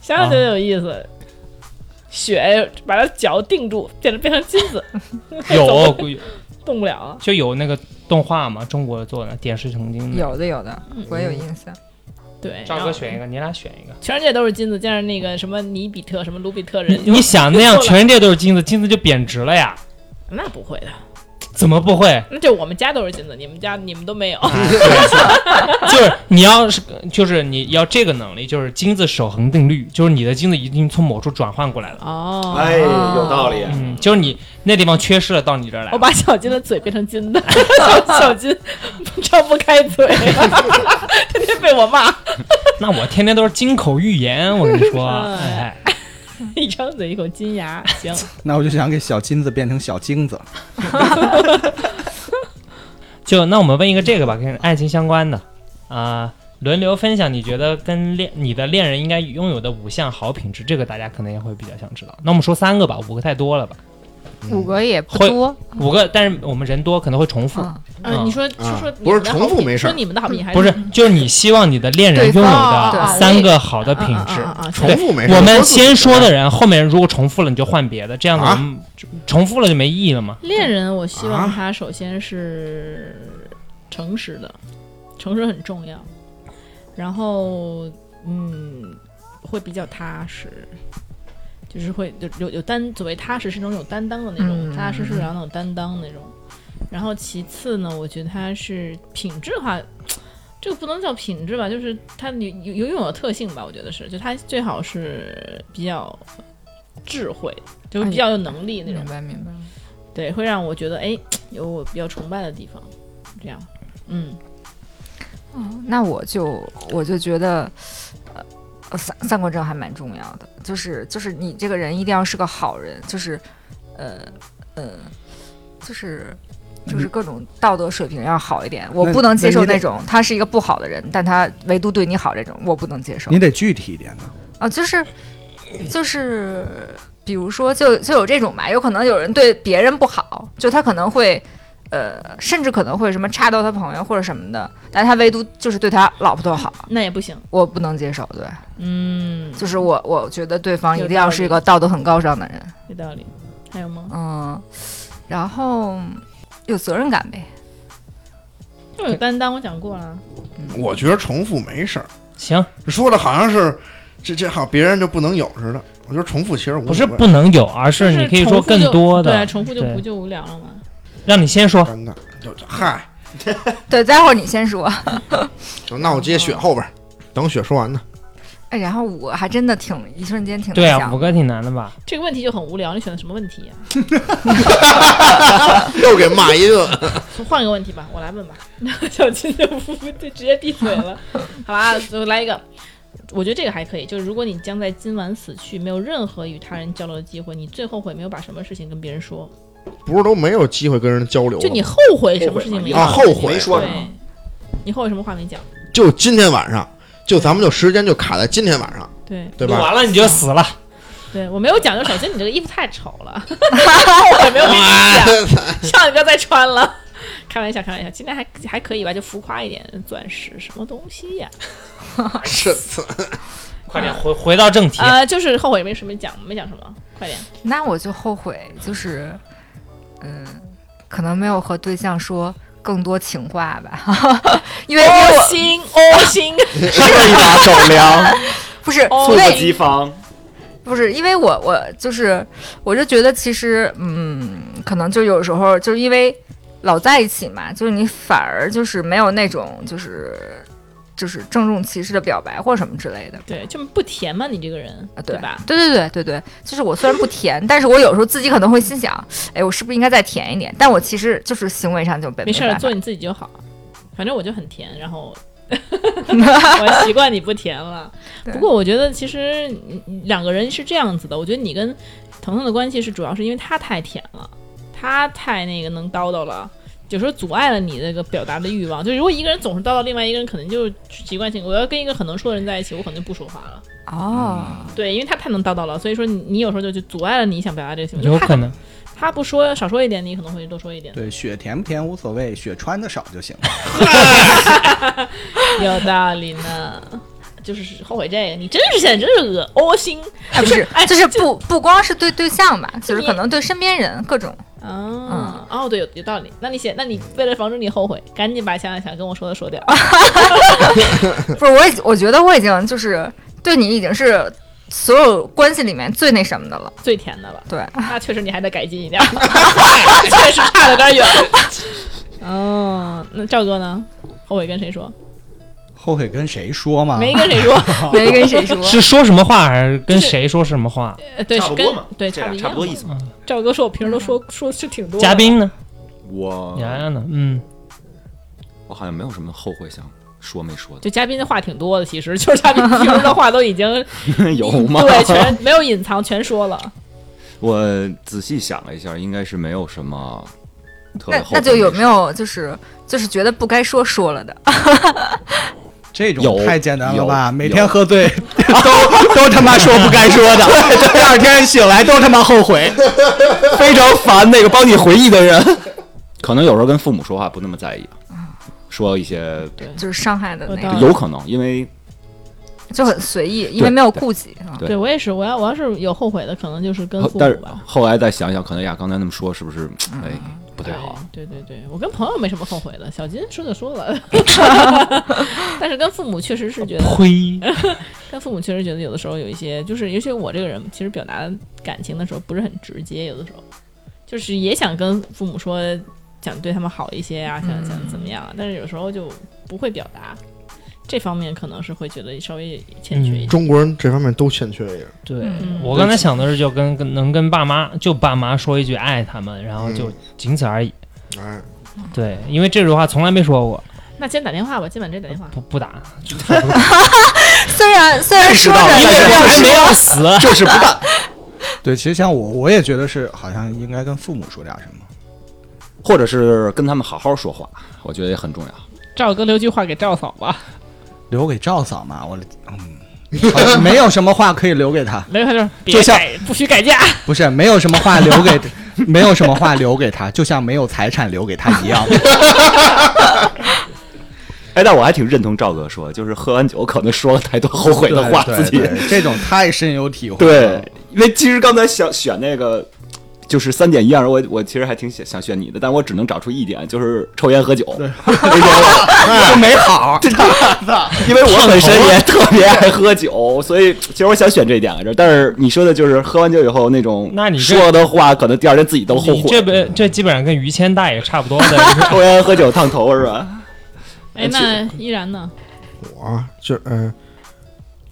S1: 想想就有意思。雪把他脚定住，变成变成金子，
S3: 有估计
S1: 动不了了。
S3: 就有那个动画嘛，中国做的《点石成金》的，嗯
S4: 有的有的，我有印象。
S1: 对，
S3: 赵
S1: 然
S3: 哥
S1: 后
S3: 选一个，你俩选一个。
S1: 全世界都是金子，加上那个什么尼比特、什么卢比特 人，就
S3: 你想那样，全世界都是金子，金子就贬值了呀？
S1: 那不会的，
S3: 怎么 不会？
S1: 那就我们家都是金子，你们家你们都没有。
S3: 就是你要是就是你要这个能力，就是金子守恒定律，就是你的金子已经从某处转换过来了。
S1: 哦，
S5: 哎，有道理。
S3: 嗯，就是你那地方缺失了，到你这儿来
S1: 我
S3: 了。
S1: 把小金的嘴变成金的， 小小金张不开嘴，天天 被我骂，
S3: 那我天天都是金口玉言，我跟你 说，
S1: 哎
S3: 哎，
S1: 一张嘴一口金牙。 行，
S2: 那我就想给小金子变成小金子。
S3: 就那我们问一个这个吧，跟爱情相关的啊、轮流分享，你觉得跟恋你的恋人应该拥有的五项好品质，这个大家可能也会比较想知道。那我们说三个吧，五个太多了吧？
S4: 五个也不
S3: 会
S4: 多，
S3: 五个，但是我们人多可能会重复，
S4: 嗯，
S1: 嗯，你说说说
S6: 啊
S1: 你
S6: 不是
S1: 们的
S6: 重
S1: 好
S6: 复
S1: 品
S6: 没事儿
S1: 说你们的好品还
S3: 不是？就是你希望你的恋人拥有
S1: 哦
S4: 哦
S3: 的
S4: 哦
S3: 三个好的品
S1: 啊
S3: 质
S1: 啊。啊啊
S6: 重复没事。
S3: 我们
S6: 多自己哎
S3: 先说的人，后面如果重复了你就换别的，这样子
S6: 啊
S3: 我们就重复了就没意义了嘛。
S1: 恋人，我希望
S6: 啊
S1: 他首先是诚实的，诚实很重要。然后，嗯，会比较踏实，就是会有有有担，所谓踏实是那种有担当的那种，
S4: 嗯
S1: 踏踏实实然后那种担当那种。然后其次呢，我觉得他是品质化，这个不能叫品质吧，就是他有有有拥有特性吧，我觉得是，就他最好是比较智慧，
S4: 哎
S1: 就是比较有能力那种
S4: 明。白明白。
S1: 对，会让我觉得哎，有我比较崇拜的地方，这样，嗯，
S4: 那我就我就觉得，呃，三三观正还蛮重要的，就是就是你这个人一定要是个好人，就是，呃呃，就是。就是各种道德水平要好一点，我
S2: 那
S4: 不能接
S2: 那
S4: 受
S2: 你得
S4: 那种他是一个不好的人，但他唯独对你好这种，我不能接受
S2: 你。得具体一点呢。
S4: 啊，就是就是，比如说就就有这种吧，有可能有人对别人不好，就他可能会。呃，甚至可能会什么插到他朋友或者什么的，但他唯独就是对他老婆特好，
S1: 那也不行，
S4: 我不能接受。对，
S1: 嗯，
S4: 就是我，我觉得对方一
S1: 有
S4: 定要
S1: 道
S4: 是
S1: 理
S4: 一个道德很高尚的人，
S1: 有道理。还有吗？
S4: 嗯，然后有责任感呗。
S1: 就是有担当，我讲过了。啊
S6: 我觉得重复没事儿，
S3: 行，
S6: 说的好像是这这好别人就不能有似的。我觉得重复其实无
S3: 不
S6: 所
S3: 是
S6: 谓
S3: 不能有，而
S1: 嗯就是
S3: 你可以
S1: 重
S3: 说
S1: 复就
S3: 更多的。
S1: 对，啊重复就不就无聊了吗？
S3: 让你先说，
S6: 尴尬，就就嗨，
S4: 对，待会儿你先说。
S6: 就那我接雪后边儿，等雪说完 呢。
S4: 哎，然后我还真的挺一瞬间挺
S3: 对
S4: 想
S3: 啊，五个挺难的吧？
S1: 这个问题就很无聊，你选的什么问题呀、
S6: 又给骂一顿，
S1: 换一个问题吧，我来问吧。小金就不就直接闭嘴了，好吧，我来一个。我觉得这个还可以，就是如果你将在今晚死去，没有任何与他人交流的机会，你最后悔没有把什么事情跟别人说？
S6: 不是都没有机会跟人交流了吗？
S1: 就你后悔什么事情没
S6: 啊，
S1: 有？
S6: 后悔
S5: 没说
S1: 对，你后悔什么话没讲？
S6: 就今天晚上，就咱们就时间就卡在今天晚上，
S1: 对
S6: 对
S3: 录
S6: 吧？
S3: 完了你就死了，
S1: 对，我没有讲究。首先，你这个衣服太丑 了，我没有跟你讲，上一个再穿了。开玩笑，开玩笑，今天还还可以吧，就浮夸一点。钻石什么东西呀、
S6: 是，
S3: 快点回回到正题。啊
S1: 呃，就是后悔没什么讲，没讲什么，快点。
S4: 那我就后悔，就是，嗯，可能没有和对象说更多情话吧， 因为因为
S1: 恶
S4: 哦我
S1: 心，恶 心，
S5: 是一把狗粮，
S4: 不是
S1: 哦
S4: 因
S5: 猝不
S4: 为
S5: 及防。
S4: 不是因为我我就是我就觉得其实嗯，可能就有时候就是因为老在一起嘛，就是你反而就是没有那种就是就是郑重其事的表白或什么之类的。
S1: 对，就不甜嘛，你这个人，
S4: 啊，
S1: 对
S4: 对
S1: 吧？
S4: 对对对对对，就是我虽然不甜，但是我有时候自己可能会心想，哎，我是不是应该再甜一点？但我其实就是行为上就被
S1: 没事儿，
S4: 办法
S1: 做你自己就好。反正我就很甜，然后我习惯你不甜了。
S4: 对
S1: 不过我觉得其实你你两个人是这样子的，我觉得你跟腾腾的关系是主要是因为他太甜了，他太那个能叨叨了。有时候阻碍了你那个表达的欲望，就如果一个人总是叨叨，另外一个人可能就习惯性。我要跟一个很能说的人在一起，我可能就不说话了。
S4: 哦。
S1: 对，因为他太能叨叨了，所以说你你有时候就就阻碍了你想表达这个情绪。
S3: 有
S1: 他
S3: 可能，
S1: 他不说少说一点，你可能会多说一点。
S2: 对，血甜不甜无所谓，血穿的少就行了。
S1: 有道理呢，就是后悔这个，你真是现在真是恶恶心
S4: 哎，不是
S1: 哎，
S4: 就是不不光是对对象吧，就是
S1: 你
S4: 可能对身边人各种，
S1: 啊！哦，对，有有道理。那你写，那你为了防止你后悔，赶紧把想想想跟我说的说掉。
S4: 不是，我已我觉得我已经就是对你已经是所有关系里面最那什么的 了。
S1: 最甜的了，
S4: 对，
S1: 那确实你还得改进一点， 确实差的有点远。哦，那赵哥呢？后悔跟谁说？
S2: 后悔跟谁说
S5: 啊
S2: 嘛？
S1: 没跟谁 说，
S4: 没跟谁 说。
S3: 是说什么话还是跟谁说什么话？
S1: 呃对，
S5: 差
S1: 是
S5: 不
S1: 跟
S5: 多嘛，
S1: 对，
S5: 这俩
S1: 不一
S5: 差
S1: 样
S5: 不多意思嘛。
S1: 赵哥说，我平时都说说是挺多的
S3: 嘉宾呢？
S5: 我
S3: 洋洋呢？嗯，
S5: 我好像没有什么后悔想说没说
S1: 就嘉宾的话挺多的，其实 就是 嘉宾平时的话都已经
S5: 的， 有吗？
S1: 对全没有隐藏，全说了。
S5: 我仔细想了一下，应该是没有什么特别
S4: 那
S5: 后悔
S4: 那就有没
S5: 的
S4: 有就是就是觉得不该说说了的？
S2: 这种
S5: 有
S2: 太简单了
S5: 有
S2: 吧？
S5: 有
S2: 每天喝醉都都他妈说不该说 的，第二天醒来都他妈后悔，非常烦那个帮你回忆的人。嗯
S5: 事？ 可能有时候跟父母说话不那么在意，说一些
S4: 就是伤害的那
S1: 我
S4: 个，
S1: 嗯
S5: 有可能，因为
S4: 就很随意，因为没有顾忌啊。
S5: 对哦
S1: 对我也是，我要我要是有后悔的，可能就是跟父
S5: 但
S1: 母
S5: 是
S1: 吧。
S5: 后来再想想，可能呀，刚才那么说是不是
S2: 嗯
S5: 哎不太
S1: 对
S5: 好？
S1: 对对对，我跟朋友没什么后悔的，小 金说就说 了，但是跟父母确实是觉得，
S3: 呸！
S1: 跟父母确实觉得有的时候有一些，就是尤其我这个人，其实表达感情的时候不是很直接，有的时候就是也想跟父母说，想对他们好一些啊，
S5: 嗯
S1: 想想怎么样啊，但是有时候就不会表达，这方面可能是会觉得稍微欠缺一些。
S6: 中国人这方面都欠缺一点。
S3: 对
S1: 嗯
S3: 我刚才想的是，就跟跟能跟爸妈就爸妈说一句爱他们，然后就
S6: 嗯
S3: 仅此而已。
S6: 哎，
S3: 对，因为这句话从来没说过，
S5: 嗯
S1: 那今天打电话吧，今晚直接打电话。
S3: 不不打，就
S4: 虽然虽然说着
S3: 因为我还没要死。啊
S5: 就是不干，
S2: 对，其实像我，我也觉得是好像应该跟父母说点什么。
S5: 或者是跟他们好好说话，我觉得也很重要。
S1: 赵哥留句话给赵嫂吧，
S2: 留给赵嫂嘛，我嗯，好像没有什么话可以留给他，
S1: 留下就是别
S2: 就像
S1: 改，不许改嫁。
S2: 不是没有什么话留给，没有什么话留给他，就像没有财产留给他一样。
S5: 哎，但我还挺认同赵哥说，就是喝完酒可能说了太多后悔的话，
S2: 对
S5: 自己
S2: 对对这种太深有体会了。
S5: 对，因为其实刚才想选那个。就是三点一样，我我其实还挺想想选你的，但我只能找出一点，就是抽烟喝酒，
S2: 就没好，
S5: 因为我本身也特别爱喝酒，所以其实我想选这一点来着。但是你说的就是喝完酒以后那种，
S3: 那你这
S5: 说的话，可能第二天自己都后
S3: 你这
S5: 悔。
S3: 本这基本上跟于谦大爷差不多的，
S5: 抽烟喝酒烫头是吧？
S1: 哎，那依然呢？
S6: 我就是嗯，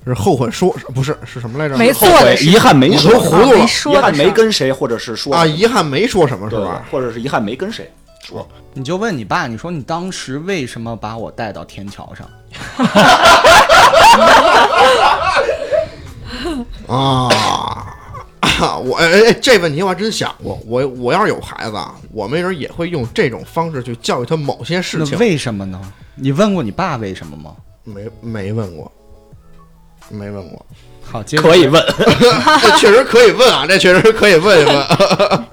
S6: 是后悔说不是是什么来着？
S4: 没
S5: 后
S4: 做的
S5: 悔
S4: 事
S5: 遗憾没
S6: 我
S5: 说
S6: 都，糊涂了
S4: 没
S5: 遗
S4: 说的
S5: 憾
S4: 事
S5: 没
S4: 儿
S5: 跟谁，或者是说
S6: 啊，遗憾没说什么是
S5: 对
S6: 吧？
S5: 或者是遗憾没跟谁。
S2: 你就问你爸，你说你当时为什么把我带到天桥上？
S6: 啊。 啊我哎哎，这问题我还真想过。我我要是有孩子，啊，我没准也会用这种方式去教育他某些事
S2: 那
S6: 情。
S2: 为什么呢？你问过你爸为什么吗？
S6: 没没问过，没 问过。
S2: 好，接着
S5: 可以问，
S6: 这确实可以问 啊，这确实可以问一问。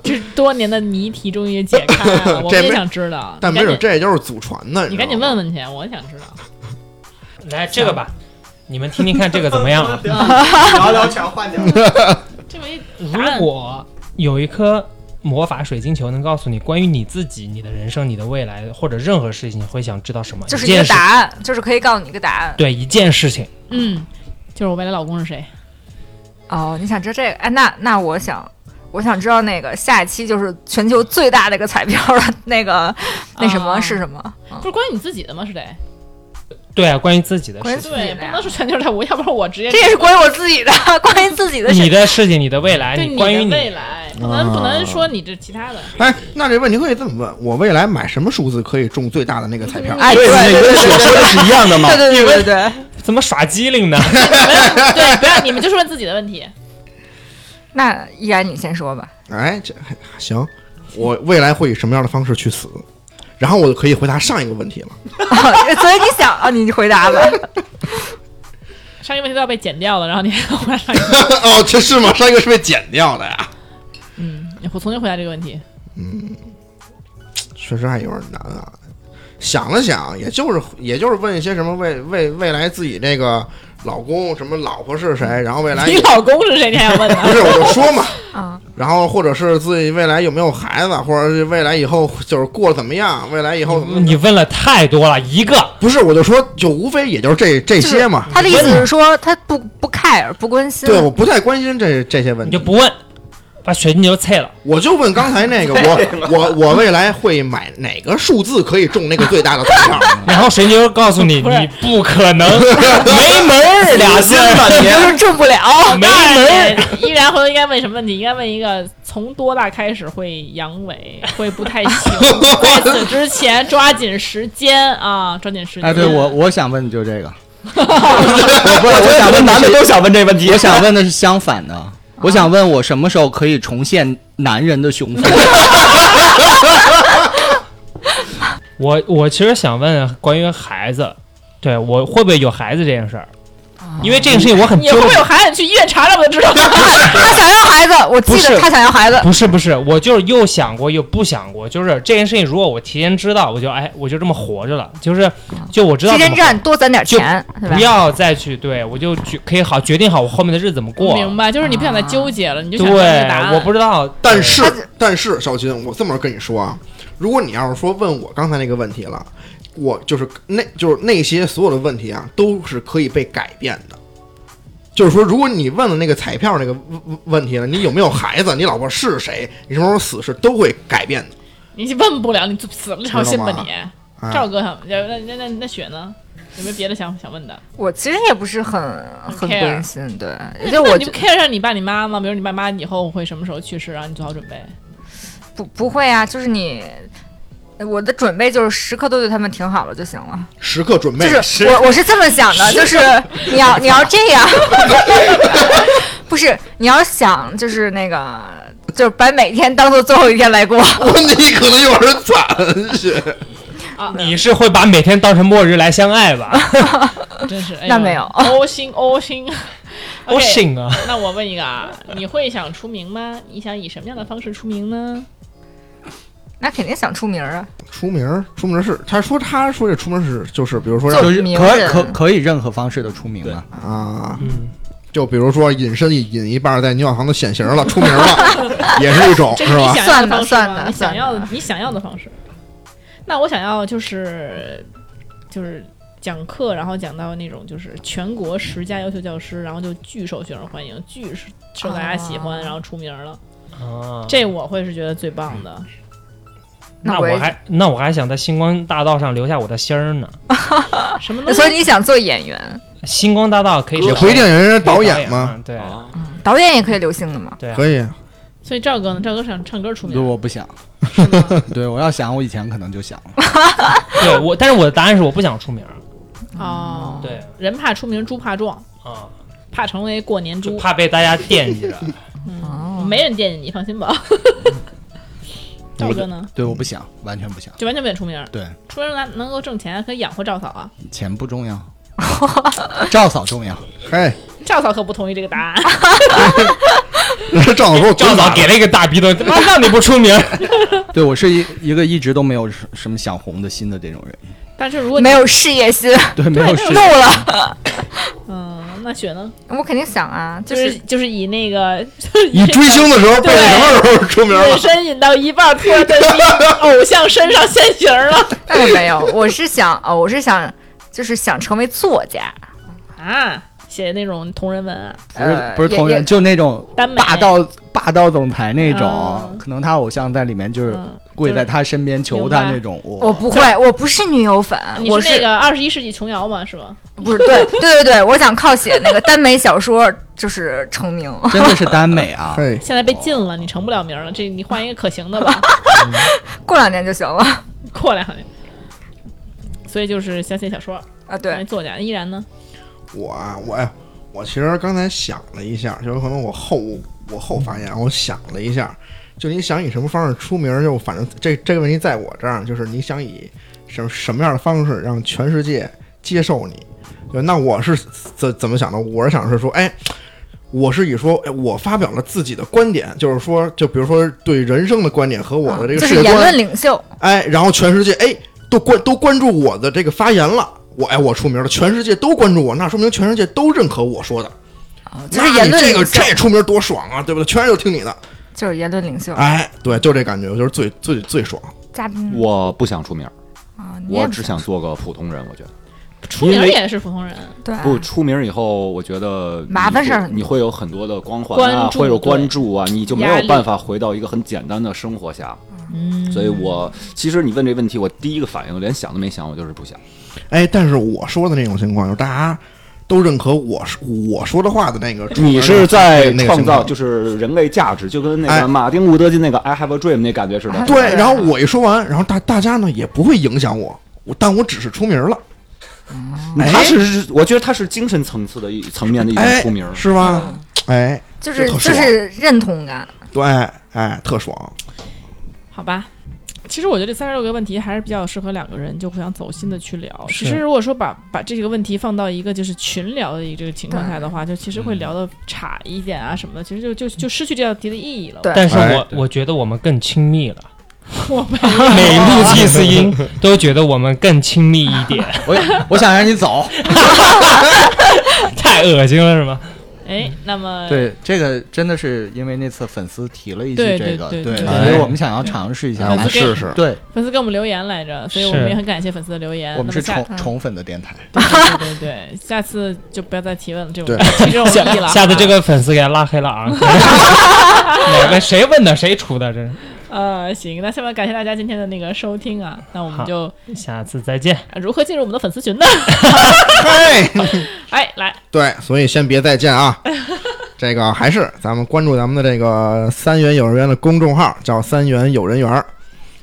S1: 这多年的谜题终于解开 了，我
S6: 这
S1: 们也
S6: 没
S1: 想知道。
S6: 但
S1: 你
S6: 没
S1: 赶
S6: 准
S1: 紧
S6: 这就是祖传的，
S1: 你赶紧问问去，我也想知道。
S3: 来这个吧，你们听听看这个怎么样啊？
S2: 聊聊强换掉。
S1: 这回答
S3: 如
S1: 案
S3: 果有一颗魔法水晶球能告诉你关于你自己、你的人生、你的未来或者任何事情，你会想知道什么？
S4: 就是
S3: 一
S4: 一个
S3: 件事
S4: 答，案，就是可以告诉你一个答案。
S3: 对一件事情，
S1: 嗯，就是我未来老公是谁？
S4: 哦，你想知道这个？哎，那那我想，我想知道那个下一期就是全球最大的一个彩票的那个那什么
S1: 啊
S4: 是什么？嗯
S1: 不是关于你自己的吗？是得
S3: 对啊，关于自己的
S4: 关于
S3: 事
S4: 自
S3: 情，
S4: 己的
S1: 对，
S4: 呀
S1: 不能说全球大我，要不然我直接
S4: 这也是关于我自己的，关于自己的
S3: 你
S4: 事。
S3: 的事情、你的未来，
S1: 对
S3: 关于
S1: 的
S3: 你
S1: 未来，不能
S6: 啊
S1: 不能说你这其他 的。
S6: 哎，那这问题可以这么问：我未来买什么数字可以中最大的那个彩
S1: 嗯
S6: 票？
S4: 哎，对
S5: 对，
S4: 对
S5: 你跟我说的是一样的吗？
S4: 对对对对。
S3: 怎么耍机灵呢？
S1: 对，不要你们就是问自己的问题。
S4: 那依然你先说吧。
S6: 哎，这行，我未来会以什么样的方式去死？然后我就可以回答上一个 问题了。
S4: 所以你想啊，你回答吧。
S1: 上一个问题都要被剪掉了，然后你 还回答上一个，
S6: 哦，这是吗？上一个是被剪掉的呀？
S1: 嗯，你重新回答这个问题。
S6: 确实还有点难啊。想了想，也就是也就是问一些什么未未未来自己这个老公什么老婆是谁，然后未来
S1: 你老公是谁？你还要问呢？
S6: 不是我就说 嘛，
S4: 啊，
S6: 然后或者是自己未来有没有孩子，或者是未来以后就是过得怎么样，未来以后怎 么
S3: 你问了太多了，一个
S6: 不是我就说就无非也就是这这些嘛。
S4: 他的意思是说他不不 care 不关心，
S6: 对，我不太关心这这些问
S3: 你
S6: 题
S3: 就，不问，把水晶球碎了。
S6: 我就问刚才那个，我我我未来会买哪个数字可以中那个最大 的彩票？
S3: 然后水晶球告诉你，
S1: 不是
S3: 你不可能，没门儿，俩字儿
S5: 吧你
S4: 就是中不了。
S3: 没门儿。
S1: 依然回头应该问什么问题？应该问一个从多大开始会阳痿， 会不太行，在此之前抓紧时间啊，抓紧时间。
S2: 哎，对我我想问的就是这 个，
S5: 我不，我想问男的都想问这问题
S2: 我想问的是相反的，我想问我什么时候可以重现男人的胸腹？
S3: 我我其实想问关于孩子，对我会不会有孩子这件事儿，因为这件事情我很
S1: 啊你
S3: 纠
S1: 会不会有
S3: 结。
S1: 孩子？去医院查查不就知道了。
S4: 啊他想要孩子，我记
S3: 不
S4: 得
S3: 是
S4: 他想要孩子，
S3: 不是不是，我就是又想过又不想过，就是这件事情，如果我提前知道，我就哎，我就这么活着了，就是就我知道
S4: 提
S3: 怎
S4: 前
S3: 么活
S4: 站多攒点钱，对吧
S3: 不？要再去对我就决可以好决定好我后面的日子怎么过。
S1: 明白，就是你不想再纠结了，你就
S3: 对
S1: 想知道这个答，案。
S3: 我不知道，
S6: 但是但是，小金，我这么跟你说啊，如果你要是说问我刚才那个问题了，我就是那就是那些所有的问题啊，都是可以被改变的。就是说，如果你问了那个彩票那个问问问题了，你有没有孩子，你老婆是谁，你什么时候死是都会改变的。
S1: 你问不了，你就死了这条心吧
S6: 知道
S1: 你。
S6: 啊、
S1: 赵哥他们，那那那那雪呢？有没有别的想想问的？
S4: 我其实也不是很很
S1: care
S4: 关心，对，也就我
S1: 那你
S4: 就
S1: 不 care 上你爸你妈吗？比如你爸妈以后会什么时候去世，然后你做好准备。
S4: 不不会啊，就是你。我的准备就是时刻都对他们挺好了就行了，
S6: 时刻准备，
S2: 哎
S4: 就是我我是这么想的，就是你要你要这样， 不是你要想就是那个就是把每天当做最后一天来过，
S6: 我你可能有点惨，是
S3: 你是会把每天当成末日来相爱吧？
S1: 真是，哎呦
S4: 那没有
S1: 呕心呕心。
S3: 我信啊，
S1: 那我问一个啊，你会想出名吗？你想以什么样的方式出名呢？
S4: 那肯定想出名儿啊，
S6: 出名儿，出名儿是他说他说这出名儿是就是比如说 让
S2: 就是
S4: 名
S2: 可
S4: 人
S2: 可可以任何方式的出名啊。
S6: 啊，
S3: 嗯，
S6: 就比如说隐身隐一半在牛小航的显形了，出名了，也是一种
S1: 这
S6: 哦是
S1: 是你
S6: 吧？
S1: 想要的方式
S4: 算
S1: 吗？
S4: 的
S1: 你想
S4: 算的
S1: 要
S4: 算
S1: 的
S4: 的
S1: 你想要的方式。那我想要就是就是讲课，然后讲到那种就是全国十佳优秀教师，然后就巨受学生欢迎，巨受大家喜欢，
S4: 哦
S1: 然后出名了。
S3: 啊，
S1: 这我会是觉得最棒的。
S3: 那
S4: 我也
S3: 我还那我还想在星光大道上留下我的心儿呢。
S1: 什么东西
S4: 啊所？以你想做演员，
S3: 星光大道可以
S6: 也
S3: 留
S6: 不一定人家导演嘛，
S3: 嘛，对，
S4: 导演也可以留姓的嘛，
S3: 对啊
S6: 可以。
S1: 所以赵哥呢？赵哥想唱歌出
S2: 对，
S1: 名，
S2: 我不想。 对，我要想，我以前可能就想了。
S3: 对我，但是我的答案是我不想出名儿，
S1: 哦，
S3: 对
S1: 人怕出名，猪怕壮，
S3: 啊，
S1: 怕成为过年
S3: 就
S1: 猪。
S3: 怕被大家惦 记着。
S4: 哦，
S1: 没人惦记你，放心吧。赵哥呢，
S2: 对，我不想，完全不想。
S1: 就完全不想出名儿，
S2: 对，
S1: 出名儿能能够挣钱，可以养活赵嫂啊。
S2: 钱不 重要，赵嫂重要。
S6: 嘿，
S1: 赵嫂可不同意这个答案，
S6: 赵总
S3: 赵嫂给了一个大逼兜， 他妈让你不出名儿，
S2: 对我是一一个一直都没有什什么想红的心的这种人。
S1: 但是如果你
S4: 没有事业心，
S2: 对，没有事
S4: 怒。了，
S1: 嗯，那雪呢？
S4: 我肯定想啊，就
S1: 就是是就是以那个
S6: 你追星的时候被
S1: 对
S6: 什么时候出名
S1: 本
S6: 了？！
S1: 身引到一半儿，突然在自己偶像身上现形儿了
S4: 那我没有，我是想哦，我是想就是想成为作家，
S1: 啊！写那种同人文啊，
S2: 不是
S4: 呃
S2: 不是
S4: 也
S2: 同人，
S4: 也
S2: 就那种
S1: 耽美
S2: 霸道霸道总裁那种
S1: 嗯，
S2: 可能他偶像在里面就是
S1: 嗯
S2: 跪
S1: 就是
S2: 在他身边求他那种。
S4: 我
S2: 我
S4: 不会，我不是女友粉，
S1: 你
S4: 我
S1: 是那个二十一世纪琼瑶嘛，是吧？
S4: 不是对对对对，我想靠写那个耽美小说就是成名，
S2: 真的是耽美啊
S6: 嘿，
S1: 现在被禁了，你成不了名儿了，这你换一个可行的吧。
S4: 过两年就行了
S1: 过两年。所以就是想写小说，
S4: 啊。
S1: 当为
S4: 对，
S1: 作家。依然呢，
S6: 我啊，我呀，我其实刚才想了一下，就是可能我后我后发言，我想了一下，就你想以什么方式出名儿，就反正这这个问题在我这儿，就是你想以什什么样的方式让全世界接受你？就那我是怎怎么想的？我是想是说，哎。我是以说，哎，我发表了自己的观点，就是说，就比如说对人生的观点和我的这
S4: 啊
S6: 个啊
S4: 就
S6: 世
S4: 是
S6: 界
S4: 言
S6: 观，
S4: 论领袖，
S6: 哎，然后全世界哎都关都关注我的这个发言了，我哎我出名了，全世界都关注我，那说明全世界都认可我说的，
S4: 啊，就
S6: 那
S4: 是
S6: 你
S4: 言论
S6: 这
S4: 领
S6: 个
S4: 袖，
S6: 这出名多爽啊，对不对？全都听你的，
S4: 就是言论领袖，
S6: 哎，对，就这感觉，就是最最最爽。
S4: 嘉宾
S5: 我不想出名，
S4: 啊，你也
S5: 我
S4: 不
S5: 只想做个普通人。我觉得
S1: 出名也是普通人，
S4: 对啊
S5: 不出名以后，我觉得
S4: 麻烦事儿
S5: 你会你会有很多的光环啊，
S1: 关注
S5: 会有
S1: 对
S5: 关注啊，你就没
S1: 压
S5: 有
S1: 力
S5: 办法回到一个很简单的生活下。
S1: 嗯，
S5: 所以我其实你问这问题，我第一个反应连想都没想，我就是不想。
S6: 哎，但是我说的那种情况，就是大家都认可我说我说的话的那个出名
S5: 你
S6: 的
S5: 是在
S6: 那个
S5: 创
S6: 情
S5: 造
S6: 况
S5: 就是人类价值，就跟那
S6: 哎
S5: 个马丁·路德金那个 “I have a dream” 那感觉似的。
S6: 对，然后我一说完，然后大大家呢也不会影响我，我但我只是出名了，哎
S5: 他是我觉得他是精神层次的一层面的一种
S6: 哎
S5: 出名，，
S6: 是吧？哎，
S4: 就是
S6: 特
S4: 就
S6: 爽
S4: 是认同感，
S6: 对，哎，特爽。
S1: 好吧。其实我觉得这三十六个问题还是比较适合两个人就互相走心的去聊。
S3: 是
S1: 其实如果说把把这个问题放到一个就是群聊的一个这个情况下的话，就其实
S3: 嗯
S1: 会聊的差一点啊什么的，其实就就就失去这道题的意义了。
S4: 对
S3: 但是
S6: 哎
S3: 我我觉得我们更亲密了。
S1: 我们
S3: 每录一次音，都觉得我们更亲密一点，
S2: 我我想让你走。
S3: 太恶心了，是吗？
S1: 哎，那么
S2: 对，这个真的是因为那次粉丝提了一
S1: 对
S2: 句这个，
S1: 对对对
S2: 所以我们想要尝试一
S1: 哎
S2: 下。
S1: 我
S2: 我
S1: 们
S2: 们
S1: 给试
S6: 试
S2: 对，
S1: 粉丝给我们留言来着，所以我
S3: 是
S1: 们也很感谢粉丝的留言。
S2: 我们
S1: 那么
S2: 是
S1: 下
S2: 宠宠粉的电台。
S1: 对对对对，下次就不要再提问了，这种
S6: 对
S1: 这种
S3: 下
S1: 意了啊。
S3: 下次这个粉丝给他拉黑了 啊！哪个谁问的谁出的？这
S1: 呃，行，那下面感谢大家今天的那个收听啊，那我们
S3: 好
S1: 就
S3: 真下次再见。
S1: 啊如何进入我们的粉丝群呢？
S6: 嘿，
S1: 哎，来，
S6: 对，所以先别再见啊。这个还是咱们关注咱们的这个三元幼儿园的公众号，叫三元幼人园儿。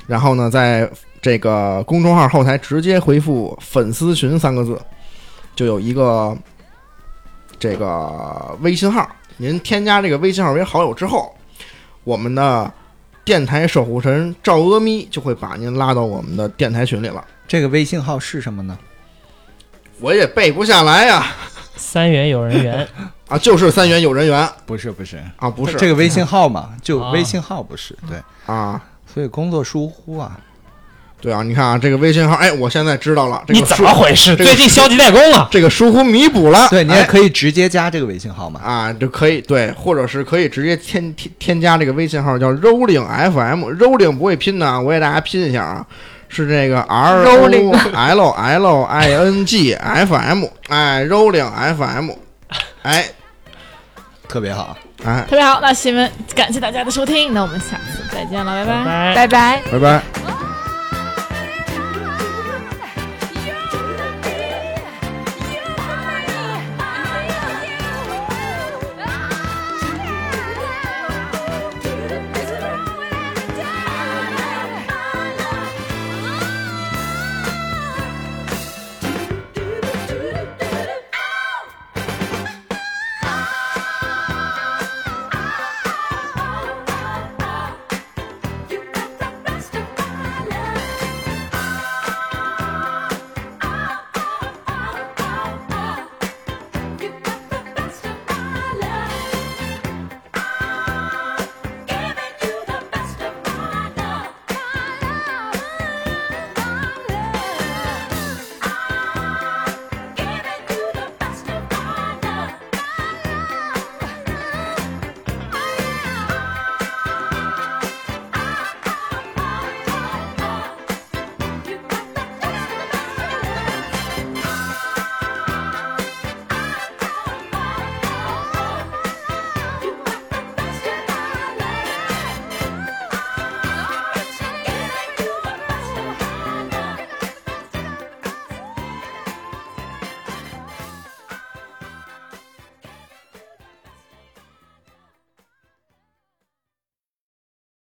S6: 然后呢，在这个公众号后台直接回复“粉丝群”三个字，就有一个这个微信号。您添加这个微信号为好友之后，我们的电台守护神赵阿咪就会把您拉到我们的电台群里了。
S2: 这个微信号是什么呢？
S6: 我也背不下来呀，
S3: 三元有人缘，
S6: 啊，就是三元幼人园
S2: 不是不是，
S6: 啊，不是
S2: 这个微信号嘛，
S1: 嗯
S2: 就
S3: 啊
S2: 微信号不是对，
S6: 啊。
S2: 所以工作疏忽啊。
S6: 对啊，你看啊，这个微信号，哎，我现在知道了，这
S3: 你
S6: 个
S3: 怎
S6: 疏
S3: 么回事？
S6: 这个
S3: 最近消极怠工了，
S6: 这个疏忽弥补了，
S2: 对，你也
S6: 哎
S2: 可以直接加这个微信号嘛。
S6: 啊，就可以对，或者是可以直接添添添加这个微信号叫 Rolling FM，Rolling 不会拼的啊，我给大家拼一下啊，是这个 R O
S4: Rolling
S6: L L I N G F M，哎，Rolling FM，哎
S2: 特别好，
S6: 哎，
S1: 特别好，那新闻感谢大家的收听，那我们下次再见了，拜拜
S3: 拜。
S4: 拜拜。
S6: 拜拜。